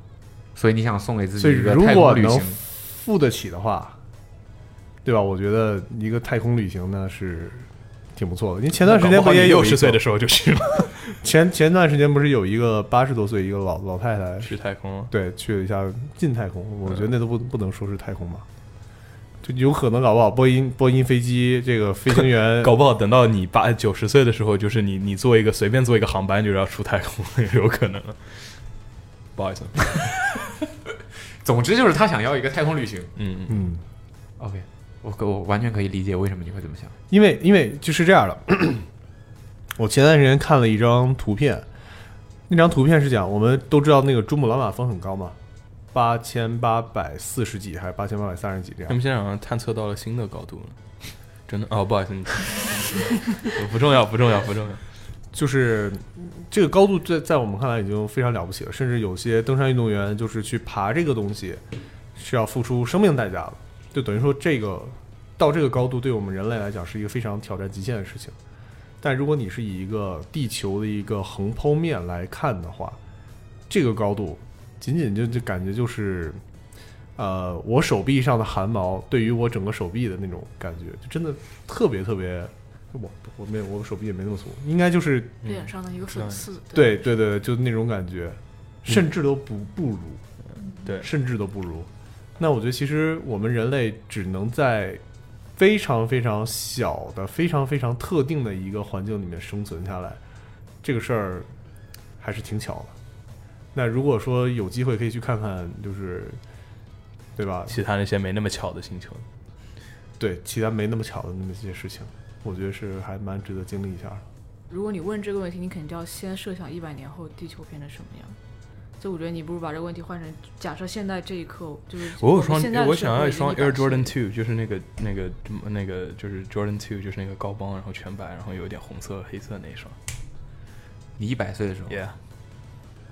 Speaker 5: 所以你想送给自己
Speaker 7: 所以
Speaker 5: 一个
Speaker 7: 如
Speaker 5: 太
Speaker 7: 果
Speaker 5: 空旅
Speaker 7: 能
Speaker 5: 行？
Speaker 7: 付得起的话，对吧？我觉得一个太空旅行呢是挺不错的。因为前段时间
Speaker 2: 搞不好
Speaker 7: 也
Speaker 2: 你
Speaker 7: 有
Speaker 2: 60岁的时候就去了？
Speaker 7: 前前段时间不是有一个八十多岁一个老老太太
Speaker 2: 去太空了？嗯
Speaker 7: 对，去了一下近太空，我觉得那都不不能说是太空吧。就有可能搞不好波音波音飞机这个飞行员
Speaker 2: 搞不好等到你八九十岁的时候，就是你你做一个随便做一个航班，就是要出太空，有可能。不好意思，
Speaker 5: 总之就是他想要一个太空旅行。
Speaker 2: 嗯
Speaker 7: 嗯
Speaker 5: ，OK，我可我完全可以理解为什么你会这么想。
Speaker 7: 因为因为就是这样的， 我前段时间看了一张图片，那张图片是讲我们都知道那个珠穆朗玛峰很高嘛，八千八百四十几还是八千八百三十几这
Speaker 2: 他
Speaker 7: 样
Speaker 2: 们。现在好像探测到了新的高度了，真的哦，不好意思，你 不重要，不重要，不重要。
Speaker 7: 就是这个高度在在我们看来已经非常了不起了，甚至有些登山运动员就是去爬这个东西是要付出生命代价的，就等于说这个到这个高度对我们人类来讲是一个非常挑战极限的事情。但如果你是以一个地球的一个横剖面来看的话，这个高度仅仅就就感觉就是，呃，我手臂上的汗毛对于我整个手臂的那种感觉，就真的特别特别。我我没有我手臂也没那么粗，应该就是
Speaker 6: 脸
Speaker 2: 嗯
Speaker 6: 上的一个粉刺
Speaker 7: 对对对，就那种感觉，甚至都不不如，
Speaker 2: 对，
Speaker 7: 甚至都不如。那我觉得其实我们人类只能在非常非常小的、非常非常特定的一个环境里面生存下来，这个事儿还是挺巧的。那如果说有机会可以去看看，就是对吧？
Speaker 2: 其他那些没那么巧的星球，
Speaker 7: 对其他没那么巧的那么些事情，我觉得是还蛮值得经历一下的。
Speaker 6: 如果你问这个问题，你肯定就要先设想一百年后地球变成什么样。就我觉得你不如把这个问题换成，假设现在这一刻就是
Speaker 2: 我有双哎
Speaker 6: 现在，的
Speaker 2: 我
Speaker 6: 社
Speaker 2: 想
Speaker 6: 会
Speaker 2: 要一
Speaker 6: 已经
Speaker 2: 双
Speaker 6: 100
Speaker 2: Air Jordan Two，就是那个那个那个就是 Jordan Two，就是那个高帮，然后全白，然后有一点红色、黑色那一双。
Speaker 5: 你一百岁的时候
Speaker 2: ，Yeah，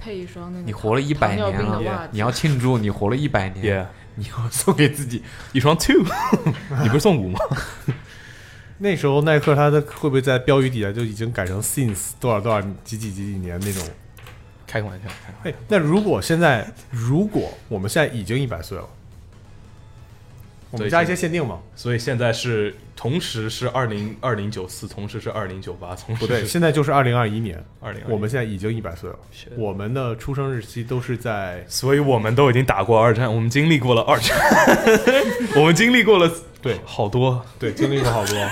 Speaker 6: 配一双那个
Speaker 5: 你活了一百
Speaker 6: 嗯糖
Speaker 5: 年
Speaker 6: 尿病的袜
Speaker 5: 了
Speaker 6: 子，
Speaker 5: 你要庆祝你活了一百年
Speaker 2: Yeah
Speaker 5: 你要送给自己
Speaker 2: 一双 Two，你不是送五吗？
Speaker 7: 那时候耐克它的会不会在标语底下就已经改成 since 多少多少几几几几年那种？
Speaker 2: 开个玩笑，开个
Speaker 7: 哎，那如果现在，如果我们现在已经一百岁了，我们加一些限定嘛？
Speaker 2: 所以现在是同时是二零二零九四，同时是二零九八，同时
Speaker 7: 不 对，
Speaker 2: 是
Speaker 7: 现在就是二零二一年，
Speaker 2: 2021
Speaker 7: 我们现在已经一百岁了，我们的出生日期都是在，
Speaker 2: 所以我们都已经打过二战，我们经历过了二 战，我们经历过了对好多
Speaker 7: 对经历过好多。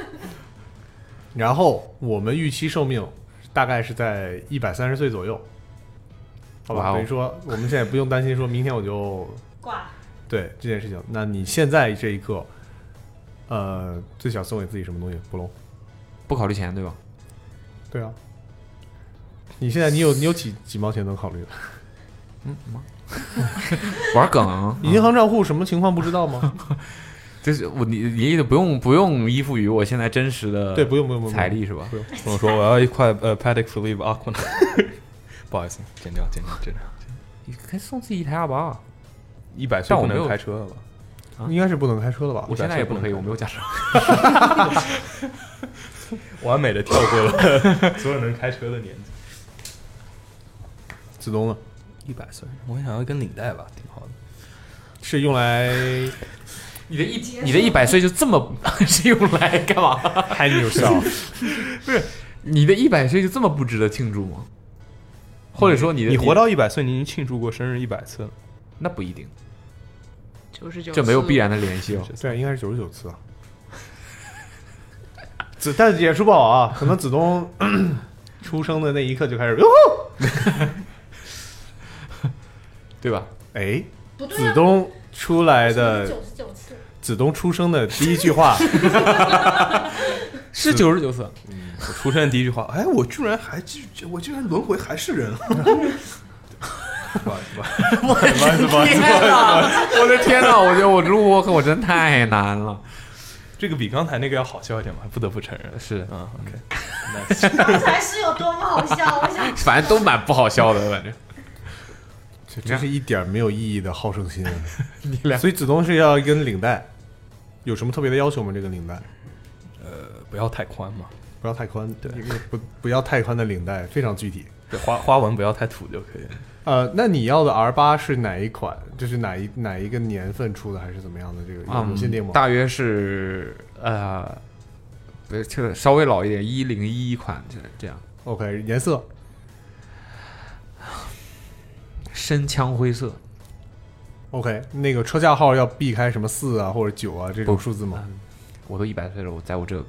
Speaker 7: 然后我们预期寿命大概是在一百三十岁左右，好吧？
Speaker 5: 哇哦
Speaker 7: 等于说我们现在不用担心说明天我就
Speaker 8: 挂。
Speaker 7: 对这件事情。那你现在这一刻，呃，最想送给自己什么东西？布隆，
Speaker 5: 不考虑钱对吧？
Speaker 7: 对啊，你现在你有你有几几毛钱能考虑的？
Speaker 5: 嗯，玩梗，啊
Speaker 7: 银行账户什么情况不知道 吗？
Speaker 5: 就是我你你不用不用依附于我现在真实的
Speaker 2: 对不用不用不用
Speaker 5: 财力是吧？
Speaker 2: 不用我说我要一块呃 Patek Philippe Aqua，不好意思，剪掉剪掉剪掉，
Speaker 5: 你可以送自己一台啊阿 巴，
Speaker 2: 一百岁
Speaker 5: 但我
Speaker 2: 不
Speaker 5: 没有
Speaker 2: 能开车了吧？
Speaker 7: 应该是不能开车了吧？
Speaker 5: 啊我现在也不可以，我没有驾照。
Speaker 2: 完美的跳过 了所有能开车的年纪。
Speaker 7: 子东呢？
Speaker 2: 一百岁，我想要一根领带吧，挺好的。
Speaker 7: 是用 来
Speaker 5: 你的一你的一百岁就这么是用来干嘛
Speaker 7: h y
Speaker 2: 啊
Speaker 7: yourself
Speaker 5: 不是你的一百岁就这么不值得庆祝吗？或者说你的
Speaker 2: 你活到一百岁，你已经庆祝过生日一百次了，
Speaker 5: 那不一 定，
Speaker 6: 九十九，
Speaker 5: 这没有必 然的联系哦。
Speaker 7: 对，应该是九十九次啊。 子，但是也说不好啊，可能子东 出生的那一刻就开始，哟吼，
Speaker 5: 对吧？
Speaker 7: 哎，
Speaker 8: 不对啊
Speaker 7: 子东出来的
Speaker 8: 九十九次，
Speaker 7: 子东出生的第一句 话
Speaker 5: 是九十九次。
Speaker 2: 我出生的第一句话，哎，我居然还继续，我居然轮回还是人。啊 不好意思，不
Speaker 5: 我
Speaker 2: 好意思不好意思，不好意思，不好意思
Speaker 5: 天哪
Speaker 2: 不好 意思
Speaker 5: 我的天哪！我 觉得我录播客我真太难了。
Speaker 2: 这个比刚才那个要好笑一点嘛，不得不承认。
Speaker 5: 是嗯
Speaker 2: 啊，OK，
Speaker 8: 刚才是有多么好笑，我想
Speaker 5: 反正都蛮不好笑 的，反正。
Speaker 7: 这真是一点儿没有意义的好胜心。啊
Speaker 5: 你俩
Speaker 7: 所以子东是要一根领带，有什么特别的要求吗？这个领带
Speaker 2: 呃，不要太宽嘛，
Speaker 7: 不要太宽，对，一个不不要太宽的领带，非常具体。
Speaker 2: 对，花花纹不要太土就可以了。
Speaker 7: 呃，那你要的 R 八是哪一款？就是哪一哪一个年份出的，还是怎么样的？这个
Speaker 5: 嗯
Speaker 2: 嗯
Speaker 7: 有有限定吗？
Speaker 5: 大约是呃，不是，就是稍微老一点，一零一一款这这样。
Speaker 7: OK，颜色
Speaker 5: 深枪灰色，
Speaker 7: OK，那个车架号要避开什么四啊或者九啊这种数字吗？
Speaker 5: 嗯我都一百岁了，我在乎这个。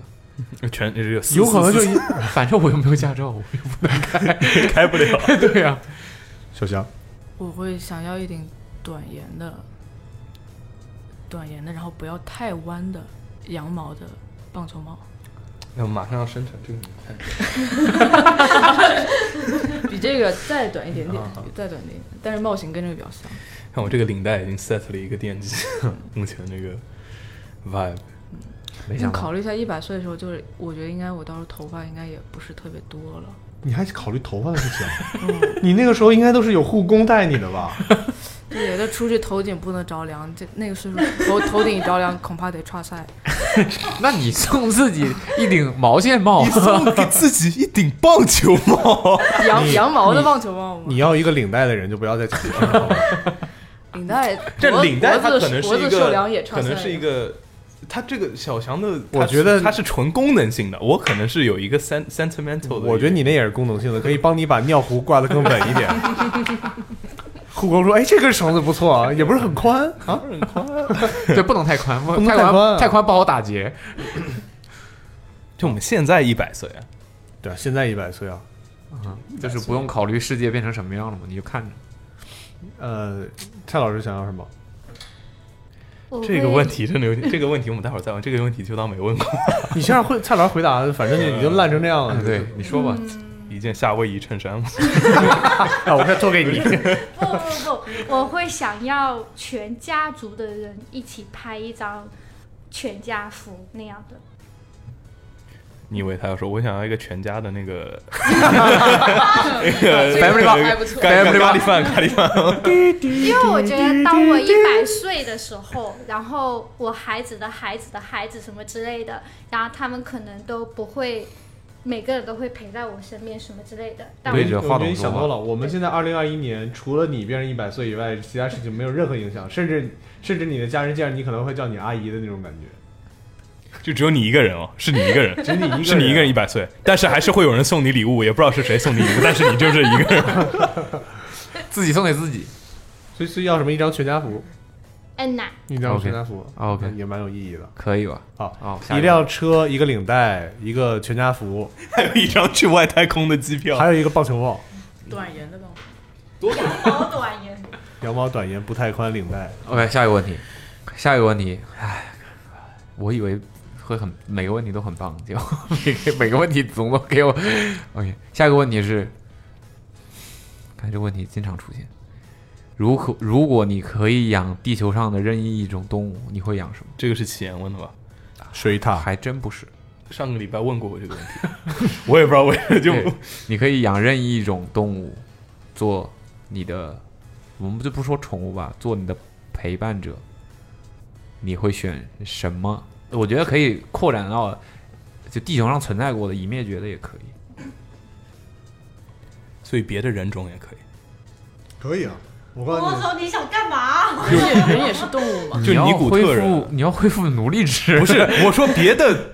Speaker 2: 全这个
Speaker 7: 有可能就一
Speaker 5: 反正我又没有驾照，我又不能开，啊
Speaker 2: 开不了。
Speaker 5: 对呀、
Speaker 7: 小翔，
Speaker 6: 我会想要一顶短檐的，短檐的，然后不要太弯的羊毛的棒球帽，
Speaker 2: 那我马上要生成这个你看。
Speaker 6: 比这个再短一点点
Speaker 2: 啊好，
Speaker 6: 再短一点点，但是帽型跟这个比较像。
Speaker 2: 看我这个领带已经 set 了一个电击， 目前那个 vibe。
Speaker 6: 你考虑一下，一百岁的时候，就是我觉得应该我到时候头发应该也不是特别多了。
Speaker 7: 你还考虑头发的事情？啊嗯你那个时候应该都是有护工带你的吧？
Speaker 6: 对，这出去头顶不能着凉，这那个岁数头头顶着凉恐怕得串 赛。
Speaker 5: 那你送自己一顶毛线帽，
Speaker 6: 你 送给
Speaker 2: 自己一顶棒球帽，
Speaker 6: 羊
Speaker 7: 你
Speaker 6: 羊毛的棒球帽吗？
Speaker 7: 你要一个领带的人就不要再骑了。
Speaker 6: 领带，
Speaker 2: 这
Speaker 6: 脖
Speaker 2: 领带它
Speaker 6: 脖子
Speaker 2: 可能是
Speaker 6: 脖
Speaker 2: 一
Speaker 6: 子受凉也
Speaker 2: 个，
Speaker 6: 串
Speaker 2: 可
Speaker 6: 赛
Speaker 2: 能是一个，它这个小强的，
Speaker 7: 我
Speaker 2: 它
Speaker 7: 觉得
Speaker 2: 是它是纯功能性的，我可能是有一个 sen sentimental 的。
Speaker 7: 我觉得你那也是功能性的，可以帮你把尿壶挂得更稳一 点。护工说：“哎，这根绳子不错啊，也不是很宽啊，
Speaker 2: 很宽，
Speaker 5: 对，不能太宽，
Speaker 7: 不能
Speaker 5: 太
Speaker 7: 太宽啊
Speaker 5: 太宽不好打结。
Speaker 2: 就我们现在一百岁啊，
Speaker 7: 对，现在一百岁啊，
Speaker 5: 嗯，就是不用考虑世界变成什么样了嘛，你就看着。
Speaker 7: 呃，蔡老师想要什么？
Speaker 3: 我
Speaker 2: 这个
Speaker 3: 会
Speaker 2: 问题真的有点，这个问题我们待会儿再问，这个问题就当没问呃过。
Speaker 7: 你先让会蔡老师回答，反正已经烂成这样了。
Speaker 5: 对，你说吧。
Speaker 8: 嗯
Speaker 2: 一件夏威夷衬衫吗？
Speaker 7: 啊，我再做给你。
Speaker 8: 不不不，我会想要全家族的人一起拍一张全家福那样的。
Speaker 2: 你以为他要说我想要一个全家的 那个
Speaker 8: 这个还不错
Speaker 2: 咖
Speaker 8: Family
Speaker 2: 喱咖喱饭咖喱饭，
Speaker 8: 因为我觉得，当我一百岁的时候，然后我孩子的孩子的孩子什么之类的，然后他们可能都不会，每个人都会陪在我身边什么之类的。但我
Speaker 5: 对着话筒说话
Speaker 7: 我觉得你想多了。我们现在二零二一年，除了你变成一百岁以外，其他事情没有任何影响，甚至甚至你的家人见着你可能会叫你阿姨的那种感觉。
Speaker 2: 就只有你一个人 哦，是你一个人，
Speaker 7: 只有你一个人啊
Speaker 2: 是你一个人一百岁，但是还是会有人送你礼物，也不知道是谁送你礼物，但是你就是一 个人，
Speaker 5: 自己送给自己。
Speaker 7: 所以，所以要什么？一张全家福，
Speaker 8: 嗯呐，
Speaker 7: 一张全家福
Speaker 5: OK，
Speaker 7: 也蛮有意义的。
Speaker 5: 可以吧？
Speaker 7: 好，
Speaker 5: 哦，
Speaker 7: 一辆车，一个领带，一个呃全家福，
Speaker 2: 还有一张去外太空的机票，
Speaker 7: 还有一个棒球帽，
Speaker 6: 短檐的棒球。
Speaker 8: 好短呀。
Speaker 7: 羊毛短檐不太宽领带。
Speaker 5: OK，下一个问题，下一个问题，唉，我以为会很每个问题都很棒，结果每个每个问题总都给我 OK。下一个问题是，看这问题经常出现，如果如果你可以养地球上的任意一种动物，你会养什么？
Speaker 2: 这个是起言问的吧？
Speaker 7: 水獭
Speaker 5: 还真不是，
Speaker 2: 上个礼拜问过我这个问题， 我也不知道为什么就
Speaker 5: 对你可以养任意一种动物做你的，我们就不说宠物吧，做你的陪伴者，你会选什么？我觉得可以扩展到就地球上存在过的已灭绝的也可以。
Speaker 2: 所以别的人种也可以，
Speaker 7: 可以啊，我告
Speaker 8: 我
Speaker 7: 诉
Speaker 8: 操，你想干嘛？
Speaker 6: 人也是动物嘛，
Speaker 2: 就尼古特人，啊
Speaker 5: 你要恢复奴隶制，
Speaker 2: 不 是我说别的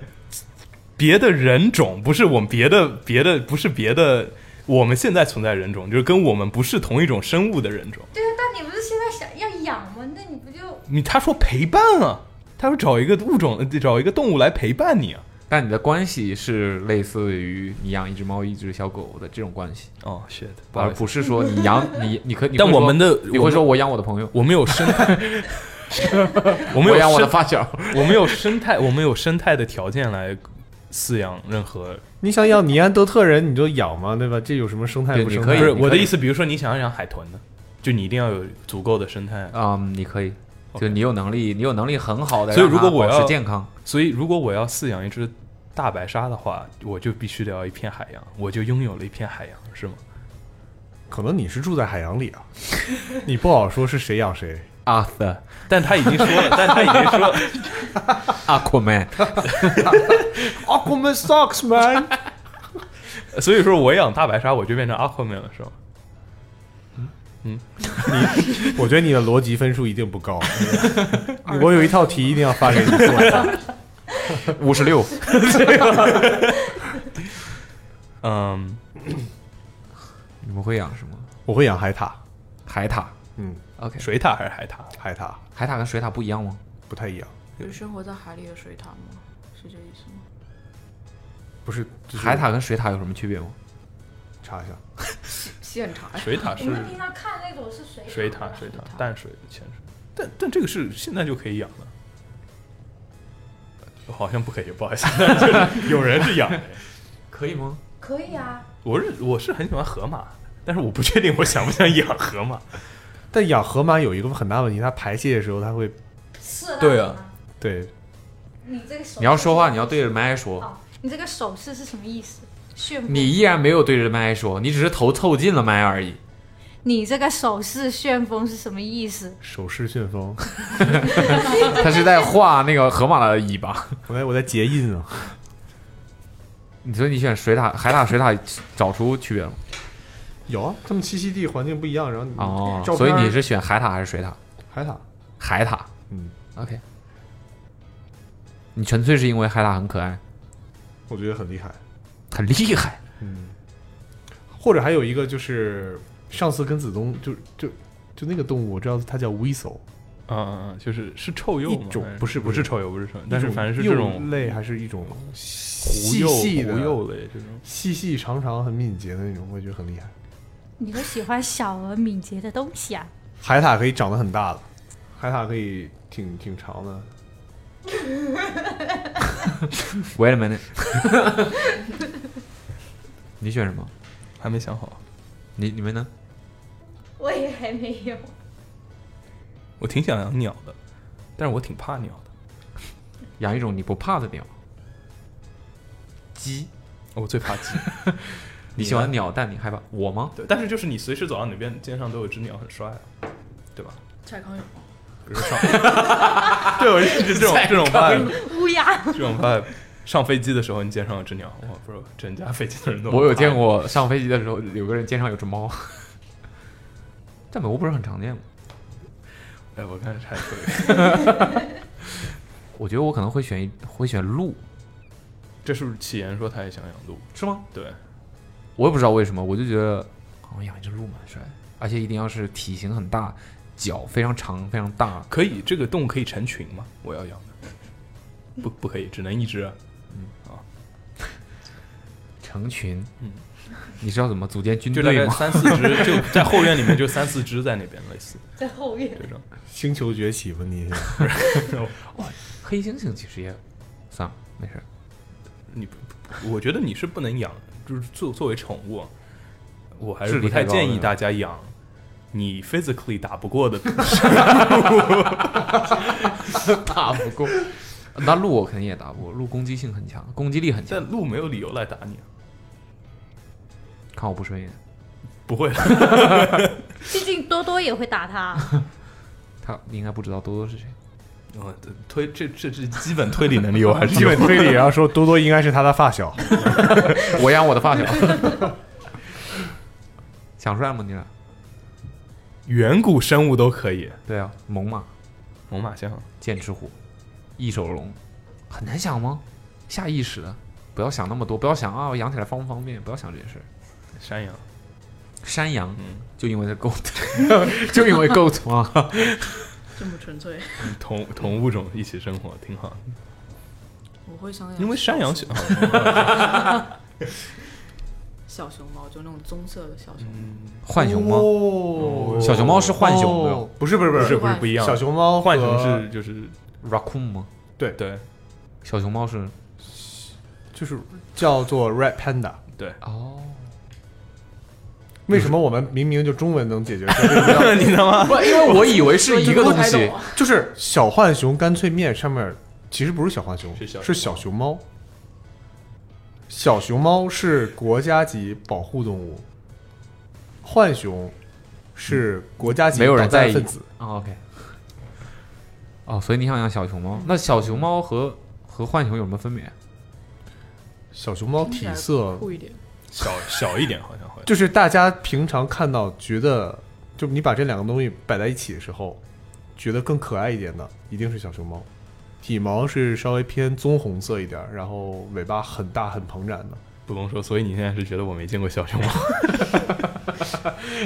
Speaker 2: 别的人种，不是我们别的别的不是别的，我们现在存在人种就是跟我们不是同一种生物的人种。
Speaker 8: 对啊，但你不是现在想要养吗？那你不就
Speaker 2: 你他说陪伴啊，他说找一个物种，呃找一个动物来陪伴你啊。
Speaker 5: 但你的关系是类似于你养一只猫、一只小狗的这种关系
Speaker 2: 哦，shit，不好
Speaker 5: 而
Speaker 2: 意思
Speaker 5: 不是说 你养你你可你会
Speaker 2: 但我
Speaker 5: 说
Speaker 2: 们的
Speaker 5: 你会说我养我的朋友，
Speaker 2: 我们有生态， 我们
Speaker 5: 我
Speaker 2: 有
Speaker 5: 养我的
Speaker 2: 生
Speaker 5: 发小，
Speaker 2: 我们有生态，我们有生态的条件来饲养任何。
Speaker 7: 你想养尼安德特人，你就养嘛，对吧？这有什么生态不生态？
Speaker 2: 不是我的意思，比如说你想要养海豚呢， 就你一定要有足够的生态。
Speaker 5: 嗯，你可以，就你有能力，你有能力很好的，
Speaker 2: 所以如果我
Speaker 5: 保
Speaker 2: 要
Speaker 5: 持健康，，
Speaker 2: 所以如果我要饲养一只大白鲨的话，我就必须得要一片海洋，我就拥有了一片海洋，是吗？
Speaker 7: 可能你是住在海洋里啊， 你不好说是谁养谁。
Speaker 5: 啊的，
Speaker 2: 但他已经说了， 但他已经 说了，
Speaker 5: Aquaman，
Speaker 7: Aquaman sucks man。
Speaker 2: 呃所以说我养大白鲨，我就变成 Aquaman 了，是吗？
Speaker 7: 你，我觉得你的逻辑分数一定不 高。我有一套题一定要发给你做，
Speaker 5: 五 十六。
Speaker 2: 嗯，
Speaker 5: 你们会养什么？
Speaker 7: 我会养海獭，
Speaker 5: 海獭，
Speaker 7: 嗯
Speaker 5: ，OK，
Speaker 2: 水獭还是海獭？
Speaker 7: 海獭，
Speaker 5: 海獭跟水獭不一样吗？
Speaker 7: 不太一样，
Speaker 6: 就是生活在海里的水獭吗？是这意思吗？
Speaker 7: 不是
Speaker 5: 海獭跟水獭有什么区别吗？
Speaker 7: 查一下，
Speaker 6: 现场呀。
Speaker 2: 水塔是
Speaker 8: 我们平常看那种是水
Speaker 2: 水塔，水塔，淡水潜水，但但这个是现在就可以养了。好像不可以，不好意思， 但就是有人是养的，
Speaker 5: 可以吗？
Speaker 8: 可以啊，
Speaker 2: 我是我是很喜欢河马， 但是我不确定我想不想养河马。
Speaker 7: 但养河马有一个很大问题，它排泄的时候它会，
Speaker 8: 是啊，
Speaker 7: 对，
Speaker 8: 你这个手
Speaker 5: 你要说话，你要对着麦说。
Speaker 8: 哦，你这个手势是什么意思？炫目。
Speaker 5: 你依然没有对着麦说，你只是头凑近了麦而已。
Speaker 8: 你这个手势旋风是什么意思？
Speaker 7: 手势旋风，
Speaker 5: 他是在画那个河马的尾巴。
Speaker 7: 我在我在结印啊。
Speaker 5: 你说你选水塔、海塔、水塔，找出区别了吗？
Speaker 7: 有啊，他们栖息地环境不一样，然后你
Speaker 5: 哦，
Speaker 7: 照片
Speaker 5: 所以你是选海塔还是水塔？
Speaker 7: 海塔，
Speaker 5: 海塔。
Speaker 7: 嗯
Speaker 5: ，OK。你纯粹是因为海塔很可爱，
Speaker 7: 我觉得很厉害。
Speaker 5: 很厉害。
Speaker 7: 嗯，或者还有一个就是上次跟子东就就就那个动物，我知道它叫 weasel，
Speaker 2: 嗯嗯嗯，就是是臭鼬
Speaker 7: 一
Speaker 2: 吗
Speaker 7: 种
Speaker 2: 还是
Speaker 7: 不是
Speaker 2: 不是臭鼬不是臭鼬但是反正是
Speaker 7: 这
Speaker 2: 这种
Speaker 7: 类还是一种细
Speaker 2: 鼬
Speaker 7: 细的
Speaker 2: 狐鼬类这种
Speaker 7: 细细长长很敏捷的那种，我觉得很厉害。
Speaker 8: 你都喜欢小而敏捷的东西啊？
Speaker 7: 海獭可以长得很大的，海獭可以挺挺长的，
Speaker 5: Wait a minute，你选什么？
Speaker 2: 还没想好。
Speaker 5: 你你们呢？
Speaker 8: 我也还没有。
Speaker 2: 我挺想养鸟的，但是我挺怕鸟的。
Speaker 5: 养一种你不怕的鸟，鸡。
Speaker 2: 我最 怕鸡。
Speaker 5: 你喜欢鸟，但你害怕我吗？
Speaker 2: 对，但是就是你随时走到哪边，街上都有只鸟，很帅啊，对吧？
Speaker 6: 蔡康永，
Speaker 2: 比如上， 对，我就是这种这种 vibe，
Speaker 8: 哎乌鸦
Speaker 2: 这种 vibe。上飞机的时候，你街上有只鸟，我不知道整架飞机的人都。
Speaker 5: 我有见，过上飞机的时候，有个人肩上有只猫， 在美国不是很常见吗？
Speaker 2: 哎，我看太 对。
Speaker 5: 我觉得我可能会选一会选鹿，
Speaker 2: 这是不是启言说他也想养鹿？
Speaker 5: 是吗？
Speaker 2: 对，
Speaker 5: 我也不知道为什么，我就觉得好像养一只鹿蛮帅的，而且一定要是体型很大，脚非常长非常大。
Speaker 2: 可以，这个洞可以成群吗？我要养的，不不可以，只能一只。嗯啊，
Speaker 5: 成群。
Speaker 2: 嗯，
Speaker 5: 你知道怎么组建军
Speaker 2: 就大
Speaker 5: 队
Speaker 2: 概
Speaker 5: 吗？
Speaker 2: 三四 只，就在后院里 面就三四只在那边，类似
Speaker 8: 在后院
Speaker 2: 这种。
Speaker 7: 星球崛起吧 你。
Speaker 5: 哇，黑猩猩其实也算了，没事。
Speaker 2: 你不，我觉得你是不能养，就是作作为宠物，我还
Speaker 5: 智
Speaker 2: 是
Speaker 5: 力
Speaker 2: 不太
Speaker 5: 太高了
Speaker 2: 建议
Speaker 5: 对吧
Speaker 2: 大家养你 physically 打不 过的
Speaker 5: 打不过。那鹿我肯定也打不过，鹿攻击性很强，攻击力很强。
Speaker 2: 但鹿没有理由来打你、
Speaker 5: 看我不顺眼，
Speaker 2: 不会。
Speaker 8: 毕竟多多也会打他。
Speaker 5: 他应该不知道多多是谁。
Speaker 2: 哦，推这这这基本啊推理能力我还是
Speaker 7: 基
Speaker 2: 有
Speaker 7: 本推理，然后说多多应该是他的发小，
Speaker 5: 我养我的发小。 想出来吗？你俩？
Speaker 2: 远古生物都可以。
Speaker 5: 对啊，猛犸、
Speaker 2: 猛犸象、
Speaker 5: 剑齿虎、异手龙，很难想吗？下意识的，不要想那么多，不要想啊，养起来方不方便，不要想这些事儿。
Speaker 2: 山羊，
Speaker 5: 山羊，就因为它够， 就因为够粗啊。
Speaker 6: 这么纯 粹，
Speaker 2: 同同物种一起生活挺好的，
Speaker 6: 我会想养。
Speaker 2: 因为山羊小。
Speaker 6: 小熊猫，就那种棕色的小熊猫。
Speaker 5: 浣熊猫，
Speaker 7: 哦
Speaker 5: 小熊猫是浣熊
Speaker 7: 哦
Speaker 5: 的，
Speaker 7: 不是不是不是不是不一样小熊猫和
Speaker 5: 浣
Speaker 7: 浣熊是
Speaker 2: 就是
Speaker 5: raccoon 吗？
Speaker 7: 对
Speaker 2: 对，
Speaker 5: 小熊猫是
Speaker 7: 就是叫做 Red Panda。
Speaker 2: 对
Speaker 5: 哦，
Speaker 7: 为什么我们明明就中文能解 决？这个问题
Speaker 2: 你知道吗
Speaker 7: 不
Speaker 2: 因为我以为是一个东西，
Speaker 7: 就是小浣熊干脆面上面其实不是小浣熊，
Speaker 2: 小
Speaker 7: 是小熊猫。小熊猫是国家级保护动物，浣熊是国家级
Speaker 5: 没有人
Speaker 7: 捣蛋
Speaker 5: 在意
Speaker 7: 分子。
Speaker 5: 哦，OK。哦，所以你想养小熊猫？那小熊猫和和浣熊有什么分别？
Speaker 7: 小熊猫体色
Speaker 6: 酷一点，
Speaker 2: 小小一点好像会。
Speaker 7: 就是大家平常看到觉得，就你把这两个东西摆在一起的时候，觉得更可爱一点的，一定是小熊猫。体毛是稍微偏棕红色一点，然后尾巴很大很蓬展的。
Speaker 2: 不龙说，所以你现在是觉得我没见过小熊 猫？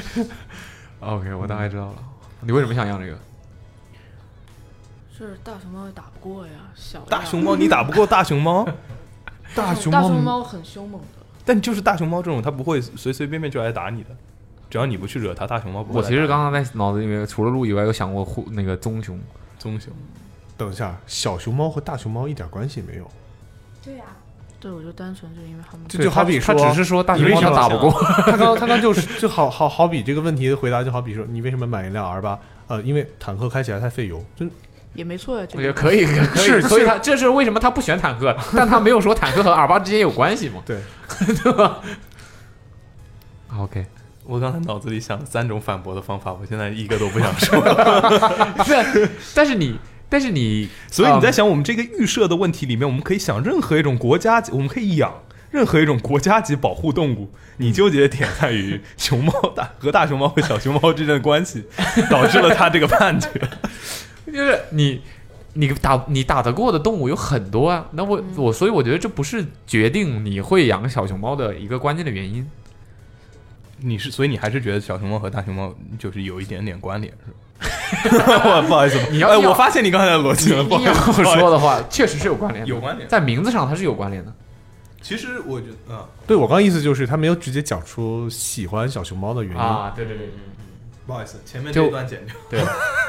Speaker 5: OK，我大概知道了。你为什么想养这个？
Speaker 6: 是大熊猫也打不过呀，小
Speaker 2: 大
Speaker 6: 呀
Speaker 2: 熊猫你打不过大熊猫，
Speaker 6: 大
Speaker 2: 大 熊
Speaker 6: 大
Speaker 2: 猫
Speaker 6: 熊猫很凶猛的，
Speaker 2: 但就是大熊猫这种，它不会随随便便就来打你的。只要你不去惹它，大熊猫不会
Speaker 5: 我
Speaker 2: 来打
Speaker 5: 其
Speaker 2: 你。
Speaker 5: 实刚刚在脑子里面除了鹿以外，有想过虎那个棕熊。
Speaker 2: 棕熊，
Speaker 7: 等一下，小熊猫和大熊猫一点关系没有。
Speaker 8: 对啊，
Speaker 6: 对，我就单纯是因为他们
Speaker 7: 这就好比说，你为什么他 刚他刚就是就好好好比这个问题的回答，就好比说你为什么买一辆 R 八？呃，因为坦克开起来太费油。就
Speaker 6: 也没错呀。这
Speaker 5: 我
Speaker 6: 个
Speaker 5: 觉得可以，可以可以，
Speaker 7: 是
Speaker 5: 所以
Speaker 7: 是
Speaker 5: 他这是为什么他不选坦克，但他没有说坦克和耳巴之间有关系嘛？
Speaker 7: 对，
Speaker 5: 对吧？OK，
Speaker 2: 我刚才脑子里想了三种反驳的方法，我现在一个都不想说。
Speaker 5: 是，但是你，但是你，
Speaker 2: 所以你在
Speaker 5: 嗯
Speaker 2: 想我们这个预设的问题里面，我们可以想任何一种国家级，我们可以养任何一种国家级保护动物。
Speaker 5: 嗯
Speaker 2: 你纠结的点在于熊猫大和大熊猫和小熊猫之间的关系，导致了他这个判决。
Speaker 5: 就是你，你打你打得过的动物有很多啊。那我、我所以我觉得这不是决定你会养小熊猫的 一个关键的原因。
Speaker 2: 你是，所以你还是觉得小熊猫和大熊猫就是有一点点关联，是吧？ 我不好意思，
Speaker 5: 你要
Speaker 2: 哎，
Speaker 5: 要
Speaker 2: 我发现你刚才的逻辑了，不好
Speaker 5: 你
Speaker 2: 意
Speaker 5: 要
Speaker 2: 思。不好意思
Speaker 5: 说的话，确实是有关联的，
Speaker 2: 有关联
Speaker 5: 在名字上它是有关联的。
Speaker 2: 其实我觉得，啊，
Speaker 7: 对我刚意思就是他没有直接讲出喜欢小熊猫的原因
Speaker 5: 啊对对对，
Speaker 2: 不好意思，前面
Speaker 5: 就
Speaker 2: 这段剪掉。
Speaker 5: 对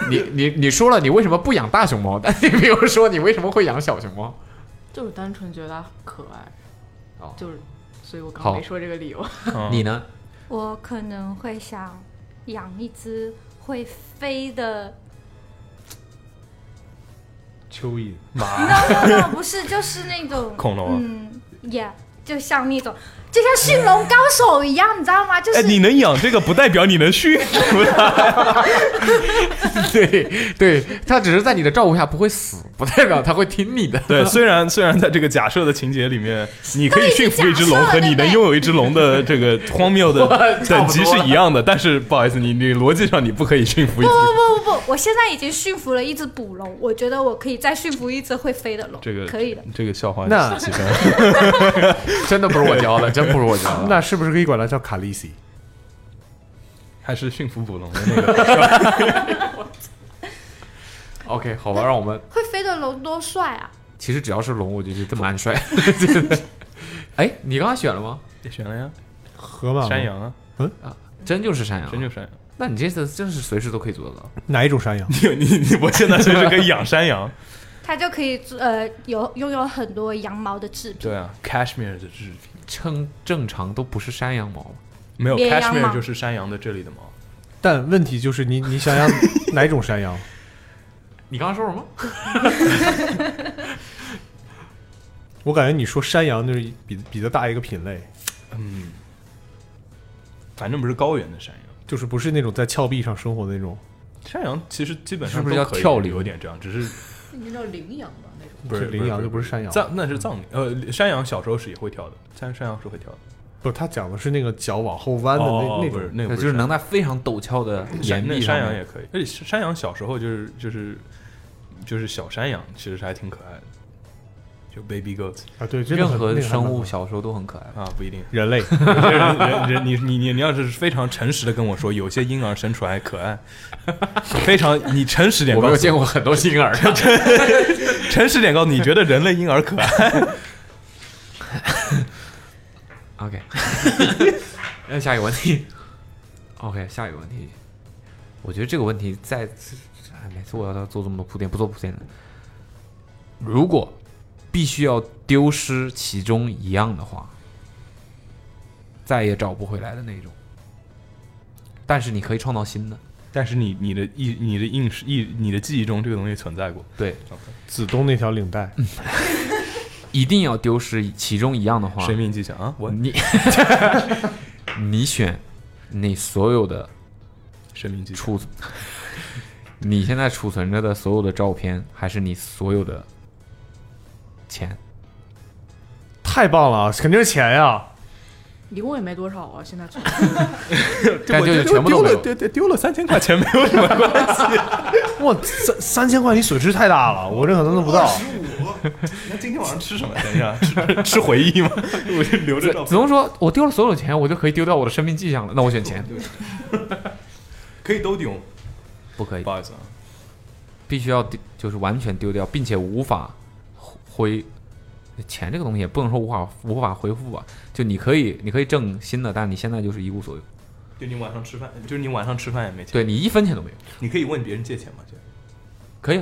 Speaker 5: 你，你你说了你为什么不养大熊猫，但 你没有说你为什么会养小熊猫。
Speaker 6: 就是单纯觉得它可爱，就是，所以我刚
Speaker 5: 哦好
Speaker 6: 没说这个理由。
Speaker 2: 嗯
Speaker 5: 你呢？
Speaker 8: 我可能会想养一只会飞的，
Speaker 7: 蚯蚓、
Speaker 8: no no no，不是，就是那种
Speaker 2: 啊 恐龙啊
Speaker 8: 嗯，yeah，就像那种，就像驯龙高手一样，你知道吗？就是
Speaker 2: 哎，你能养这个不代表你能训，是不是？
Speaker 5: 对对，它只是在你的照顾下不会死，不代表它会听你的。
Speaker 2: 对，虽然虽然在这个假设的情节里 面，你可以驯服一只龙
Speaker 5: 都已经假设了
Speaker 2: 和你能拥有一只龙的这个荒谬 的
Speaker 5: 差
Speaker 2: 等
Speaker 5: 不
Speaker 2: 级
Speaker 5: 多
Speaker 2: 是一样的，但是不好意思，你你逻辑上你不可以驯服
Speaker 8: 不
Speaker 2: 一
Speaker 8: 不
Speaker 5: 哦
Speaker 2: 只。
Speaker 8: 不不不，我现在已经驯服了一只捕龙，我觉得我可以再驯服一只会飞的龙，
Speaker 2: 这个
Speaker 8: 可以的。
Speaker 2: 这个笑话
Speaker 7: 那
Speaker 2: 几 分？
Speaker 5: 真的不是我教的，真不是我教的。
Speaker 7: 那是不是可以管它叫卡利西？
Speaker 2: 还是驯服捕龙的那个？
Speaker 5: OK，好吧，让我们
Speaker 8: 会飞的龙多帅啊！
Speaker 5: 其实只要是龙，我就觉得这 么暗帅。哎，你刚刚选了吗？
Speaker 2: 选了呀，
Speaker 7: 河马吗
Speaker 2: 山羊啊，
Speaker 7: 嗯
Speaker 5: 啊，真就是山羊，
Speaker 2: 真就山羊。
Speaker 5: 那你这次真是随时都可以做得到。
Speaker 7: 哪一种山羊？
Speaker 2: 你你你，我现在随时可以养山羊。
Speaker 8: 它就可以呃有拥有很多羊毛的制品，
Speaker 2: 对啊，cashmere 的制品，
Speaker 5: 称正常都不是山羊毛，
Speaker 2: 没有
Speaker 8: 绵羊吗
Speaker 2: cashmere 就是山羊的这里的毛。
Speaker 7: 但问题就是你你想养哪种山羊？
Speaker 5: 你刚刚说什么？
Speaker 7: 我感觉你说山羊就是比比较大一个品类，
Speaker 2: 嗯，反正不是高原的山羊，
Speaker 7: 就是不是那种在峭壁上生活的那种。
Speaker 2: 山羊其实基本上
Speaker 7: 是不是叫
Speaker 2: 都可以
Speaker 7: 跳羚
Speaker 2: 有点这样，只是
Speaker 6: 那你知道羚羊吧？那种
Speaker 7: 不是羚羊就不是山羊嗯
Speaker 2: 藏那是藏羚，呃，山羊小时候是也会跳的，但山羊是会跳的。
Speaker 7: 不是，他讲的是那个脚往后弯的那、
Speaker 2: 哦
Speaker 7: 那
Speaker 2: 不是
Speaker 7: 种，
Speaker 2: 那个不是
Speaker 5: 就是能在非常陡峭的岩
Speaker 2: 山那
Speaker 5: 壁上
Speaker 2: 山
Speaker 5: 面
Speaker 2: 羊也可以，而且山羊小时候就是就是就是小山羊，其实还挺可爱的，就 baby goat
Speaker 7: 啊对真的
Speaker 5: 任
Speaker 7: 很那
Speaker 5: 何
Speaker 7: 个还蛮
Speaker 5: 生
Speaker 7: 好
Speaker 5: 物
Speaker 7: 的
Speaker 5: 小时候都很可爱
Speaker 2: 啊，不一定
Speaker 7: 人类
Speaker 2: 人人人你你你你要是非常诚实的跟我说，有些婴儿生出来可爱，非常你诚实点告诉，
Speaker 5: 我没有见过很多婴儿，啊
Speaker 2: 诚实点告诉你，你觉得人类婴儿可爱？
Speaker 5: OK，那下一个问题。OK，下一个问题，我觉得这个问题在，哎，每次我要做这么多铺垫，不做铺垫了。如果必须要丢失其中一样的话，再也找不回来的那种，但是你可以创造新的。
Speaker 2: 但是你你的意你的应试意你的记忆中这个东西存在过，
Speaker 5: 对，嗯
Speaker 7: 子东那条领 带，
Speaker 5: 一定要丢失其中一样的话，
Speaker 2: 谁命迹象啊？我
Speaker 5: 你 你选你所有的
Speaker 2: 生命迹
Speaker 5: 储，你现在储存着的所有的照片，还是你所有的钱？
Speaker 7: 太棒了，肯定是钱呀、
Speaker 6: 一共也没多少啊，现在存
Speaker 5: 但就是全部都
Speaker 2: 丢
Speaker 5: 没
Speaker 2: 了
Speaker 5: 有
Speaker 2: 丢丢丢了三千块钱没有什么关系。
Speaker 7: 哇，三三千块你损失太大了，我这可能都不到。
Speaker 5: 哎
Speaker 2: 那今天晚上吃什么？等一下， 吃吃回忆吗？ 我就留着照
Speaker 5: 子
Speaker 2: 片。
Speaker 5: 龙说：“我丢了所有的钱，我就可以丢掉我的生命迹象了。那我选钱，
Speaker 2: 可以都丢，
Speaker 5: 不可以，
Speaker 2: 不好意思啊，
Speaker 5: 必须要丢，就是完全丢掉，并且无法恢钱这个东啊西也不能说无法无法恢复吧。就你可以，你可以挣新的，但你现在就是一无所有。
Speaker 2: 就你晚上吃饭，就是你晚上吃饭也没钱，
Speaker 5: 对你一分钱都没有，
Speaker 2: 你可以问别人借钱吗？现在
Speaker 5: 可以。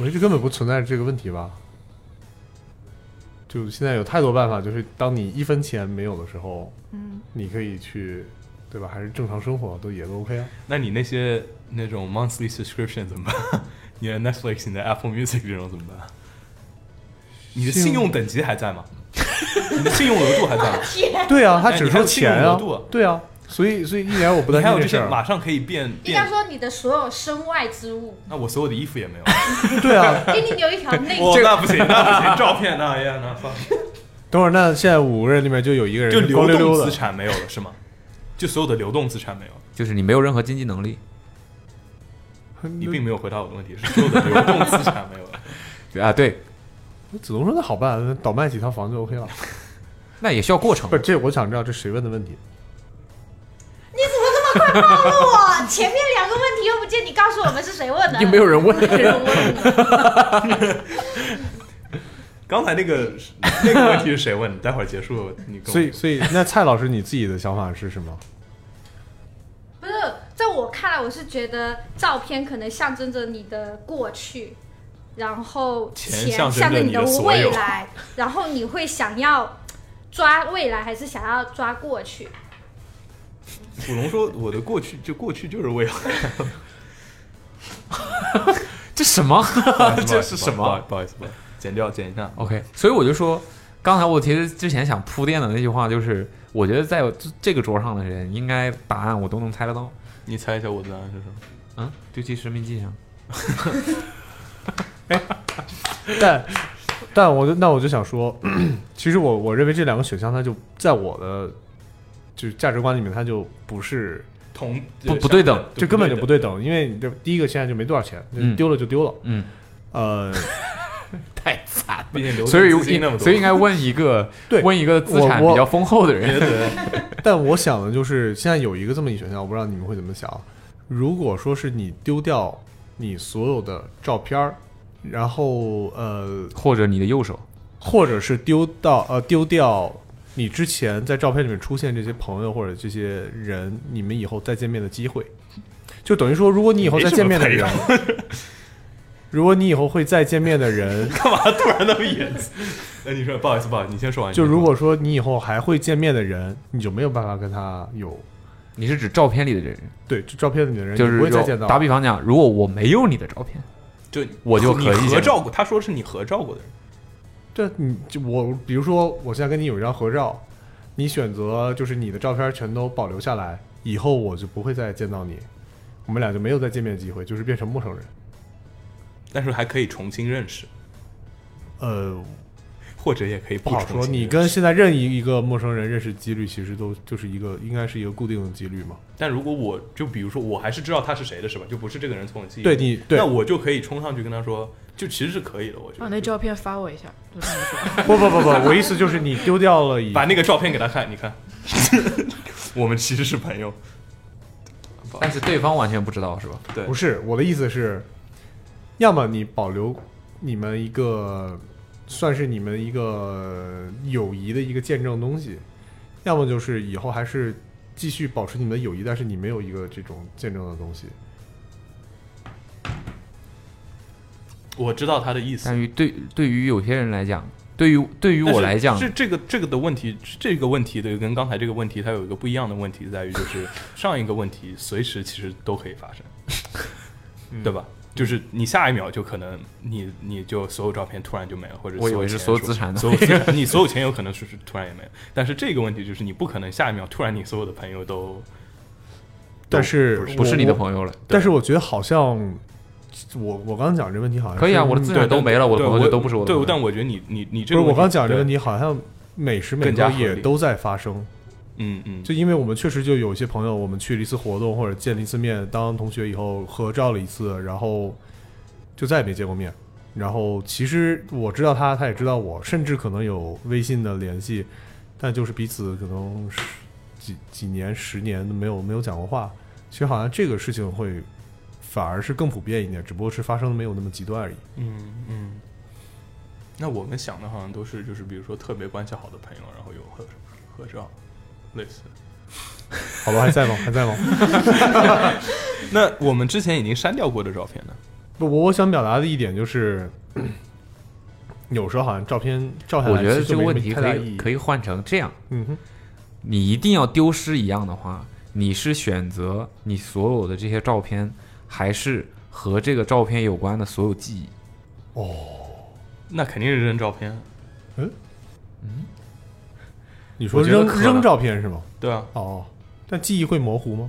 Speaker 7: 我觉得这根本不存在这个问题吧？就现在有太多办法，就是当你一分钱没有的时候，
Speaker 6: 嗯，
Speaker 7: 你可以去，对吧？还是正常生活都也都 OK 啊。？
Speaker 2: 那你那些那种 monthly subscription 怎么办？ 你的 Netflix、你的 Apple Music 这种怎么办？你的信用等级还在吗？你的信用额度还在吗
Speaker 7: 对啊，他
Speaker 2: 哎
Speaker 7: 只
Speaker 2: 你还
Speaker 7: 收
Speaker 2: 有信用
Speaker 7: 钱啊
Speaker 2: 额度啊，
Speaker 7: 对啊，所以所以一年我不
Speaker 2: 你
Speaker 7: 担
Speaker 2: 还
Speaker 7: 心
Speaker 2: 有这
Speaker 7: 事
Speaker 2: 些
Speaker 7: 儿，啊
Speaker 2: 马上可以变
Speaker 8: 应
Speaker 2: 变
Speaker 8: 该，说你的所有身外 之物，
Speaker 2: 那我所有的衣服也没有。
Speaker 7: 对啊，
Speaker 8: 给你留一条内
Speaker 2: 哦，
Speaker 8: 裤。
Speaker 2: 那不行，那不行， 照片那也那放，
Speaker 7: 等会儿，那现在五个人里面就有一个人
Speaker 2: 就
Speaker 7: 光
Speaker 2: 流
Speaker 7: 溜
Speaker 2: 动
Speaker 7: 溜的，
Speaker 2: 资产没有了是吗？就所有的流动资产没有了，
Speaker 5: 就是你没有任何经济能力
Speaker 2: 你并没有回答我的问题，是所有的流动资产没有了。
Speaker 5: 啊。对，
Speaker 7: 子龙说那好办，倒卖几套房就 OK 了。
Speaker 5: 那也需要过程。
Speaker 7: 不是，这我想知道这谁问的问题？
Speaker 8: 你怎么这么快暴露我？前面两个问题又不见你告诉我们是谁问的？
Speaker 5: 也没有人问。
Speaker 2: 呃刚才那个那个问题是谁问的？待会儿结束你跟我
Speaker 7: 所以所以那蔡老师你自己的想法是什么？
Speaker 8: 不是，在我看来，我是觉得照片可能象征着你的过去，然后
Speaker 2: 钱
Speaker 8: 钱
Speaker 2: 象
Speaker 8: 象
Speaker 2: 征
Speaker 8: 征
Speaker 2: 着你的
Speaker 8: 的
Speaker 2: 所有
Speaker 8: 未来，然后你会想要抓未来，还是想要抓 过去？
Speaker 2: 古龙说我的过去就过去就是 未来，？
Speaker 5: 这什么这是什么？
Speaker 2: 不好意思，不好意思不好意思不好意思，剪掉剪一下。
Speaker 5: OK，所以我就说，刚才我其实之前想铺垫的那句话就是，我觉得在这个桌上的人，应该答案我都能猜得到。
Speaker 2: 你猜一下我的答案是什么？
Speaker 5: 嗯，丢弃生命迹象。
Speaker 7: 但但我就那我就想说，其实我我认为这两个选项，它就在我的就是价值观里面，它就不是
Speaker 2: 同
Speaker 7: 不
Speaker 2: 不对等
Speaker 7: 就根本就不对等，因为你这第一个现在就没多少钱，
Speaker 5: 嗯
Speaker 7: 丢了就丢了，
Speaker 5: 嗯，
Speaker 7: 呃，
Speaker 5: 太惨
Speaker 2: 毕竟流
Speaker 5: 所以
Speaker 2: 动资金那么多
Speaker 5: 所以应该问一个
Speaker 7: 对
Speaker 5: 问一个资产
Speaker 7: 我我
Speaker 5: 比较丰厚的人。
Speaker 7: 但我想的就是，现在有一个这么一选项，我不知道你们会怎么想。啊如果说是你丢掉你所有的照片儿，然后呃，
Speaker 5: 或者你的右手，
Speaker 7: 或者是丢到呃丢掉你之前在照片里面出现这些朋友或者这些人，你们以后再见面的机会，就等于说，如果你以后再见面的人
Speaker 2: 没什，
Speaker 7: 如果你以后会再见面的 人，
Speaker 2: 干嘛突然那么严？ 那你说不好意思，不好意思，你先说完。
Speaker 7: 就
Speaker 2: 你先
Speaker 7: 如果说你以后还会见面的人，你就没有办法跟他有
Speaker 5: 你是指照片里的这个人，
Speaker 7: 对就照片里的人，
Speaker 5: 就
Speaker 7: 你
Speaker 5: 是
Speaker 7: 不会再
Speaker 5: 说
Speaker 7: 见到。
Speaker 5: 打比方讲，如果我没有你的照片，
Speaker 2: 就
Speaker 5: 我就可以
Speaker 2: 你
Speaker 5: 见
Speaker 2: 合
Speaker 5: 面
Speaker 2: 照过，他说是你合照过的人，
Speaker 7: 对，你就我，比如说我现在跟你有一张合照，你选择就是你的照片全都保留下来，以后我就不会再见到你，我们俩就没有再见面的机会，就是变成陌生人。
Speaker 2: 但是还可以重新认识，
Speaker 7: 呃，
Speaker 2: 或者也可以
Speaker 7: 不好
Speaker 2: 重
Speaker 7: 说，
Speaker 2: 新
Speaker 7: 你
Speaker 2: 认识
Speaker 7: 跟现在任意一个陌生人认识几率其实都就是一个应该是一个固定的几率嘛。
Speaker 2: 但如果我就比如说我还是知道他是谁的是吧？就不是这个人从我记忆里，
Speaker 7: 对你对
Speaker 2: 那我就可以冲上去跟他说，就其实是可以的，我觉得。
Speaker 6: 把那照片发我一下，就这么说。
Speaker 7: 不不不 不，我意思就是你丢掉了以
Speaker 2: 把那个照片给他看，你看，我们其实是朋友。
Speaker 5: 但是对方完全不知道是吧？
Speaker 2: 对
Speaker 7: 不是我的意思是，要么你保留你们一个算是你们一个友谊的一个见证东西，要么就是以后还是继续保持你们的友谊，但是你没有一个这种见证的东西。
Speaker 2: 我知道他的意思。
Speaker 5: 但于对对于有些人来讲，对于对于
Speaker 2: 但
Speaker 5: 我
Speaker 2: 是
Speaker 5: 来讲，
Speaker 2: 是这个这个的问题，这个问题的跟刚才这个问题，它有一个不一样的问题在于，就是上一个问题随时其实都可以发
Speaker 5: 嗯
Speaker 2: 生，对吧？就是你下一秒就可能你你就所有照片突然就没了，或者
Speaker 5: 我以为
Speaker 2: 钱
Speaker 5: 是所有
Speaker 2: 说
Speaker 5: 资产呢
Speaker 2: 所有资产，你所有钱有可能是是突然也没了。但是这个问题就是你不可能下一秒突然你所有的朋友都
Speaker 7: 但是
Speaker 2: 不是
Speaker 7: 我
Speaker 2: 不是你的
Speaker 5: 朋友了
Speaker 7: 但是我觉得好像我我刚讲这问题好像
Speaker 5: 可以啊
Speaker 7: 是嗯
Speaker 5: 我的资产
Speaker 7: 对
Speaker 5: 都没了我的
Speaker 2: 对
Speaker 5: 朋友就都不是我的
Speaker 2: 对
Speaker 5: 朋，友
Speaker 2: 但我觉得你你你这
Speaker 7: 不
Speaker 2: 个
Speaker 7: 是我刚讲这个
Speaker 2: 对
Speaker 7: 问题，好像每时每
Speaker 2: 更
Speaker 7: 刻
Speaker 2: 加合
Speaker 7: 也
Speaker 2: 理
Speaker 7: 都在发生。
Speaker 2: 嗯嗯，
Speaker 7: 就因为我们确实就有一些朋友，我们去了一次活动或者见了一次面，当同学以后合照了一次，然后就再也没见过面。然后其实我知道他，他也知道我，甚至可能有微信的联系，但就是彼此可能十几几年、十年都没有没有讲过话。其实好像这个事情会反而是更普遍一点，只不过是发生的没有那么极端而已。
Speaker 2: 嗯嗯。那我们想的好像都是就是比如说特别关系好的朋友，然后有合合照，类似。
Speaker 7: 好吧，还在吗？还在吗？
Speaker 2: 那我们之前已经删掉过的照片呢？
Speaker 7: 不，我我想表达的一点就是， 有时候好像照片照下来，
Speaker 5: 我觉得这
Speaker 7: 这
Speaker 5: 个问题
Speaker 7: 太
Speaker 5: 可
Speaker 7: 大
Speaker 5: 以
Speaker 7: 意义。
Speaker 5: 可以换成这样，
Speaker 7: 嗯哼，
Speaker 5: 你一定要丢失一样的话，你是选择你所有的这些照片，还是和这个照片有关的所有记忆？
Speaker 2: 那肯定是扔照片。
Speaker 7: 哦
Speaker 2: 啊
Speaker 7: 嗯
Speaker 2: 嗯，
Speaker 7: 你说扔扔照片是吗？
Speaker 2: 对啊。
Speaker 7: 哦，但记忆会模糊吗？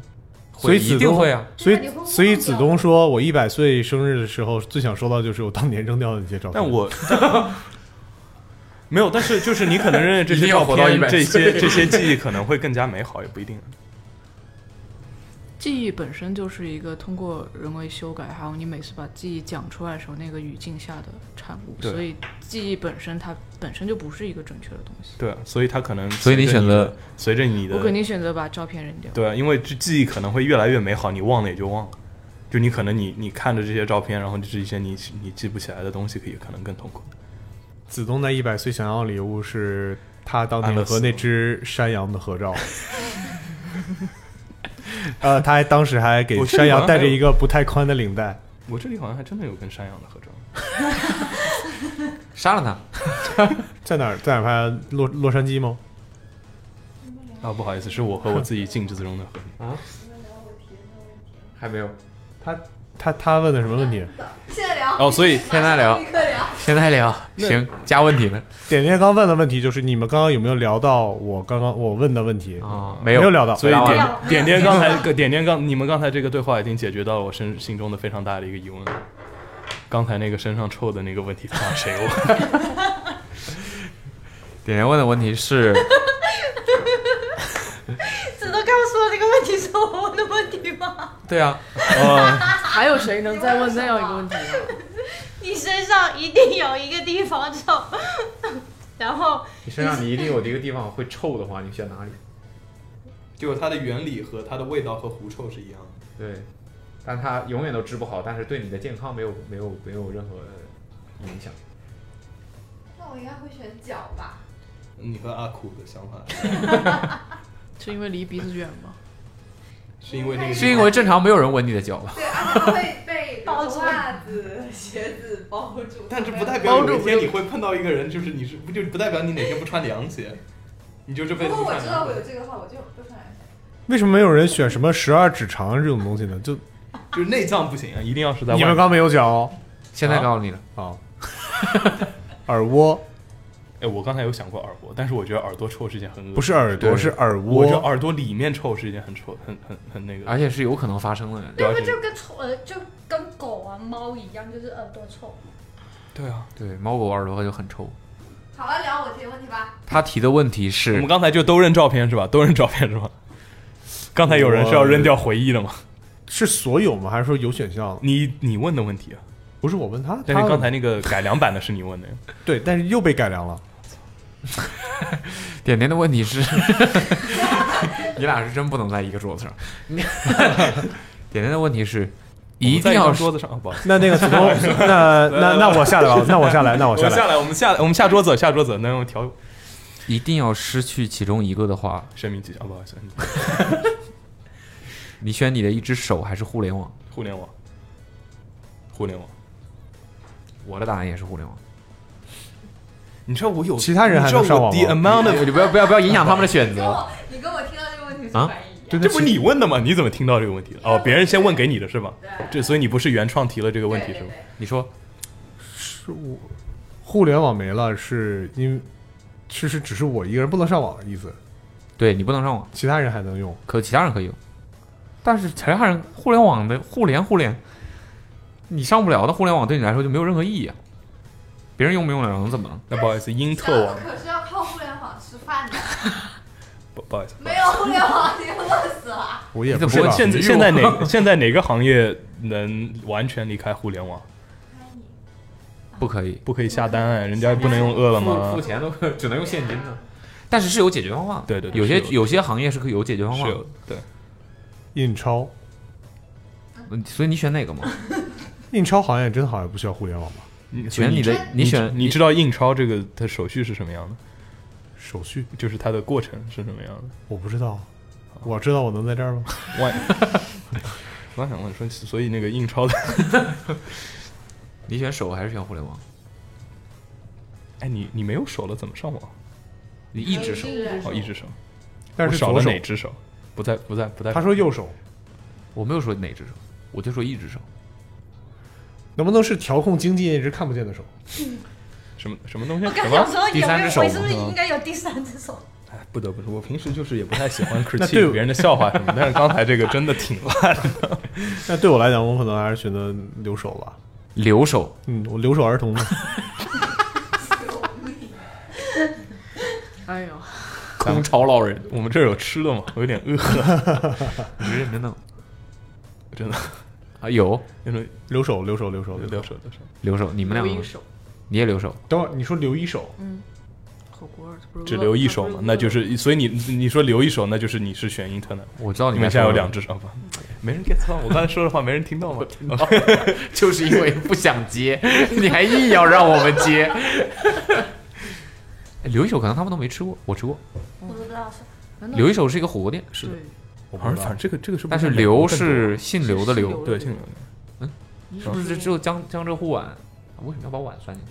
Speaker 5: 会
Speaker 7: 所以子
Speaker 5: 一定
Speaker 7: 东
Speaker 5: 会啊
Speaker 7: 所
Speaker 5: 对啊
Speaker 7: 以
Speaker 5: 你会
Speaker 7: 所以子东说，我一百岁生日的时候最想收到就是我当年扔掉的那些照片。
Speaker 2: 但我但没有，但是就是你可能认为这
Speaker 7: 一
Speaker 2: 些
Speaker 7: 定要
Speaker 2: 照
Speaker 7: 活到
Speaker 2: 片、
Speaker 7: 100
Speaker 2: 这些
Speaker 7: 岁
Speaker 2: 这些记忆可能会更加美好，也不一定。
Speaker 6: 记忆本身就是一个通过人为修改，还有你每次把记忆讲出来的时候那个语境下的产物，
Speaker 2: 对
Speaker 6: 所以记忆本身它本身就不是一个准确的东西。
Speaker 2: 对啊，所以他可能
Speaker 5: 所以你
Speaker 2: 随着
Speaker 5: 选
Speaker 2: 的
Speaker 5: 择
Speaker 2: 随着你的，
Speaker 6: 我肯定选择把照片扔掉。
Speaker 2: 对啊，因为这记忆可能会越来越美好，你忘了也就忘了。就你可能你你看着这些照片，然后就是一些你你记不起来的东西，可以可能更痛苦。
Speaker 7: 子东在一百岁想要的礼物是他 当
Speaker 2: 安乐
Speaker 7: 年
Speaker 2: 死
Speaker 7: 和那只山羊的合 照。呃，他还当时还给
Speaker 2: 我这里
Speaker 7: 山
Speaker 2: 好
Speaker 7: 羊
Speaker 2: 像
Speaker 7: 带
Speaker 2: 还
Speaker 7: 着
Speaker 2: 有
Speaker 7: 一个不太宽的领带。
Speaker 2: 我这里好像还真的有跟山羊的合照。
Speaker 5: 杀了
Speaker 7: 他， 在哪儿？在哪儿拍？洛洛杉矶吗？
Speaker 2: 啊，不好意思，是我和我自己镜子中的合
Speaker 5: 影。啊，还没有。
Speaker 7: 他他他问的什么问题？
Speaker 3: 现在聊
Speaker 5: 哦所以现在聊
Speaker 3: 立刻聊。
Speaker 5: 现在聊
Speaker 7: 那
Speaker 5: 行，加问题了。
Speaker 7: 点点刚问的问题就是你们刚刚有没有聊到我刚刚我问的问题
Speaker 5: 啊
Speaker 7: 没
Speaker 5: 没有
Speaker 7: 聊到，哎
Speaker 2: 所以点 点点刚才点点刚你们刚才这个对话已经解决到我身心中的非常大的一个疑问了。刚才那个身上臭的那个问题，他让谁问？
Speaker 5: 点点问的问题是，
Speaker 12: 子都刚刚说的这个问题是我问的问题吗？
Speaker 5: 对啊， 呃，
Speaker 6: 还有谁能再问那样一个问题吗？
Speaker 12: 你身上一定有一个地方臭， 然后
Speaker 5: 你身上你一定有一个地方会臭的话，你选哪里？
Speaker 2: 就是它的原理和它的味道和狐臭是一样的。
Speaker 5: 对，但它永远都治不好，但是对你的健康没有没有没有任何影响。
Speaker 3: 那我应该会选脚吧。
Speaker 2: 你和阿苦的想法
Speaker 6: 是因为离鼻子远吗？
Speaker 2: 是因为那个，
Speaker 5: 是因为正常没有人闻你的脚吧？
Speaker 12: 会被 包住袜子、鞋子包住，
Speaker 2: 但这不代表有一天你会碰到一个人，就是你是不就不代表你哪天不穿凉鞋，你就这辈子不穿凉鞋。
Speaker 12: 这个的话，我就不穿了。
Speaker 7: 为什么没有人选什么十二指肠这种东西呢？就
Speaker 2: 就是内脏不行啊，一定要是在
Speaker 7: 你
Speaker 2: 外
Speaker 7: 们
Speaker 2: 面
Speaker 7: 刚没有讲哦，
Speaker 5: 现在告诉你了。
Speaker 7: 啊， 耳蜗
Speaker 2: 哎，我刚才有想过耳蜗，但是我觉得耳朵臭是一件很恶
Speaker 7: 不是耳朵
Speaker 2: 对
Speaker 7: 是耳蜗
Speaker 2: 我觉得耳朵里面臭是一件很臭、很很很那个，
Speaker 5: 而且是有可能发生的。
Speaker 2: 对
Speaker 12: 那
Speaker 2: 啊而
Speaker 12: 不
Speaker 2: 且
Speaker 12: 就跟宠呃就跟狗啊猫一样，就是耳朵臭。
Speaker 2: 对啊，
Speaker 5: 对，猫狗耳朵就很臭。
Speaker 3: 好了，聊我提的问题吧。
Speaker 5: 他提的问题是，
Speaker 2: 我们刚才就都扔照片是吧？都扔照片是吧？ 刚才有人是要扔掉回忆的吗？
Speaker 7: 是所有吗？还是说有选项？
Speaker 2: 你你问的问题啊，
Speaker 7: 不是我问他，
Speaker 2: 但是
Speaker 7: 他
Speaker 2: 刚才那个改良版的是你问的呀。
Speaker 7: 对，但是又被改良了。
Speaker 5: 点点的问题是， 你俩是真不能在一个桌子上。 点点的问题是，一定
Speaker 2: 我
Speaker 5: 要
Speaker 2: 们在桌子上，哦不好意思
Speaker 7: 那那个 子东那那
Speaker 2: 来来
Speaker 7: 那我下来吧
Speaker 2: 来
Speaker 7: 那我下来那我
Speaker 2: 我
Speaker 7: 下来
Speaker 2: 下来，我们下我们下桌子，下桌子，能用调
Speaker 5: 一定要失去其中一个的话，
Speaker 2: 生命迹象，哦不好意思，你
Speaker 5: 你选你的一只手还是互联网？
Speaker 2: 互联网，互联网，
Speaker 5: 我的答案也是互联网。
Speaker 2: 你知道我有
Speaker 7: 其他人还能上网吗
Speaker 2: 你知道我 the amount of
Speaker 5: 你不要不要不要影响他们的选择。
Speaker 3: 哦你跟我听到这个问题
Speaker 2: 啊，这不你问的吗？你怎么听到这个问题了？哦，别人先问给你的是吧？这所以你不是原创提了这个问题是吗？
Speaker 5: 你说
Speaker 7: 是我互联网没了，是因为是是只是我一个人不能上网的意思，
Speaker 5: 对你不能上网，
Speaker 7: 其他人还能用。
Speaker 5: 可其他人可以用，但是其他人互联网的互联互联，你上不了的互联网对你来说就没有任何意义啊。别人用不用得了能怎么了？
Speaker 2: 那不好意思，因特网
Speaker 3: 可是要靠互联网吃饭的，
Speaker 2: 不不好意思，
Speaker 3: 没有互联网你饿死了。
Speaker 7: 我也
Speaker 2: 你怎
Speaker 7: 不
Speaker 2: 么
Speaker 7: 是吧
Speaker 2: 现在
Speaker 7: 没有
Speaker 2: 现在 哪现在哪个行业能完全离开互联网？
Speaker 5: 不可以，
Speaker 2: 不可以下单哎，人家不能用饿了
Speaker 5: 付
Speaker 2: 吗
Speaker 5: 付？钱都 只能用现金呢。但是是有解决方法的，
Speaker 2: 对对对
Speaker 5: 有些
Speaker 2: 是有的
Speaker 5: 有些行业是可以有解决方法
Speaker 2: 是有的对，
Speaker 7: 印钞，
Speaker 5: 嗯所以你选哪个嘛？
Speaker 7: 印钞好像也真好像不需要互联网吧？
Speaker 5: 选你
Speaker 2: 所
Speaker 5: 的
Speaker 2: 以
Speaker 5: 你选
Speaker 2: 你
Speaker 5: 你
Speaker 2: 知道印钞这个它手续是什么样的？
Speaker 7: 手续
Speaker 2: 就是它的过程是什么样的？
Speaker 7: 我不知道，我知道我能在这儿吗？
Speaker 2: 我 我刚想问说，所以那个印钞的，
Speaker 5: 你选手还是选互联网？
Speaker 2: 哎，你你没有手了，怎么上网？
Speaker 5: 你
Speaker 7: 一只手一只手
Speaker 2: 哦，一只手。
Speaker 7: 但是
Speaker 2: 我少
Speaker 7: 左
Speaker 2: 了
Speaker 7: 手
Speaker 2: 哪只手？不在不在不在。
Speaker 7: 他说右手，
Speaker 5: 我没有说哪只手，我就说一只手。
Speaker 7: 能不能是调控经济那只看不见的手？
Speaker 2: 什么什么东西
Speaker 12: 我刚想说有没有，我是不是应
Speaker 2: 吗
Speaker 12: 该有第三只手？
Speaker 2: 不得不说，我平时就是也不太喜 欢
Speaker 7: 那
Speaker 2: critique
Speaker 7: 对我
Speaker 2: 别人的笑话什么，但是刚才这个真的 挺烂的。
Speaker 7: 那对我来讲，我可能还是选择留守吧。
Speaker 5: 留守，
Speaker 7: 嗯，我留守儿童嘛。
Speaker 6: 哎呦，
Speaker 5: 空巢老人，
Speaker 2: 我们这儿有吃的吗？我有点饿。
Speaker 5: 你这真的
Speaker 2: 真的
Speaker 5: 啊？有
Speaker 2: 那种
Speaker 7: 留守，留守，留守，留
Speaker 2: 守，留守。
Speaker 5: 留守，你们两
Speaker 6: 留一
Speaker 5: 个
Speaker 6: 手，
Speaker 5: 你也留守，
Speaker 7: 等会儿你说留一手，
Speaker 6: 嗯，火锅儿不是
Speaker 2: 只
Speaker 6: 饿
Speaker 2: 留一
Speaker 6: 它
Speaker 2: 手
Speaker 6: 不是
Speaker 2: 嘛，那就是所以你你说留一手，那就是你是选英特的。
Speaker 5: 我知道你
Speaker 2: 们
Speaker 5: 在
Speaker 2: 现在有
Speaker 5: 说
Speaker 2: 两只手吧？没人 get 到我刚才说的话，没人 听到吗？
Speaker 5: 就是因为不想接， 你还硬要让我们接。哎留一手可能他们都没吃过，我吃过。
Speaker 8: 嗯
Speaker 12: 我都不知道是。难道
Speaker 5: 留一手是一个火锅店，
Speaker 2: 是的
Speaker 12: 对
Speaker 2: 我不知道好像 反正这个这个是不是
Speaker 5: 但是
Speaker 2: 在美
Speaker 5: 刘
Speaker 2: 国更多
Speaker 5: 是姓刘的刘，
Speaker 2: 对姓刘的
Speaker 5: 嗯，是不是只有江江浙沪皖？啊为什么要把皖算进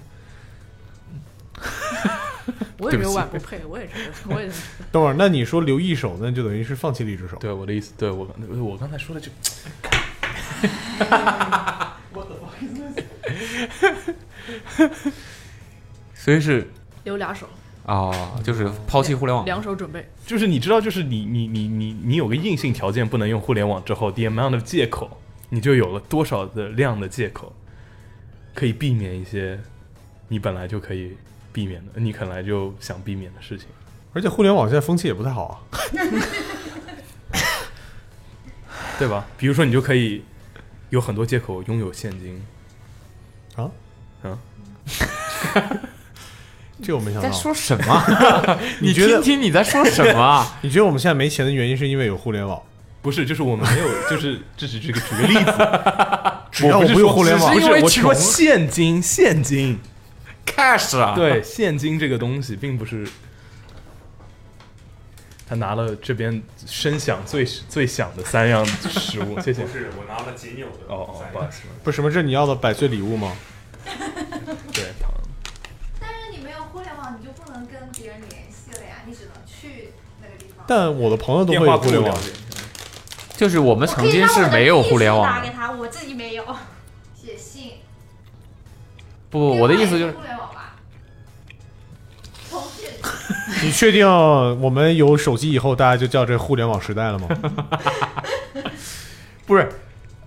Speaker 5: 去？
Speaker 6: 我也没
Speaker 7: 对
Speaker 6: 有
Speaker 7: 不起
Speaker 6: 碗不配，我也是，我也是。
Speaker 7: 等会儿，那你说留一手，那就等于是放弃了一只手。
Speaker 2: 对我的意思，对我我刚才说的就，
Speaker 5: 所以是
Speaker 6: 留俩手，
Speaker 5: 哦，就是抛弃互联网。
Speaker 6: 两手准备。
Speaker 2: 就是你知道，就是你你你你你有个硬性条件不能用互联网之后，the amount of 借口，你就有了多少的量的借口，可以避免一些你本来就可以避免的，你本来就想避免的事情。
Speaker 7: 而且互联网现在风气也不太好啊。
Speaker 2: 对吧？比如说，你就可以有很多借口拥有现金。
Speaker 7: 啊
Speaker 2: 啊！
Speaker 7: 这我没想到。啊
Speaker 5: 在说什 么
Speaker 7: 你觉得
Speaker 5: 你听听你在说什么？
Speaker 7: 你觉得我们现在没钱的原因是因为有互联网？
Speaker 2: 啊不是，就是我们没有，就是这只是个举个例
Speaker 7: 子只要
Speaker 2: 我
Speaker 7: 我
Speaker 2: 不是
Speaker 7: 不
Speaker 2: 说
Speaker 7: 用互联网，
Speaker 2: 只是因为
Speaker 7: 我
Speaker 2: 取过
Speaker 7: 穷
Speaker 2: 现金，现金
Speaker 5: cash 啊
Speaker 2: 对，现金这个东西并不是。他拿了这边声响最最响的三样食物，谢谢。
Speaker 4: 不是，我拿了解纽的。
Speaker 2: 哦哦，不好意思，
Speaker 7: 不是什么？这是你要的百岁礼物吗？
Speaker 2: 对，糖。
Speaker 12: 但是你没有互联网，你就不能跟别人联系了呀，你只能去那个地方。
Speaker 7: 但我的朋友都会有互联网。
Speaker 5: 就是我们
Speaker 12: 我可
Speaker 5: 曾
Speaker 12: 以
Speaker 5: 经
Speaker 12: 让我
Speaker 5: 是
Speaker 12: 的
Speaker 5: 没有
Speaker 12: 秘
Speaker 5: 互联
Speaker 12: 书
Speaker 5: 网
Speaker 12: 打
Speaker 5: 的
Speaker 12: 给，他，我自己没有。写信。
Speaker 5: 不不，我的意思就是
Speaker 12: 互联网吧。通讯。
Speaker 7: 你确定我们有手机以后，大家就叫这互联网时代 了吗？
Speaker 5: 不是，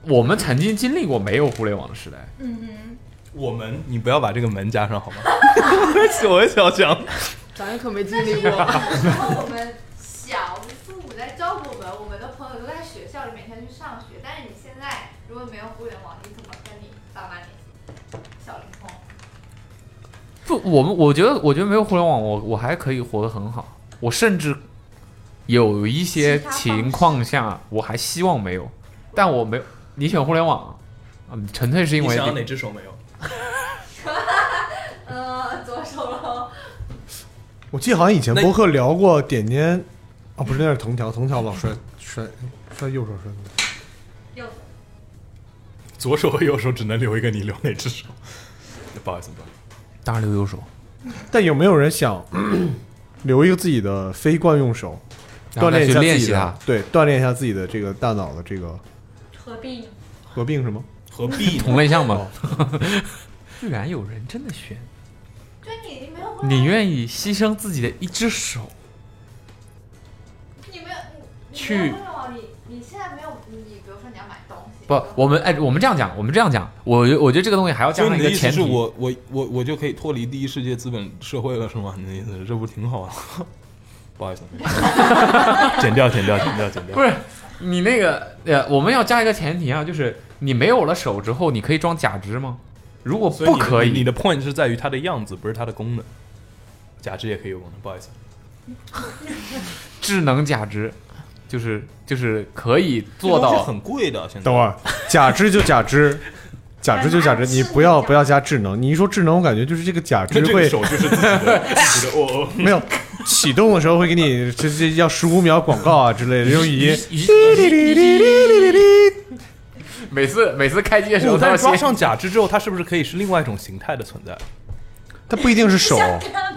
Speaker 5: 我们曾经经历过没有互联网的时代。
Speaker 12: 嗯
Speaker 2: 我们，你不要把这个门加 上好吗？我也想想，
Speaker 6: 咱也可没经
Speaker 12: 但是
Speaker 6: 历
Speaker 12: 有
Speaker 6: 过。
Speaker 12: 的时候我们小，父母在照顾我们，我们的朋友都在学校里每天去上学。但是你现在如果没有互联网，你怎么跟你爸 妈联系？小灵通。
Speaker 5: 不，我们我觉得，我觉得没有互联网，我我还可以活得很好。我甚至有一些情况下，我还希望没有，但我没有。你选互联网，嗯，纯粹是因为
Speaker 2: 你想要哪只手没有？
Speaker 12: 呃，左手喽。
Speaker 7: 我记得好像以前播客聊过点点，啊，不是那是藤条，藤条老摔摔摔右手摔。
Speaker 2: 左手和右手只能留一个，你留哪只手？不好意思，不好意思。
Speaker 5: 当然留右手。
Speaker 7: 但有没有人想 留一个自己的非惯用手，
Speaker 5: 然后
Speaker 7: 锻
Speaker 5: 再
Speaker 7: 炼一下
Speaker 5: 去练
Speaker 7: 自己
Speaker 5: 习它
Speaker 7: 的？对，锻炼一下自己的这个大脑的这个
Speaker 12: 合并。
Speaker 7: 合并哦什么？
Speaker 2: 合并
Speaker 5: 同类 项嘛。 居然有人真的选，
Speaker 12: 就你没有互联
Speaker 5: 你愿意牺牲自己的一只手
Speaker 12: 你没有你
Speaker 5: 去
Speaker 12: 没有互联网，你你现在没有你，比如说你要买东西，
Speaker 5: 不？我们哎，我们这样讲，我们这样讲，我觉我觉得这个东西还要加
Speaker 2: 所以
Speaker 5: 上
Speaker 2: 你
Speaker 5: 一
Speaker 2: 的
Speaker 5: 个
Speaker 2: 意
Speaker 5: 前
Speaker 2: 思
Speaker 5: 提，
Speaker 2: 是我我我我就可以脱离第一世界资本社会了，是吗？你的意思是这不挺好的？ 不好意思，没事剪掉，剪掉，剪掉，剪掉。
Speaker 5: 不是你那个呃，我们要加一个前提啊，就是你没有了手之后，你可以装假肢吗？如果
Speaker 2: 所以
Speaker 5: 不
Speaker 2: 你的
Speaker 5: 可以，
Speaker 2: 你的 point 是在于它的样子，不是它的功能。假肢也可以有功能，不好意思。
Speaker 5: 智能假肢，就是就是可以做到
Speaker 2: 很贵的。现在
Speaker 7: 等会儿，假肢就假肢，假肢就假肢，你不要不要加智能。你一说智能，我感觉就是这个假肢
Speaker 2: 这个
Speaker 7: 会
Speaker 2: 手就是自己的，自己的我哦
Speaker 7: 没有启动的时候会给你这这要十五秒广告啊之类的这种语音。
Speaker 5: 每次每次开机的时候，
Speaker 2: 哦
Speaker 5: 他
Speaker 2: 但
Speaker 5: 要
Speaker 2: 是抓
Speaker 5: 先
Speaker 2: 上假肢之后，它是不是可以是另外一种形态的存在？
Speaker 7: 它不一定是手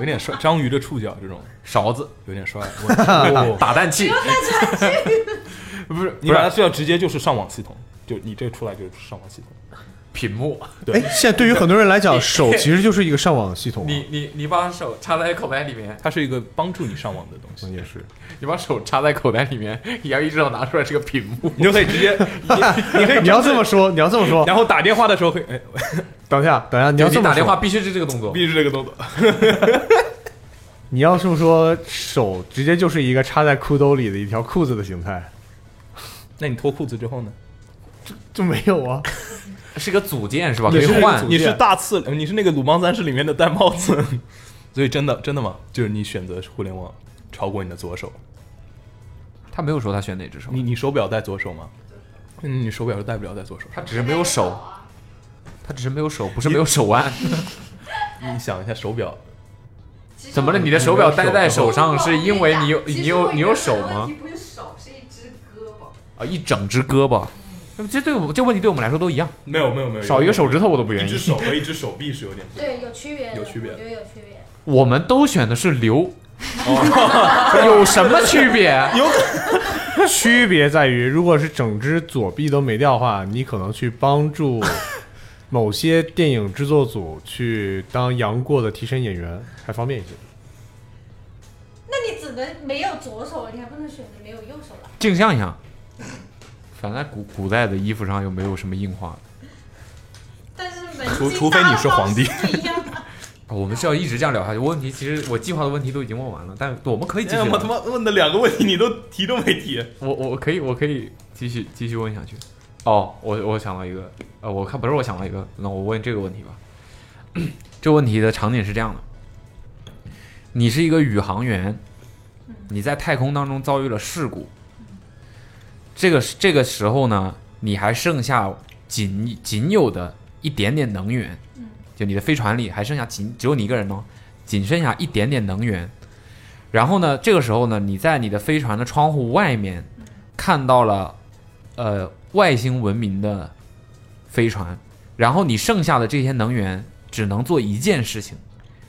Speaker 2: 有点帅，章鱼的触角这种
Speaker 5: 勺子，
Speaker 2: 有点帅
Speaker 5: 打蛋器。
Speaker 2: 不是，你把它掉直接就是上网系统，就你这出来就是上网系统，
Speaker 5: 屏幕。
Speaker 2: 对
Speaker 7: 哎，现在对于很多人来讲， 手其实就是一个上网系统啊。
Speaker 5: 你 你你把手插在口袋里面，
Speaker 2: 它是一个帮助你上网的东西。
Speaker 7: 也是，
Speaker 5: 你把手插在口袋里面，你要一只手拿出来是个屏幕，
Speaker 2: 你就可以直 接，你你可以
Speaker 7: 你要这么说，你要这么说。
Speaker 2: 然后打电话的时候会，哎，
Speaker 7: 等一下，等一下，你要这么
Speaker 5: 打
Speaker 7: 说
Speaker 5: 电话必须是这个动作，
Speaker 2: 必须是这个动作。
Speaker 7: 你要是不说手直接就是一个插在裤兜里的一条裤子的形态，
Speaker 2: 那你脱裤子之后呢？
Speaker 7: 就没有啊？
Speaker 5: 是个组件是吧？可
Speaker 2: 你
Speaker 5: 以
Speaker 2: 是
Speaker 5: 换。
Speaker 2: 你是大次，呃你是那个《鲁邦三世》里面的戴帽子， 所以真的真的吗？就是你选择互联网超过你的左手，
Speaker 5: 他没有说他选哪只手，
Speaker 2: 你你手表戴左手吗？嗯，你手表是戴不了在左手，
Speaker 5: 他只是没有手，他只是没有手，不是没有手腕。
Speaker 2: 你想一下手表，
Speaker 5: 怎么了？你的手表戴在手上是因为你有你有你有手吗？
Speaker 12: 不是手，是一只胳膊。
Speaker 5: 啊，一整只胳膊。那么这对我这问题对我们来说都一样。
Speaker 2: 没有没有没有
Speaker 5: 少一个手指头我都不愿
Speaker 2: 一
Speaker 5: 意
Speaker 2: 只。手和一只手臂是有点
Speaker 8: 对，有区别的，
Speaker 2: 有区别
Speaker 8: 我觉得有区别。
Speaker 5: 我们都选的是留， 有什么区别？
Speaker 2: 有
Speaker 7: 区别在于，如果是整只左臂都没掉的话，你可能去帮助 某些电影制作组去当杨过的替身演员，还方便一些。
Speaker 8: 那你只能没有左手，你还不能选择没有右手了。
Speaker 5: 镜像一样。反正古古代的衣服上又没有什么硬化
Speaker 8: 但是门
Speaker 5: 除除非你是皇帝
Speaker 8: 禁大的方式不一样 啊
Speaker 5: 的。我们是要一直这样聊下去。问题其实我计划的问题都已经问完了，但我们可以继续
Speaker 2: 哎
Speaker 5: 聊。
Speaker 2: 我他妈问的两个问题你都提都没提。
Speaker 5: 我我可以我可以继续继续问下去。哦，我我想到一个，呃，我看不是我想到一个，那我问这个问题吧。这问题的场景是这样的：你是一个宇航员，你在太空当中遭遇了事故。这个这个时候呢，你还剩下仅仅有的一点点能源，
Speaker 12: 嗯
Speaker 5: 就你的飞船里还剩下仅只有你一个人哦，仅剩下一点点能源。然后呢，这个时候呢，你在你的飞船的窗户外面看到了，呃，外星文明的飞船，然后你剩下的这些能源只能做一件事情，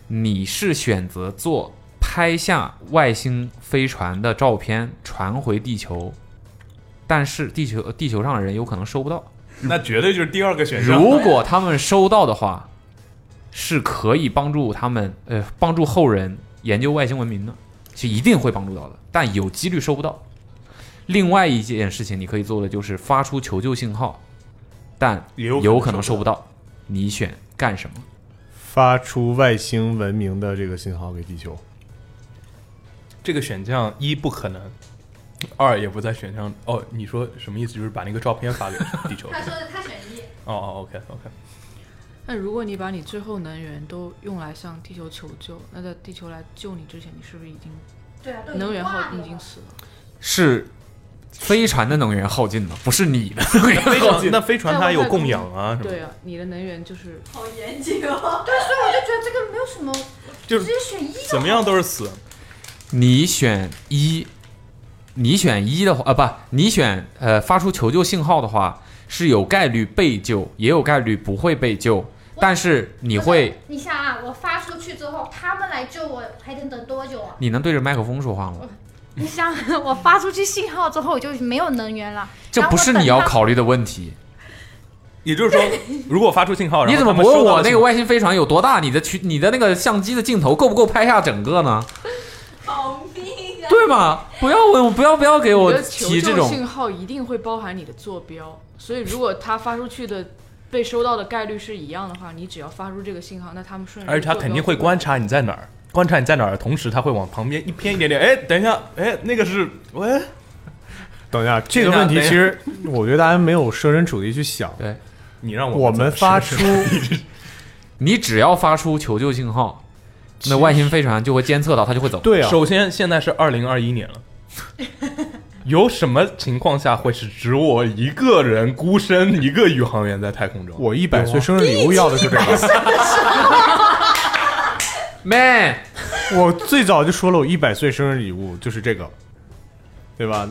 Speaker 5: 你是选择做拍下外星飞船的照片传回地球，但是地球地球上的人有可能收不到。
Speaker 2: 那绝对就是第二个选项。
Speaker 5: 如果他们收到的话，是可以帮助他们呃帮助后人研究外星文明的，是一定会帮助到的，但有几率收不到。另外一件事情你可以做的就是发出求救信号，但有可能收不到。你选干什么？
Speaker 7: 发出外星文明的这个信号给地球，
Speaker 2: 这个选项一不可能，二也不在选项。哦，你说什么意思？就是把那个照片发给地球。
Speaker 12: 他说的他选一。
Speaker 2: 哦哦，OK OK。
Speaker 6: 那如果你把你最后能源都用来向地球求救，那在地球来救你之前，你是不是已经
Speaker 8: 对啊都已经
Speaker 6: 能源
Speaker 8: 挂
Speaker 6: 耗
Speaker 8: 了
Speaker 6: 已经死了？
Speaker 5: 是飞船的能源耗尽了，不是你的能源
Speaker 2: 那飞
Speaker 6: 哦
Speaker 5: 耗尽
Speaker 2: 船。那飞船它有供氧啊，什么
Speaker 6: 对啊，你的能源就是
Speaker 8: 好严谨哦。对，所以我就觉得这个没有什么，
Speaker 2: 就
Speaker 8: 直接选一就好
Speaker 2: 怎么样都是死。
Speaker 5: 你选一，你选一的话，啊不，你选呃发出求救信号的话，是有概率被救，也有概率不会被救，但是你会，
Speaker 8: 你想啊，我发出去之后，他们来救我，还能等多久 啊？
Speaker 5: 你能对着麦克风说话吗？
Speaker 8: 你想，我发出去信号之后，我就没有能源了。
Speaker 5: 这不是你要考虑的问题。
Speaker 2: 也就是说，如果发出信号，然后
Speaker 5: 你怎么
Speaker 2: 他
Speaker 5: 不
Speaker 2: 们收
Speaker 5: 问
Speaker 2: 到
Speaker 5: 我
Speaker 2: 了
Speaker 5: 那
Speaker 2: 信
Speaker 5: 个
Speaker 2: 号
Speaker 5: 外星飞船有多大？你的去你的那个相机的镜头够不够拍下整个呢？
Speaker 6: 逃命啊
Speaker 5: 对吧？不要问，不要不要给我
Speaker 6: 你的求
Speaker 5: 提
Speaker 6: 救
Speaker 5: 这种
Speaker 6: 信号一定会包含你的坐标，所以如果它发出去的被收到的概率是一样的话，你只要发出这个信号，那他们顺着
Speaker 2: 而且他肯定会观察你在哪儿，观察你在哪儿的同时，他会往旁边一偏一点点。哎，等一下，哎，那个是喂，
Speaker 7: 等一下，这个问题
Speaker 2: 等一
Speaker 7: 其
Speaker 2: 下
Speaker 7: 实我觉得大家没有设身处地去想。
Speaker 5: 对，
Speaker 2: 你让
Speaker 7: 我们发出，
Speaker 5: 你只要发出求救信号，那外星飞船就会监测到，它就会走。
Speaker 2: 啊首先，现在是二零二一年了，有什么情况下会是只我一个人孤身一个宇航员在太空中？
Speaker 7: 我一 百岁生日礼物要的是这个。
Speaker 5: man，
Speaker 7: 我最早就说了，我一百岁生日礼物就是这个，对吧？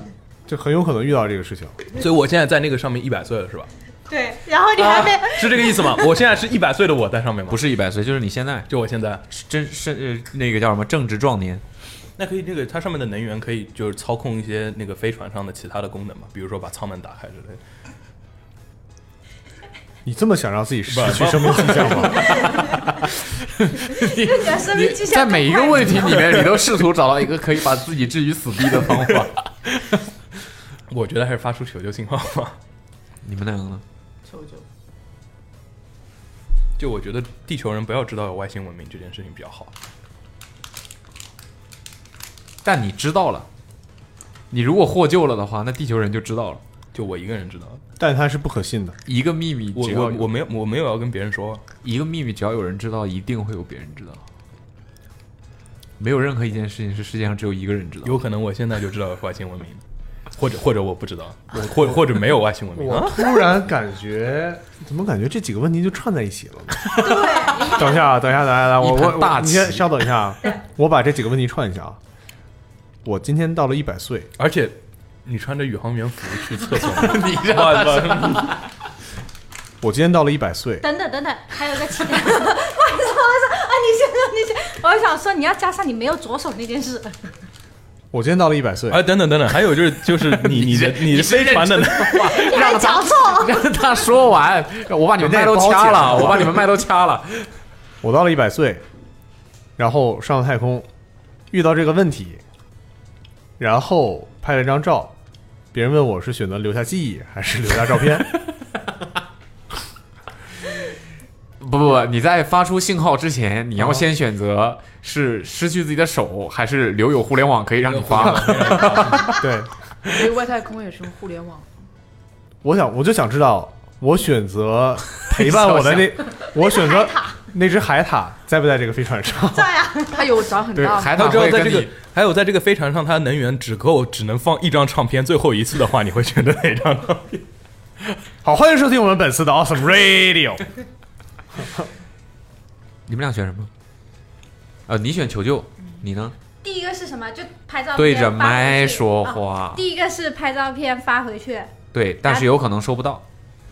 Speaker 7: 就很有可能遇到这个事情。
Speaker 2: 所以我现在在那个上面一百岁了，是吧？
Speaker 12: 对，然后你还
Speaker 5: 啊
Speaker 12: 没、
Speaker 2: 是这个意 思 吗？我现在是一百岁的我在上面吗？
Speaker 5: 不是一百岁，就是你现在，
Speaker 2: 就我现在，
Speaker 5: 真是呃那个叫什么正值壮年。
Speaker 2: 那可以，那个它上面的能源可以就是操控一些那个飞船上的其他的功能嘛，比如说把舱门打开之类的。
Speaker 7: 你这么想让自己失去
Speaker 2: 不
Speaker 7: 生命迹象吗？
Speaker 12: 你的生命迹象
Speaker 5: 在每一个问题里面，你都试图找到一个可以把自己置于死地的方法。
Speaker 2: 我觉得还是发出求救信号吧。
Speaker 5: 你们两个呢？
Speaker 6: 求 救。
Speaker 2: 就我觉得地球人不要知道有外星文明这件事情比较好。
Speaker 5: 但你知道了，你如果获救了的话，那地球人就知道了。
Speaker 2: 就我一个人知道，
Speaker 7: 但它是不可信的。
Speaker 5: 一个秘密
Speaker 2: 我
Speaker 5: 只要
Speaker 2: 我我没有我没有要跟别人说，
Speaker 5: 一个秘密只要有人知道，一定会有别人知道。没有任何一件事情是世界上只有一个人知道。
Speaker 2: 有可能我现在就知道有外星文明，或者或者我不知道，我或或者没有外星文明
Speaker 7: 我
Speaker 2: 啊。
Speaker 7: 突然感觉，怎么感觉这几个问题就串在一起了呢？等一下啊，等一下，等一下，来，我
Speaker 5: 一盘
Speaker 7: 我
Speaker 5: 大
Speaker 7: 我，你
Speaker 5: 棋，
Speaker 7: 先稍等一下，啊，我把这几个问题串一下啊。我今天到了一百岁，
Speaker 2: 而且你穿着宇航员服去厕所
Speaker 5: 你
Speaker 12: 让他说
Speaker 7: 我今天到了一百岁，
Speaker 12: 等等等等，还有个其 他。我说我说啊，你先说，你先。我想说你要加上你没有左手那件事。
Speaker 7: 我今天到了一百岁。
Speaker 2: 哎，等等等等，还有就是就是 你你的你的飞船的能，
Speaker 12: 你还讲错，
Speaker 5: 让他说完，我把你们麦都掐了，我把你们麦都掐了。
Speaker 7: 我到了一百岁，然后上了太空，遇到这个问题，然后拍了张照，别人问我是选择留下记忆还是留下照片，
Speaker 5: 不不不，你在发出信号之前，你要先选择是失去自己的手，还是留有互联网可以让你发。
Speaker 7: 对，
Speaker 6: 所以外太空也是互联网。
Speaker 7: 我想，我就想知道，我选择陪伴我的那
Speaker 6: 笑，
Speaker 7: 我选择那只海獭在 不在这个飞船上？
Speaker 6: 它有长很
Speaker 5: 啊
Speaker 6: 大吗，
Speaker 2: 还有知道在这个还有在这个飞船上，它的能源只够只能放一张唱片，最后一次的话，你会选择哪张唱片？
Speaker 7: 好，欢迎收听我们本次的 Awesome Radio。
Speaker 5: 你们俩选什么？呃，你选求救，你呢？
Speaker 12: 第一个是什么？就拍照片
Speaker 5: 对
Speaker 12: 发
Speaker 5: 着
Speaker 12: 回
Speaker 5: 麦
Speaker 12: 去
Speaker 5: 说
Speaker 12: 啊
Speaker 5: 话，
Speaker 12: 第一个是拍照片发回去，
Speaker 5: 对，但是有可能收不到，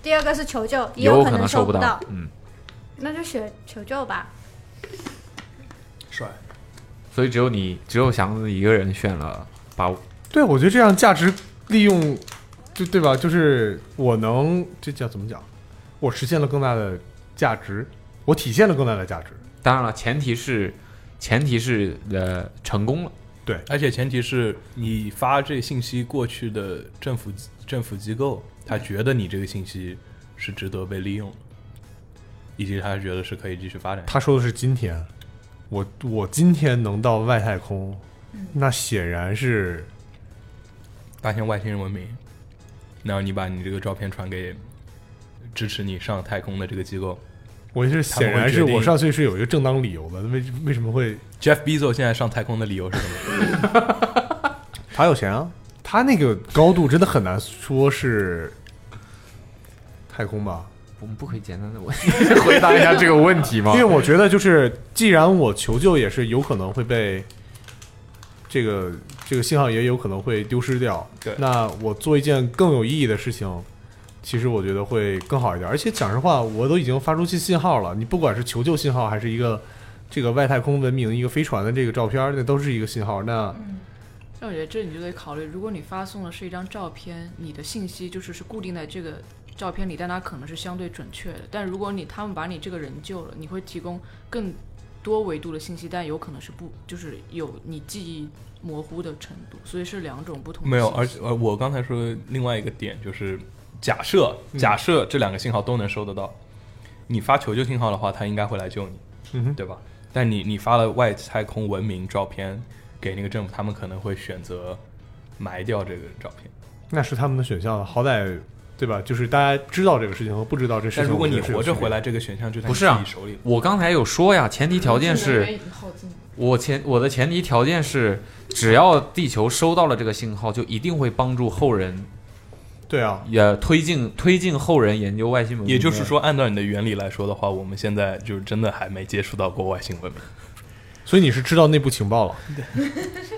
Speaker 12: 第二个是求救，也
Speaker 5: 有
Speaker 12: 可能
Speaker 5: 收
Speaker 12: 不
Speaker 5: 到。嗯，
Speaker 12: 那就选求救吧。
Speaker 2: 帅，
Speaker 5: 所以只有你，只有祥子一个人选了把我
Speaker 7: 对，我觉得这样价值利用，就对吧？就是我能这叫怎么讲？我实现了更大的价值，我体现了更大的价值。
Speaker 5: 当然了，前提是前提是呃成功了。
Speaker 7: 对，
Speaker 2: 而且前提是你发这信息过去的政府政府机构，他觉得你这个信息是值得被利用的，以及他觉得是可以继续发展。
Speaker 7: 他说的是今天，我我今天能到外太空，那显然是
Speaker 2: 发现外星人文明，然后你把你这个照片传给支持你上太空的这个机构，
Speaker 7: 我是显然是我上去是有一个正当理由的，为为什么会
Speaker 2: Jeff Bezos 现在上太空的理由是什么？
Speaker 7: 他有钱啊？他那个高度真的很难说是太空吧？
Speaker 5: 我 们不可以简单的问回答一下这个问题吗？
Speaker 7: 因为我觉得就是，既然我求救也是有可能会被这个这个信号也有可能会丢失掉，
Speaker 2: 对
Speaker 7: 那我做一件更有意义的事情。其实我觉得会更好一点，而且讲实话，我都已经发出去信号了。你不管是求救信号，还是一个这个外太空文明一个飞船的这个照片，那都是一个信号。那
Speaker 6: 但我觉得这你就得考虑，如果你发送的是一张照片，你的信息就是是固定在这个照片里，但它可能是相对准确的。但如果你他们把你这个人救了，你会提供更多维度的信息，但有可能是不就是有你记忆模糊的程度，所以是两种不同的
Speaker 2: 没有，
Speaker 6: 信息
Speaker 2: 而且呃，我刚才说的另外一个点就是，假设
Speaker 7: 嗯
Speaker 2: 假设这两个信号都能收得到，你发求救信号的话，他应该会来救你，
Speaker 7: 嗯哼
Speaker 2: 对吧？但你你发了外太空文明照片给那个政府，他们可能会选择埋掉这个照片。
Speaker 7: 那是他们的选项了，好歹对吧？就是大家知道这个事情和不知道这事情。
Speaker 2: 但如果你
Speaker 7: 我觉得是有
Speaker 2: 活着
Speaker 7: 区别
Speaker 2: 回来，这个选项就在
Speaker 5: 不
Speaker 2: 你
Speaker 5: 是啊
Speaker 2: 自己手里了，
Speaker 5: 我刚才有说呀，前提条件是
Speaker 6: 耗 尽了
Speaker 5: 我前我的前提条件是，只要地球收到了这个信号，就一定会帮助后人，
Speaker 7: 对啊，
Speaker 5: 也推进推进后人研究外星文明。
Speaker 2: 也就是，说，按照你的原理来说的话，我们现在就是真的还没接触到过外星文明。
Speaker 7: 所以你是知道内部情报了。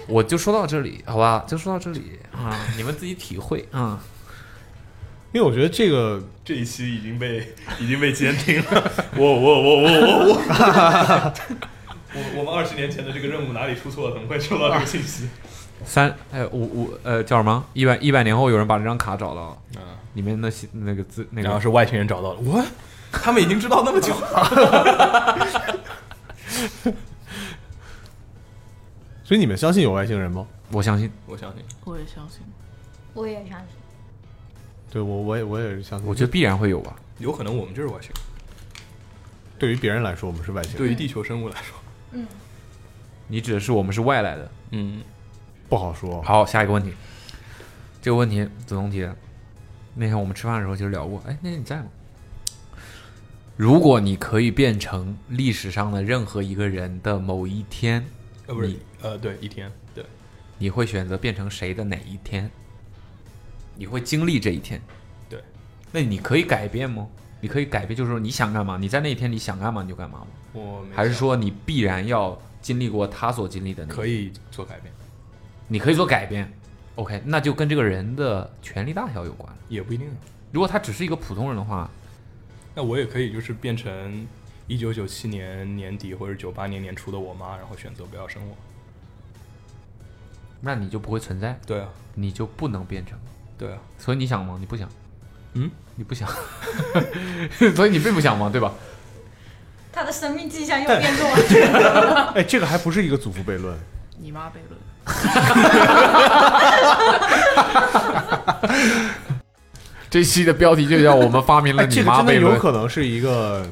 Speaker 5: 我就说到这里，好吧，就说到这里啊，你们自己体会
Speaker 2: 嗯
Speaker 5: 啊。
Speaker 7: 因为我觉得这个
Speaker 2: 这一期已经被 已经被监听了， 我我我我我 我，我我们二十年前的这个任务哪里出错了？怎么会收到这个信息？
Speaker 5: 三呃五五呃叫什么？一百一百年后有人把这张卡找到了，
Speaker 7: 啊
Speaker 5: 里面那些那个字那个，
Speaker 2: 然后是外星人找到了，我 他们已经知道那么久了。
Speaker 7: 所以你们相信有外星人吗？
Speaker 5: 我相信，
Speaker 2: 我相信，
Speaker 6: 我也相信，
Speaker 8: 我也相信。
Speaker 7: 对我我也我也是相信，
Speaker 5: 我觉得必然会有吧。
Speaker 2: 有可能我们就是外星人，
Speaker 7: 对于别人来说，我们是外星人；
Speaker 2: 对于地球生物来说，
Speaker 8: 嗯，
Speaker 5: 你指的是我们是外来的，
Speaker 2: 嗯，
Speaker 7: 不好说。
Speaker 5: 好，下一个问题，这个问题子龙提的，那天我们吃饭的时候就聊过，哎，那天你在吗？如果你可以变成历史上的任何一个人的某一天，
Speaker 2: 呃，不是
Speaker 5: 你，
Speaker 2: 呃，对，一天，对，
Speaker 5: 你会选择变成谁的哪一天？你会经历这一天？
Speaker 2: 对，
Speaker 5: 那你可以改变吗？你可以改变，就是说你想干嘛，你在那一天你想干嘛你就干嘛吗？
Speaker 2: 我没
Speaker 5: 还是说你必然要经历过他所经历的那？
Speaker 2: 可以做改变，
Speaker 5: 你可以做改变。OK，那就跟这个人的权力大小有关了。
Speaker 2: 也不一定。啊
Speaker 5: 如果他只是一个普通人的话，
Speaker 2: 那我也可以就是变成一九九七年年底或者九八年年初的我妈，然后选择不要生我。
Speaker 5: 那你就不会存在。
Speaker 2: 对啊，
Speaker 5: 你就不能变成。
Speaker 2: 对啊，
Speaker 5: 所以你想吗？你不想。
Speaker 2: 嗯，
Speaker 5: 你不想， 所以你并不想嘛，对吧？
Speaker 8: 他的生命迹象又
Speaker 7: 但
Speaker 8: 变弱了。
Speaker 7: 哎，这个还不是一个祖父悖论，
Speaker 6: 你妈悖论。
Speaker 5: 这期的标题就叫“我们发明 了
Speaker 7: 哎，
Speaker 5: 你
Speaker 7: 这个
Speaker 5: 妈
Speaker 7: 真的
Speaker 5: 悖论
Speaker 7: 有”可能是一个，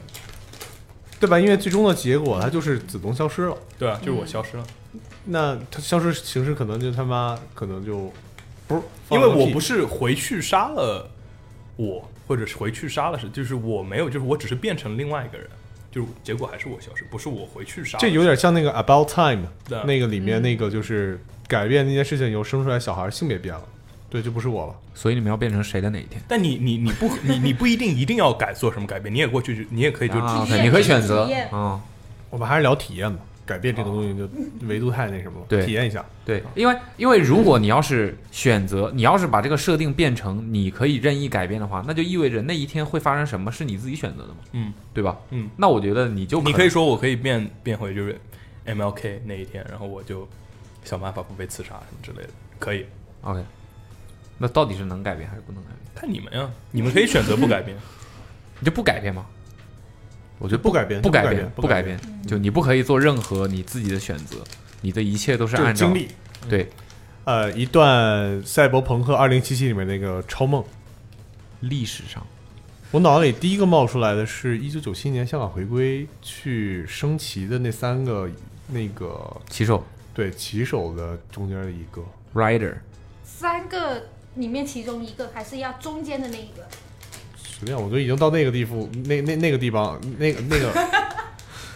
Speaker 7: 对吧？因为最终的结果，它就是子龙消失了。嗯
Speaker 2: 对啊，就是我消失了，
Speaker 7: 那他消失形式可能就他妈可能就不是，
Speaker 2: 因为我不是回去杀了我，或者是回去杀了谁，就是我没有，就是我只是变成另外一个人，就是结果还是我消失，不是我回去杀了
Speaker 7: 这
Speaker 2: 谁。
Speaker 7: 有点像那个 About Time
Speaker 2: 对啊
Speaker 7: 那个里面
Speaker 2: 嗯
Speaker 7: 那个就是改变那件事情以后生出来小孩性别变了，对，就不是我了。
Speaker 5: 所以你们要变成谁的哪一天？
Speaker 2: 但你你你不你你不一定一定要改做什么改变，你也过去，你也可以就
Speaker 5: 啊，OK，你可以 选择体验
Speaker 7: 嗯，我们还是聊体验吧，改变这个东西就维度太那什么了，
Speaker 5: 对
Speaker 7: 体验一下。
Speaker 5: 对，因为因为如果你要是选择，你要是把这个设定变成你可以任意改变的话，那就意味着那一天会发生什么是你自己选择的嘛，
Speaker 2: 嗯，
Speaker 5: 对吧？
Speaker 2: 嗯，
Speaker 5: 那我觉得你就
Speaker 2: 你可以说我可以变变回就是 MLK 那一天，然后我就想办法不被刺杀什么之类的，可以。
Speaker 5: OK，那到底是能改变还是不能改变？
Speaker 2: 看你们呀，你们可以选择不改变，
Speaker 5: 你就不改变吗？我觉得
Speaker 7: 不改变
Speaker 5: 不
Speaker 7: 不改
Speaker 5: 变
Speaker 7: 变，
Speaker 5: 不
Speaker 7: 不改
Speaker 5: 改变，就你不可以做任何你自己的选择，你的一切都是
Speaker 7: 就是
Speaker 5: 按照嗯
Speaker 7: 经历
Speaker 5: 对，
Speaker 7: 嗯呃，一段《赛博朋克2077》里面那个超梦，
Speaker 5: 历史上，
Speaker 7: 我脑子里第一个冒出来的是一九九七年香港回归去升旗的那三个那个
Speaker 5: 骑手，
Speaker 7: 对骑手的中间的一个
Speaker 5: rider，
Speaker 8: 三个里面其中一个，还是要中间的那一 个。
Speaker 7: 随便，我都已经到那个地步，那那那个地方，那个那个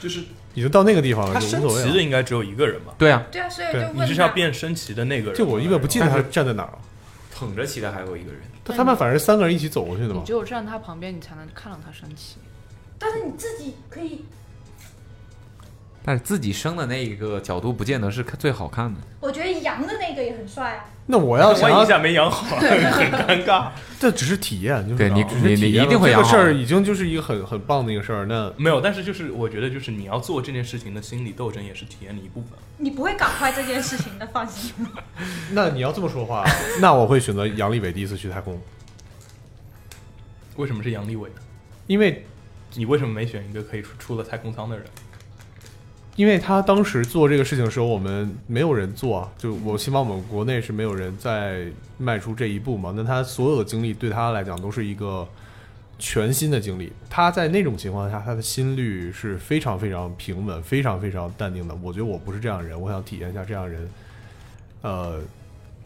Speaker 2: 就是
Speaker 7: 已经到那个地方了，
Speaker 2: 他
Speaker 7: 就
Speaker 2: 升
Speaker 7: 无所谓
Speaker 2: 旗
Speaker 7: 啊
Speaker 2: 的
Speaker 7: 了。
Speaker 2: 应该只有一个人吧？
Speaker 5: 对啊
Speaker 12: 对啊所以
Speaker 7: 就问
Speaker 2: 你就是要变升旗的那个人。
Speaker 7: 就我一本不记得他站在哪儿了，啊
Speaker 5: 捧着旗的还有一个人，
Speaker 7: 他他们反正三个人一起走过去的嘛
Speaker 6: 你只。有站他旁边，你才能看到他生气。
Speaker 8: 但是你自己可以，
Speaker 5: 但是自己生的那一个角度不见得是看最好看的。
Speaker 8: 我觉得羊的那个也很帅啊。
Speaker 7: 那我要想
Speaker 2: 万
Speaker 7: 要
Speaker 2: 一一下没养好，很 尴尬。
Speaker 7: 这只是体验，就是
Speaker 5: 对你
Speaker 7: 啊只是
Speaker 5: 你你
Speaker 7: 体验
Speaker 5: 一定会
Speaker 7: 这
Speaker 5: 啊养
Speaker 7: 个
Speaker 5: 好
Speaker 7: 事儿已经就是一个很很棒的一个事儿。那
Speaker 2: 没有，但是就是我觉得就是你要做这件事情的心理斗争也是体验的一部分。
Speaker 8: 你不会搞坏这件事情的，放心。
Speaker 7: 那你要这么说话，那我会选择杨利伟第一次去太空，
Speaker 2: 为什么是杨利伟呢？
Speaker 7: 因为
Speaker 2: 你为什么没选一个可以出出了太空舱的人？
Speaker 7: 因为他当时做这个事情的时候，我们没有人做啊，就我起码我们国内是没有人在迈出这一步嘛。那他所有的经历对他来讲都是一个全新的经历。他在那种情况下，他的心率是非常非常平稳、非常非常淡定的。我觉得我不是这样的人，我想体验一下这样的人，呃，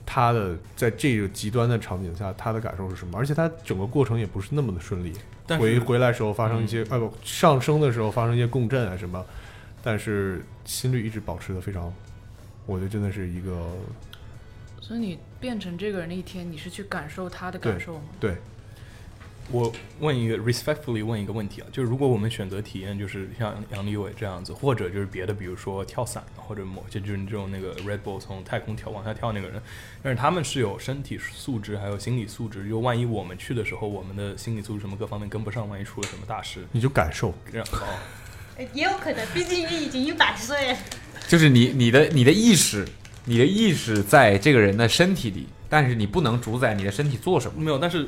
Speaker 7: 他的在这个极端的场景下，他的感受是什么？而且他整个过程也不是那么的顺利，
Speaker 2: 但是嗯
Speaker 7: 回回来时候发生一些，呃、不上升的时候发生一些共振啊什么，但是心率一直保持的非常，我觉得真的是一个
Speaker 6: 所以你变成这个人的一天，你是去感受他的感受吗？
Speaker 7: 对，
Speaker 2: 我问一个 respectfully 问一个问题啊，就是如果我们选择体验，就是像杨利伟这样子，或者就是别的，比如说跳伞，啊或者某些就是这种那个 Red Bull 从太空跳往下跳那个人，但是他们是有身体素质还有心理素质，就万一我们去的时候，我们的心理素质什么各方面跟不上，万一出了什么大事，哦
Speaker 7: 你就感受，
Speaker 2: 然后
Speaker 13: 也有可能，毕竟你已经一百岁了。
Speaker 5: 就是你你的你的意识，你的意识在这个人的身体里，但是你不能主宰你的身体做什么。
Speaker 2: 没有，但是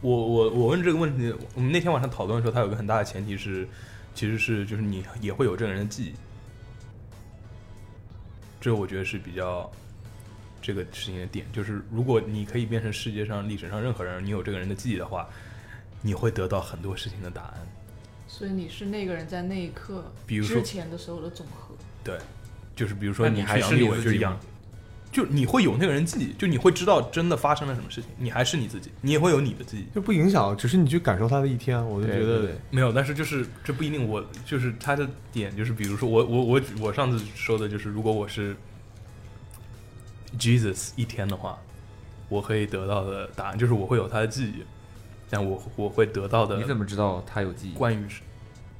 Speaker 2: 我我我问这个问题，我们那天晚上讨论的时候，它有个很大的前提是，其实是就是你也会有这个人的记忆，这我觉得是比较这个事情的点，就是如果你可以变成世界上历史上任何人，你有这个人的记忆的话，你会得到很多事情的答案。
Speaker 6: 所以你是那个人在那一刻
Speaker 2: 比如说
Speaker 6: 之前的所有的总 和。
Speaker 2: 对，就是比如说
Speaker 5: 那你
Speaker 2: 去
Speaker 5: 还
Speaker 2: 杨
Speaker 5: 是
Speaker 2: 利
Speaker 5: 你
Speaker 2: 伟
Speaker 5: 自
Speaker 2: 就是
Speaker 5: 己
Speaker 2: 杨
Speaker 5: 吗，
Speaker 2: 就你会有那个人记忆，就你会知道真的发生了什么事情，你还是你自己，你也会有你的记忆。
Speaker 7: 就不影响，只是你去感受他的一天，我就觉得
Speaker 2: 没有，但是就是这不一定我。就是他的点，就是比如说我我我我上次说的就是，如果我是 Jesus 一天的话，我可以得到的答案就是我会有他的记忆，但我我会得到的。你怎
Speaker 5: 么知道他有记忆？
Speaker 2: 关于是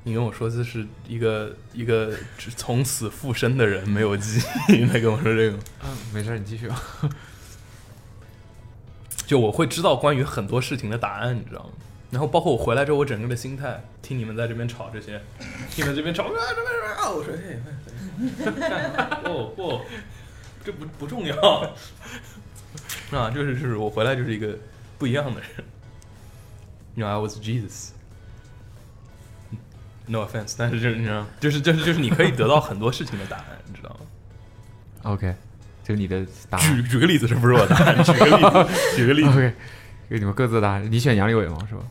Speaker 2: 你跟我说这是一个一个只从死复生的人没有记忆，你在跟我说这个吗？
Speaker 5: 嗯，没事，你继续吧。
Speaker 2: 就我会知道关于很多事情的答案，你知道吗？然后包括我回来之后，我整个的心态，听你们在这边吵这些，听你们这边吵，啊这边啊，我说嘿，干哦哦，这不不重要啊，就是就是我回来就是一个不一样的人。You know, I was Jesus. No offense，但是就是你知道，就是就是就是你可以得到很多事情的答案，你知道吗？
Speaker 5: OK，这是你的答案。
Speaker 2: 举举个例子，这不是我的答案举个例 子举个例子
Speaker 5: OK，给你们各自的答案。你选杨利伟吗？是吧？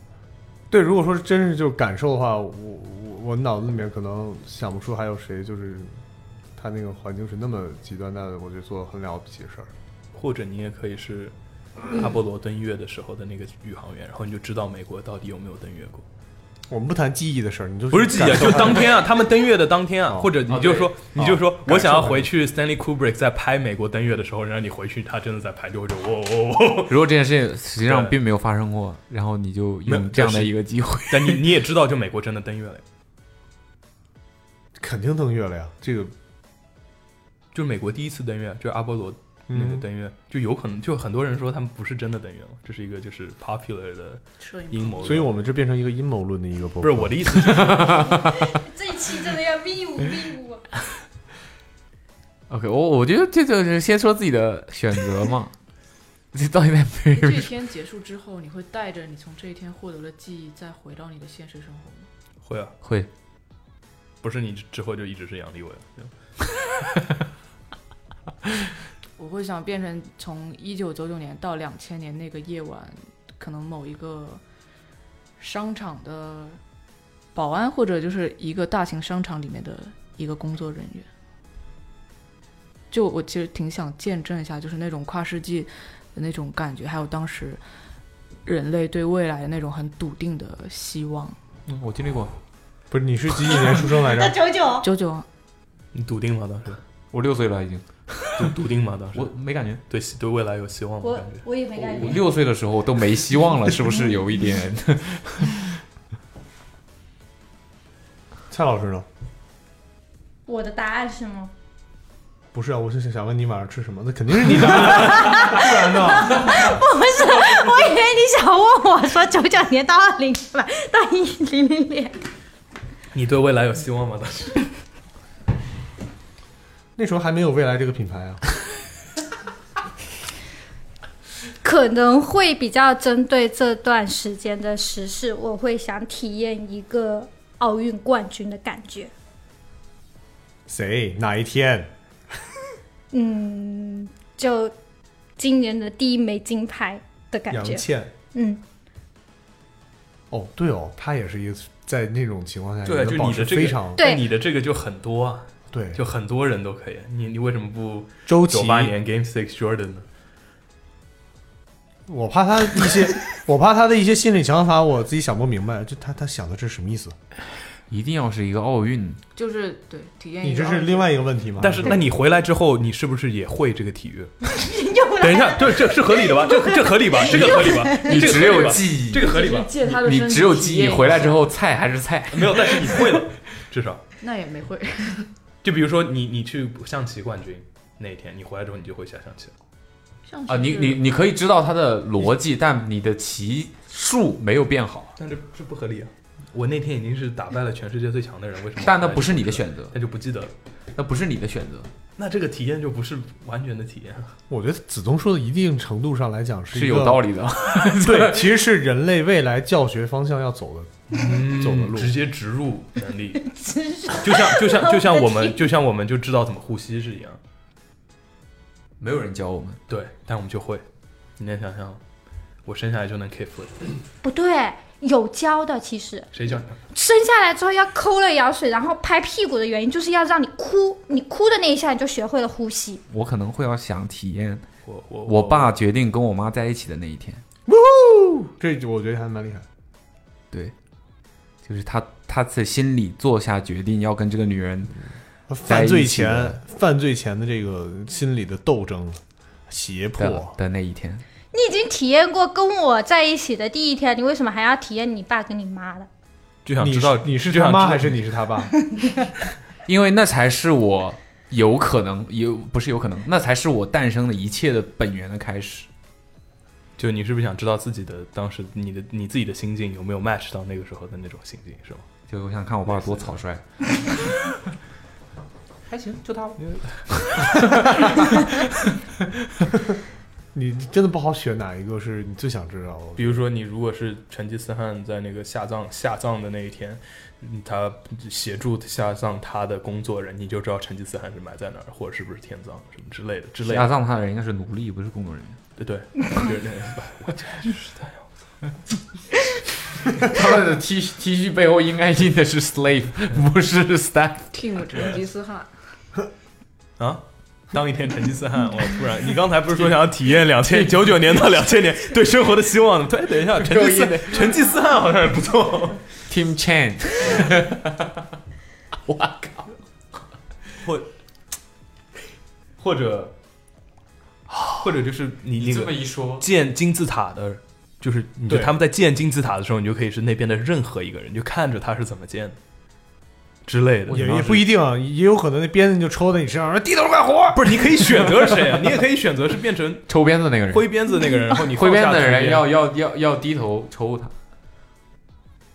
Speaker 7: 对，如果说真是就感受的话，我我我脑子里面可能想不出还有谁就是他那个环境是那么极端，那我就做很了不起的事儿。
Speaker 2: 或者你也可以是阿波罗登月的时候的那个宇航员，然后你就知道美国到底有没有登月过。
Speaker 7: 我们不谈记忆的事儿，你就
Speaker 2: 不是记忆啊，
Speaker 7: 感受
Speaker 2: 就当天啊，他们登月的当天啊，
Speaker 7: 哦
Speaker 2: 或者你就说
Speaker 7: 哦，对
Speaker 2: 你就说
Speaker 7: 哦，
Speaker 2: 我想要
Speaker 7: 感受
Speaker 2: 回去 Stanley Kubrick 在拍美国登月的时候，然后你回去，他真的在拍，就会觉得哇 哇哇。
Speaker 5: 如果这件 事情实际上并没有发生过，然后你就
Speaker 2: 没有
Speaker 5: 用这样的
Speaker 2: 是
Speaker 5: 一个机会，
Speaker 2: 但你你也知道，就美国真的登月了呀，
Speaker 7: 肯定登月了呀，这个
Speaker 2: 就是美国第一次登月，就是阿波罗那个
Speaker 7: 嗯
Speaker 2: 登月，就有可能，就很多人说他们不是真的登月嘛，这是一个就是 popular 的
Speaker 6: 摄影
Speaker 2: 阴谋论，
Speaker 7: 所以我们这变成一个阴谋论的一个播客。
Speaker 2: 不是我的意思是
Speaker 13: 这一期真的要 V 五 V 五，
Speaker 5: OK，我我觉得这就是先说自己的选择嘛。这 到底在
Speaker 6: 那
Speaker 5: 没
Speaker 6: 这一天结束之后，你会带着你从这一天获得的记忆，再回到你的现实生活吗？
Speaker 2: 会啊，
Speaker 5: 会，
Speaker 2: 不是你之后就一直是杨利伟了。对吧
Speaker 6: 我会想变成从一九九九年到两千年那个夜晚，可能某一个商场的保安，或者就是一个大型商场里面的一个工作人员。就我其实挺想见证一下，就是那种跨世纪的那种感觉，还有当时人类对未来的那种很笃定的希望。
Speaker 5: 嗯，我经历过。
Speaker 7: 不是你是几几年出生 来着？
Speaker 13: 九九
Speaker 6: 九 九，
Speaker 2: 你笃定吗？当时
Speaker 5: 我六岁了已经，
Speaker 2: 笃笃定吗？当时
Speaker 5: 我没感觉，
Speaker 2: 对对未来有希望吗？
Speaker 13: 我我也没感
Speaker 5: 我
Speaker 13: 觉。
Speaker 5: 六岁的时候都没希望了，是不是有一点？
Speaker 7: 蔡老师呢？
Speaker 13: 我的答案是吗？
Speaker 7: 不是啊，我是想问你晚上吃什么？那肯定是你答案， 不 然呢？
Speaker 13: 不是，我以为你想问我说九九年到二零吧，到一零零年。
Speaker 2: 你对未来有希望吗？当时
Speaker 7: 那时候还没有未来这个品牌啊。
Speaker 8: 可能会比较针对这段时间的时事，我会想体验一个奥运冠军的感觉。
Speaker 7: 谁哪一天？
Speaker 8: 嗯，就今年的第一枚金牌的感觉。
Speaker 7: 杨倩
Speaker 8: 嗯，
Speaker 7: 哦，对哦，他也是一个在那种情况下
Speaker 2: 对，
Speaker 5: 啊
Speaker 7: 也
Speaker 2: 就
Speaker 7: 能
Speaker 2: 你
Speaker 7: 保
Speaker 2: 的
Speaker 7: 持
Speaker 2: 这个，
Speaker 7: 非常
Speaker 2: 但你的这个就很多啊，
Speaker 7: 对
Speaker 2: 就很多人都可以。你你为什么不
Speaker 7: 周琦
Speaker 2: 九八年 Game Six Jordan 呢？
Speaker 7: 我怕他一些，我怕他的一些心理想法，我自己想不明白。就他他想的这是什么意思？
Speaker 5: 一定要是一个奥运，
Speaker 6: 就是对体验一
Speaker 7: 你
Speaker 6: 个
Speaker 7: 这是另外一个问题吗？
Speaker 2: 但是那你回来之后，你是不是也会这个体育？
Speaker 13: 又
Speaker 2: 等一下，这这是合理的吧？这这合理吧？这个合理 吧？
Speaker 5: 你
Speaker 2: 这个合理吧
Speaker 5: 只有记忆，
Speaker 2: 这个合理吧？
Speaker 6: 借他的
Speaker 5: 你
Speaker 6: 身体
Speaker 5: 只有
Speaker 6: 体
Speaker 5: 记忆，
Speaker 6: 验一
Speaker 5: 回来
Speaker 6: 下
Speaker 5: 之后菜还是菜，
Speaker 2: 没有，但是你会了，至少。
Speaker 6: 那也没会。
Speaker 2: 就比如说你你去象棋冠军那一天，你回来之后你就会下象棋了。
Speaker 6: 像
Speaker 5: 啊，你你你可以知道它的逻辑，但你的棋数没有变好，
Speaker 2: 但这这不合理啊！我那天已经是打败了全世界最强的人，为什么？
Speaker 5: 但那不是你的选择，
Speaker 2: 那就不记得了。
Speaker 5: 那不是你的选择，
Speaker 2: 那这个体验就不是完全的体验啊。
Speaker 7: 我觉得子东说的一定程度上来讲是
Speaker 5: 是
Speaker 7: 一个
Speaker 5: 有道 理的
Speaker 7: 对，其实是人类未来教学方向要走的，走的路，
Speaker 2: 嗯直接植入能力，就像就像就像我们就像我们就知道怎么呼吸是一样，
Speaker 5: 没有人教我们，
Speaker 2: 对，但我们就会。你能想象，我生下来就能 K foot，
Speaker 8: 不对，有胶的其实。
Speaker 2: 谁教你？
Speaker 8: 生下来之后要抠了羊水，然后拍屁股的原因就是要让你哭，你哭的那一下你就学会了呼吸。
Speaker 5: 我可能会要想体验
Speaker 2: 我
Speaker 5: 我爸决定跟我妈在一起的那一天，
Speaker 7: 这我觉得还蛮厉害。
Speaker 5: 对，就是他他在心里做下决定要跟这个女人
Speaker 7: 嗯
Speaker 5: 在
Speaker 7: 犯
Speaker 5: 一
Speaker 7: 罪
Speaker 5: 起的
Speaker 7: 前，犯罪前的这个心理的斗争、胁
Speaker 5: 的
Speaker 7: 迫，
Speaker 5: 的那一天，
Speaker 8: 你已经体验过跟我在一起的第一天，你为什么还要体验你爸跟你妈的？
Speaker 2: 就想
Speaker 7: 知
Speaker 5: 道
Speaker 7: 你是
Speaker 5: 就
Speaker 7: 他
Speaker 5: 想知
Speaker 7: 妈
Speaker 5: 道
Speaker 7: 还是你是他 爸？
Speaker 5: 因为那才是我有可能有不是有可能，那才是我诞生的一切的本源的开始。
Speaker 2: 就你是不是想知道自己的当时你的你自己的心境有没有 match 到那个时候的那种心境是吗？
Speaker 5: 就我想看我爸多草 率。还行，就 他。
Speaker 7: 你真的不好选哪一个是你最想知道的。
Speaker 2: 比如说，你如果是成吉思汗在那个下葬下葬的那一天，嗯他协助下葬他的工作人，你就知道成吉思汗是埋在哪儿，或者是不是天葬什么之类的之类的。
Speaker 5: 下葬他的人应该是奴隶，不是工作人员。
Speaker 2: 对对，就 是那个我真是的
Speaker 5: 他们的 T T 恤背后应该印的是 slave，不是 staff。
Speaker 6: King 成吉思汗，
Speaker 2: 啊！当一天成吉思汗，我突然，你刚才不是说想要体验两千九九年到两千年对生活的希望吗？对，等一下，成吉思
Speaker 5: 有意
Speaker 2: 成吉思汗好像也不错。
Speaker 5: Tim Chan，
Speaker 2: 我靠，或或者或者就是你那
Speaker 5: 你
Speaker 2: 个
Speaker 5: 这么一说
Speaker 2: 建金字塔的，就是你就
Speaker 5: 对
Speaker 2: 他们在建金字塔的时候，你就可以是那边的任何一个人，你就看着他是怎么建的之类的，
Speaker 7: 也也不一定啊，也有可能那鞭子就抽在你身上，说地头快活。
Speaker 2: 不是，你可以选择谁啊？你也可以选择是变成
Speaker 5: 抽鞭子那个人，
Speaker 2: 挥鞭子那个人，然后你
Speaker 5: 挥
Speaker 2: 放下
Speaker 5: 鞭子的
Speaker 2: 这个
Speaker 5: 人
Speaker 2: 鞭
Speaker 5: 要要要要 低头抽他。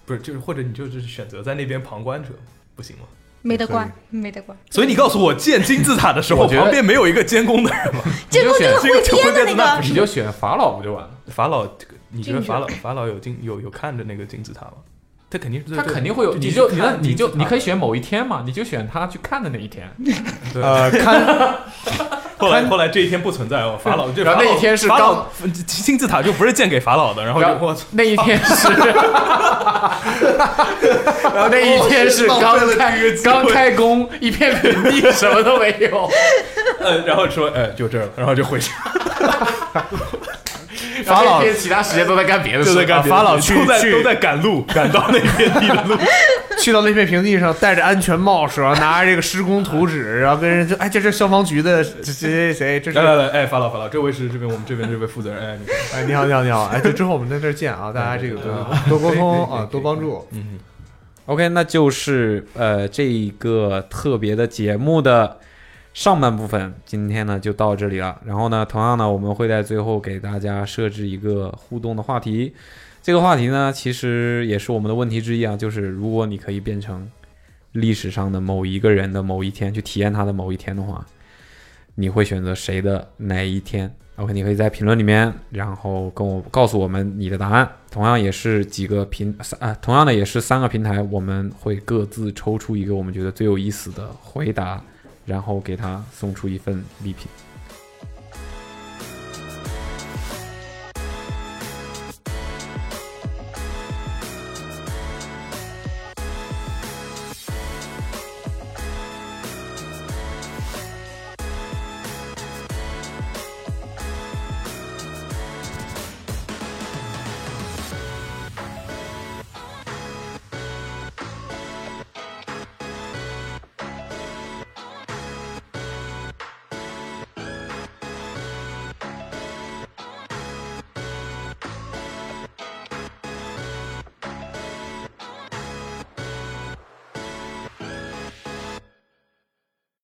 Speaker 2: 不是就是或者你就是选择在那边旁观者，不行吗？
Speaker 8: 没得关，没得关。
Speaker 2: 所以你告诉我，建金字塔的时候
Speaker 5: 我觉得
Speaker 2: 旁边没有一个监工的人吗？
Speaker 8: 监工就是挥鞭的那个
Speaker 5: 你就选法老不就完了？
Speaker 2: 法老，这个你觉得
Speaker 5: 进去
Speaker 2: 法老法老有金有有看着那个金字塔吗？他肯定是
Speaker 5: 他肯定会有，你
Speaker 2: 你
Speaker 5: 就
Speaker 2: 去
Speaker 5: 你那
Speaker 2: 看
Speaker 5: 你就
Speaker 2: 金字塔
Speaker 5: 你可以选某一天嘛，你就选他去看的那一天。
Speaker 2: 对
Speaker 7: 呃看。
Speaker 2: 后来后来这一天不存在哦，法老这
Speaker 5: 然后
Speaker 2: 法老
Speaker 5: 那一天是
Speaker 2: 法老
Speaker 5: 刚
Speaker 2: 金字塔就不是建给法老 的，然后就
Speaker 5: 然后
Speaker 2: 我
Speaker 5: 那一天是， 然后那一天是
Speaker 2: 哦
Speaker 5: 刚开刚开工，一片平地，什么都没有。
Speaker 2: 呃，然后说呃就这儿了，然后就回 去。
Speaker 5: 然后那天其他时间都在干别的事，
Speaker 2: 就在干别的事
Speaker 5: 啊
Speaker 2: 都在都在赶路，赶到那片地的路，
Speaker 7: 去到那片平地上，戴着安全帽，手上拿着这个施工图纸，然后跟人说：“哎，这是消防局的谁谁谁，这是
Speaker 2: 来来来，哎，法老法老，这位是这边我们这边这位负责人，哎，你
Speaker 7: 哎，你好，你好，你好！哎，就之后我们在这儿见啊，大家这个多多沟通啊，多帮助。
Speaker 2: 嗯，
Speaker 5: OK，那就是呃这一个特别的节目的上半部分，今天呢就到这里了。然后呢，同样呢，我们会在最后给大家设置一个互动的话题。这个话题呢，其实也是我们的问题之一啊，就是如果你可以变成历史上的某一个人的某一天，去体验他的某一天的话，你会选择谁的哪一天？OK，你可以在评论里面，然后跟我告诉我们你的答案。同样也是几个平三啊，同样的也是三个平台，我们会各自抽出一个我们觉得最有意思的回答，然后给他送出一份礼品。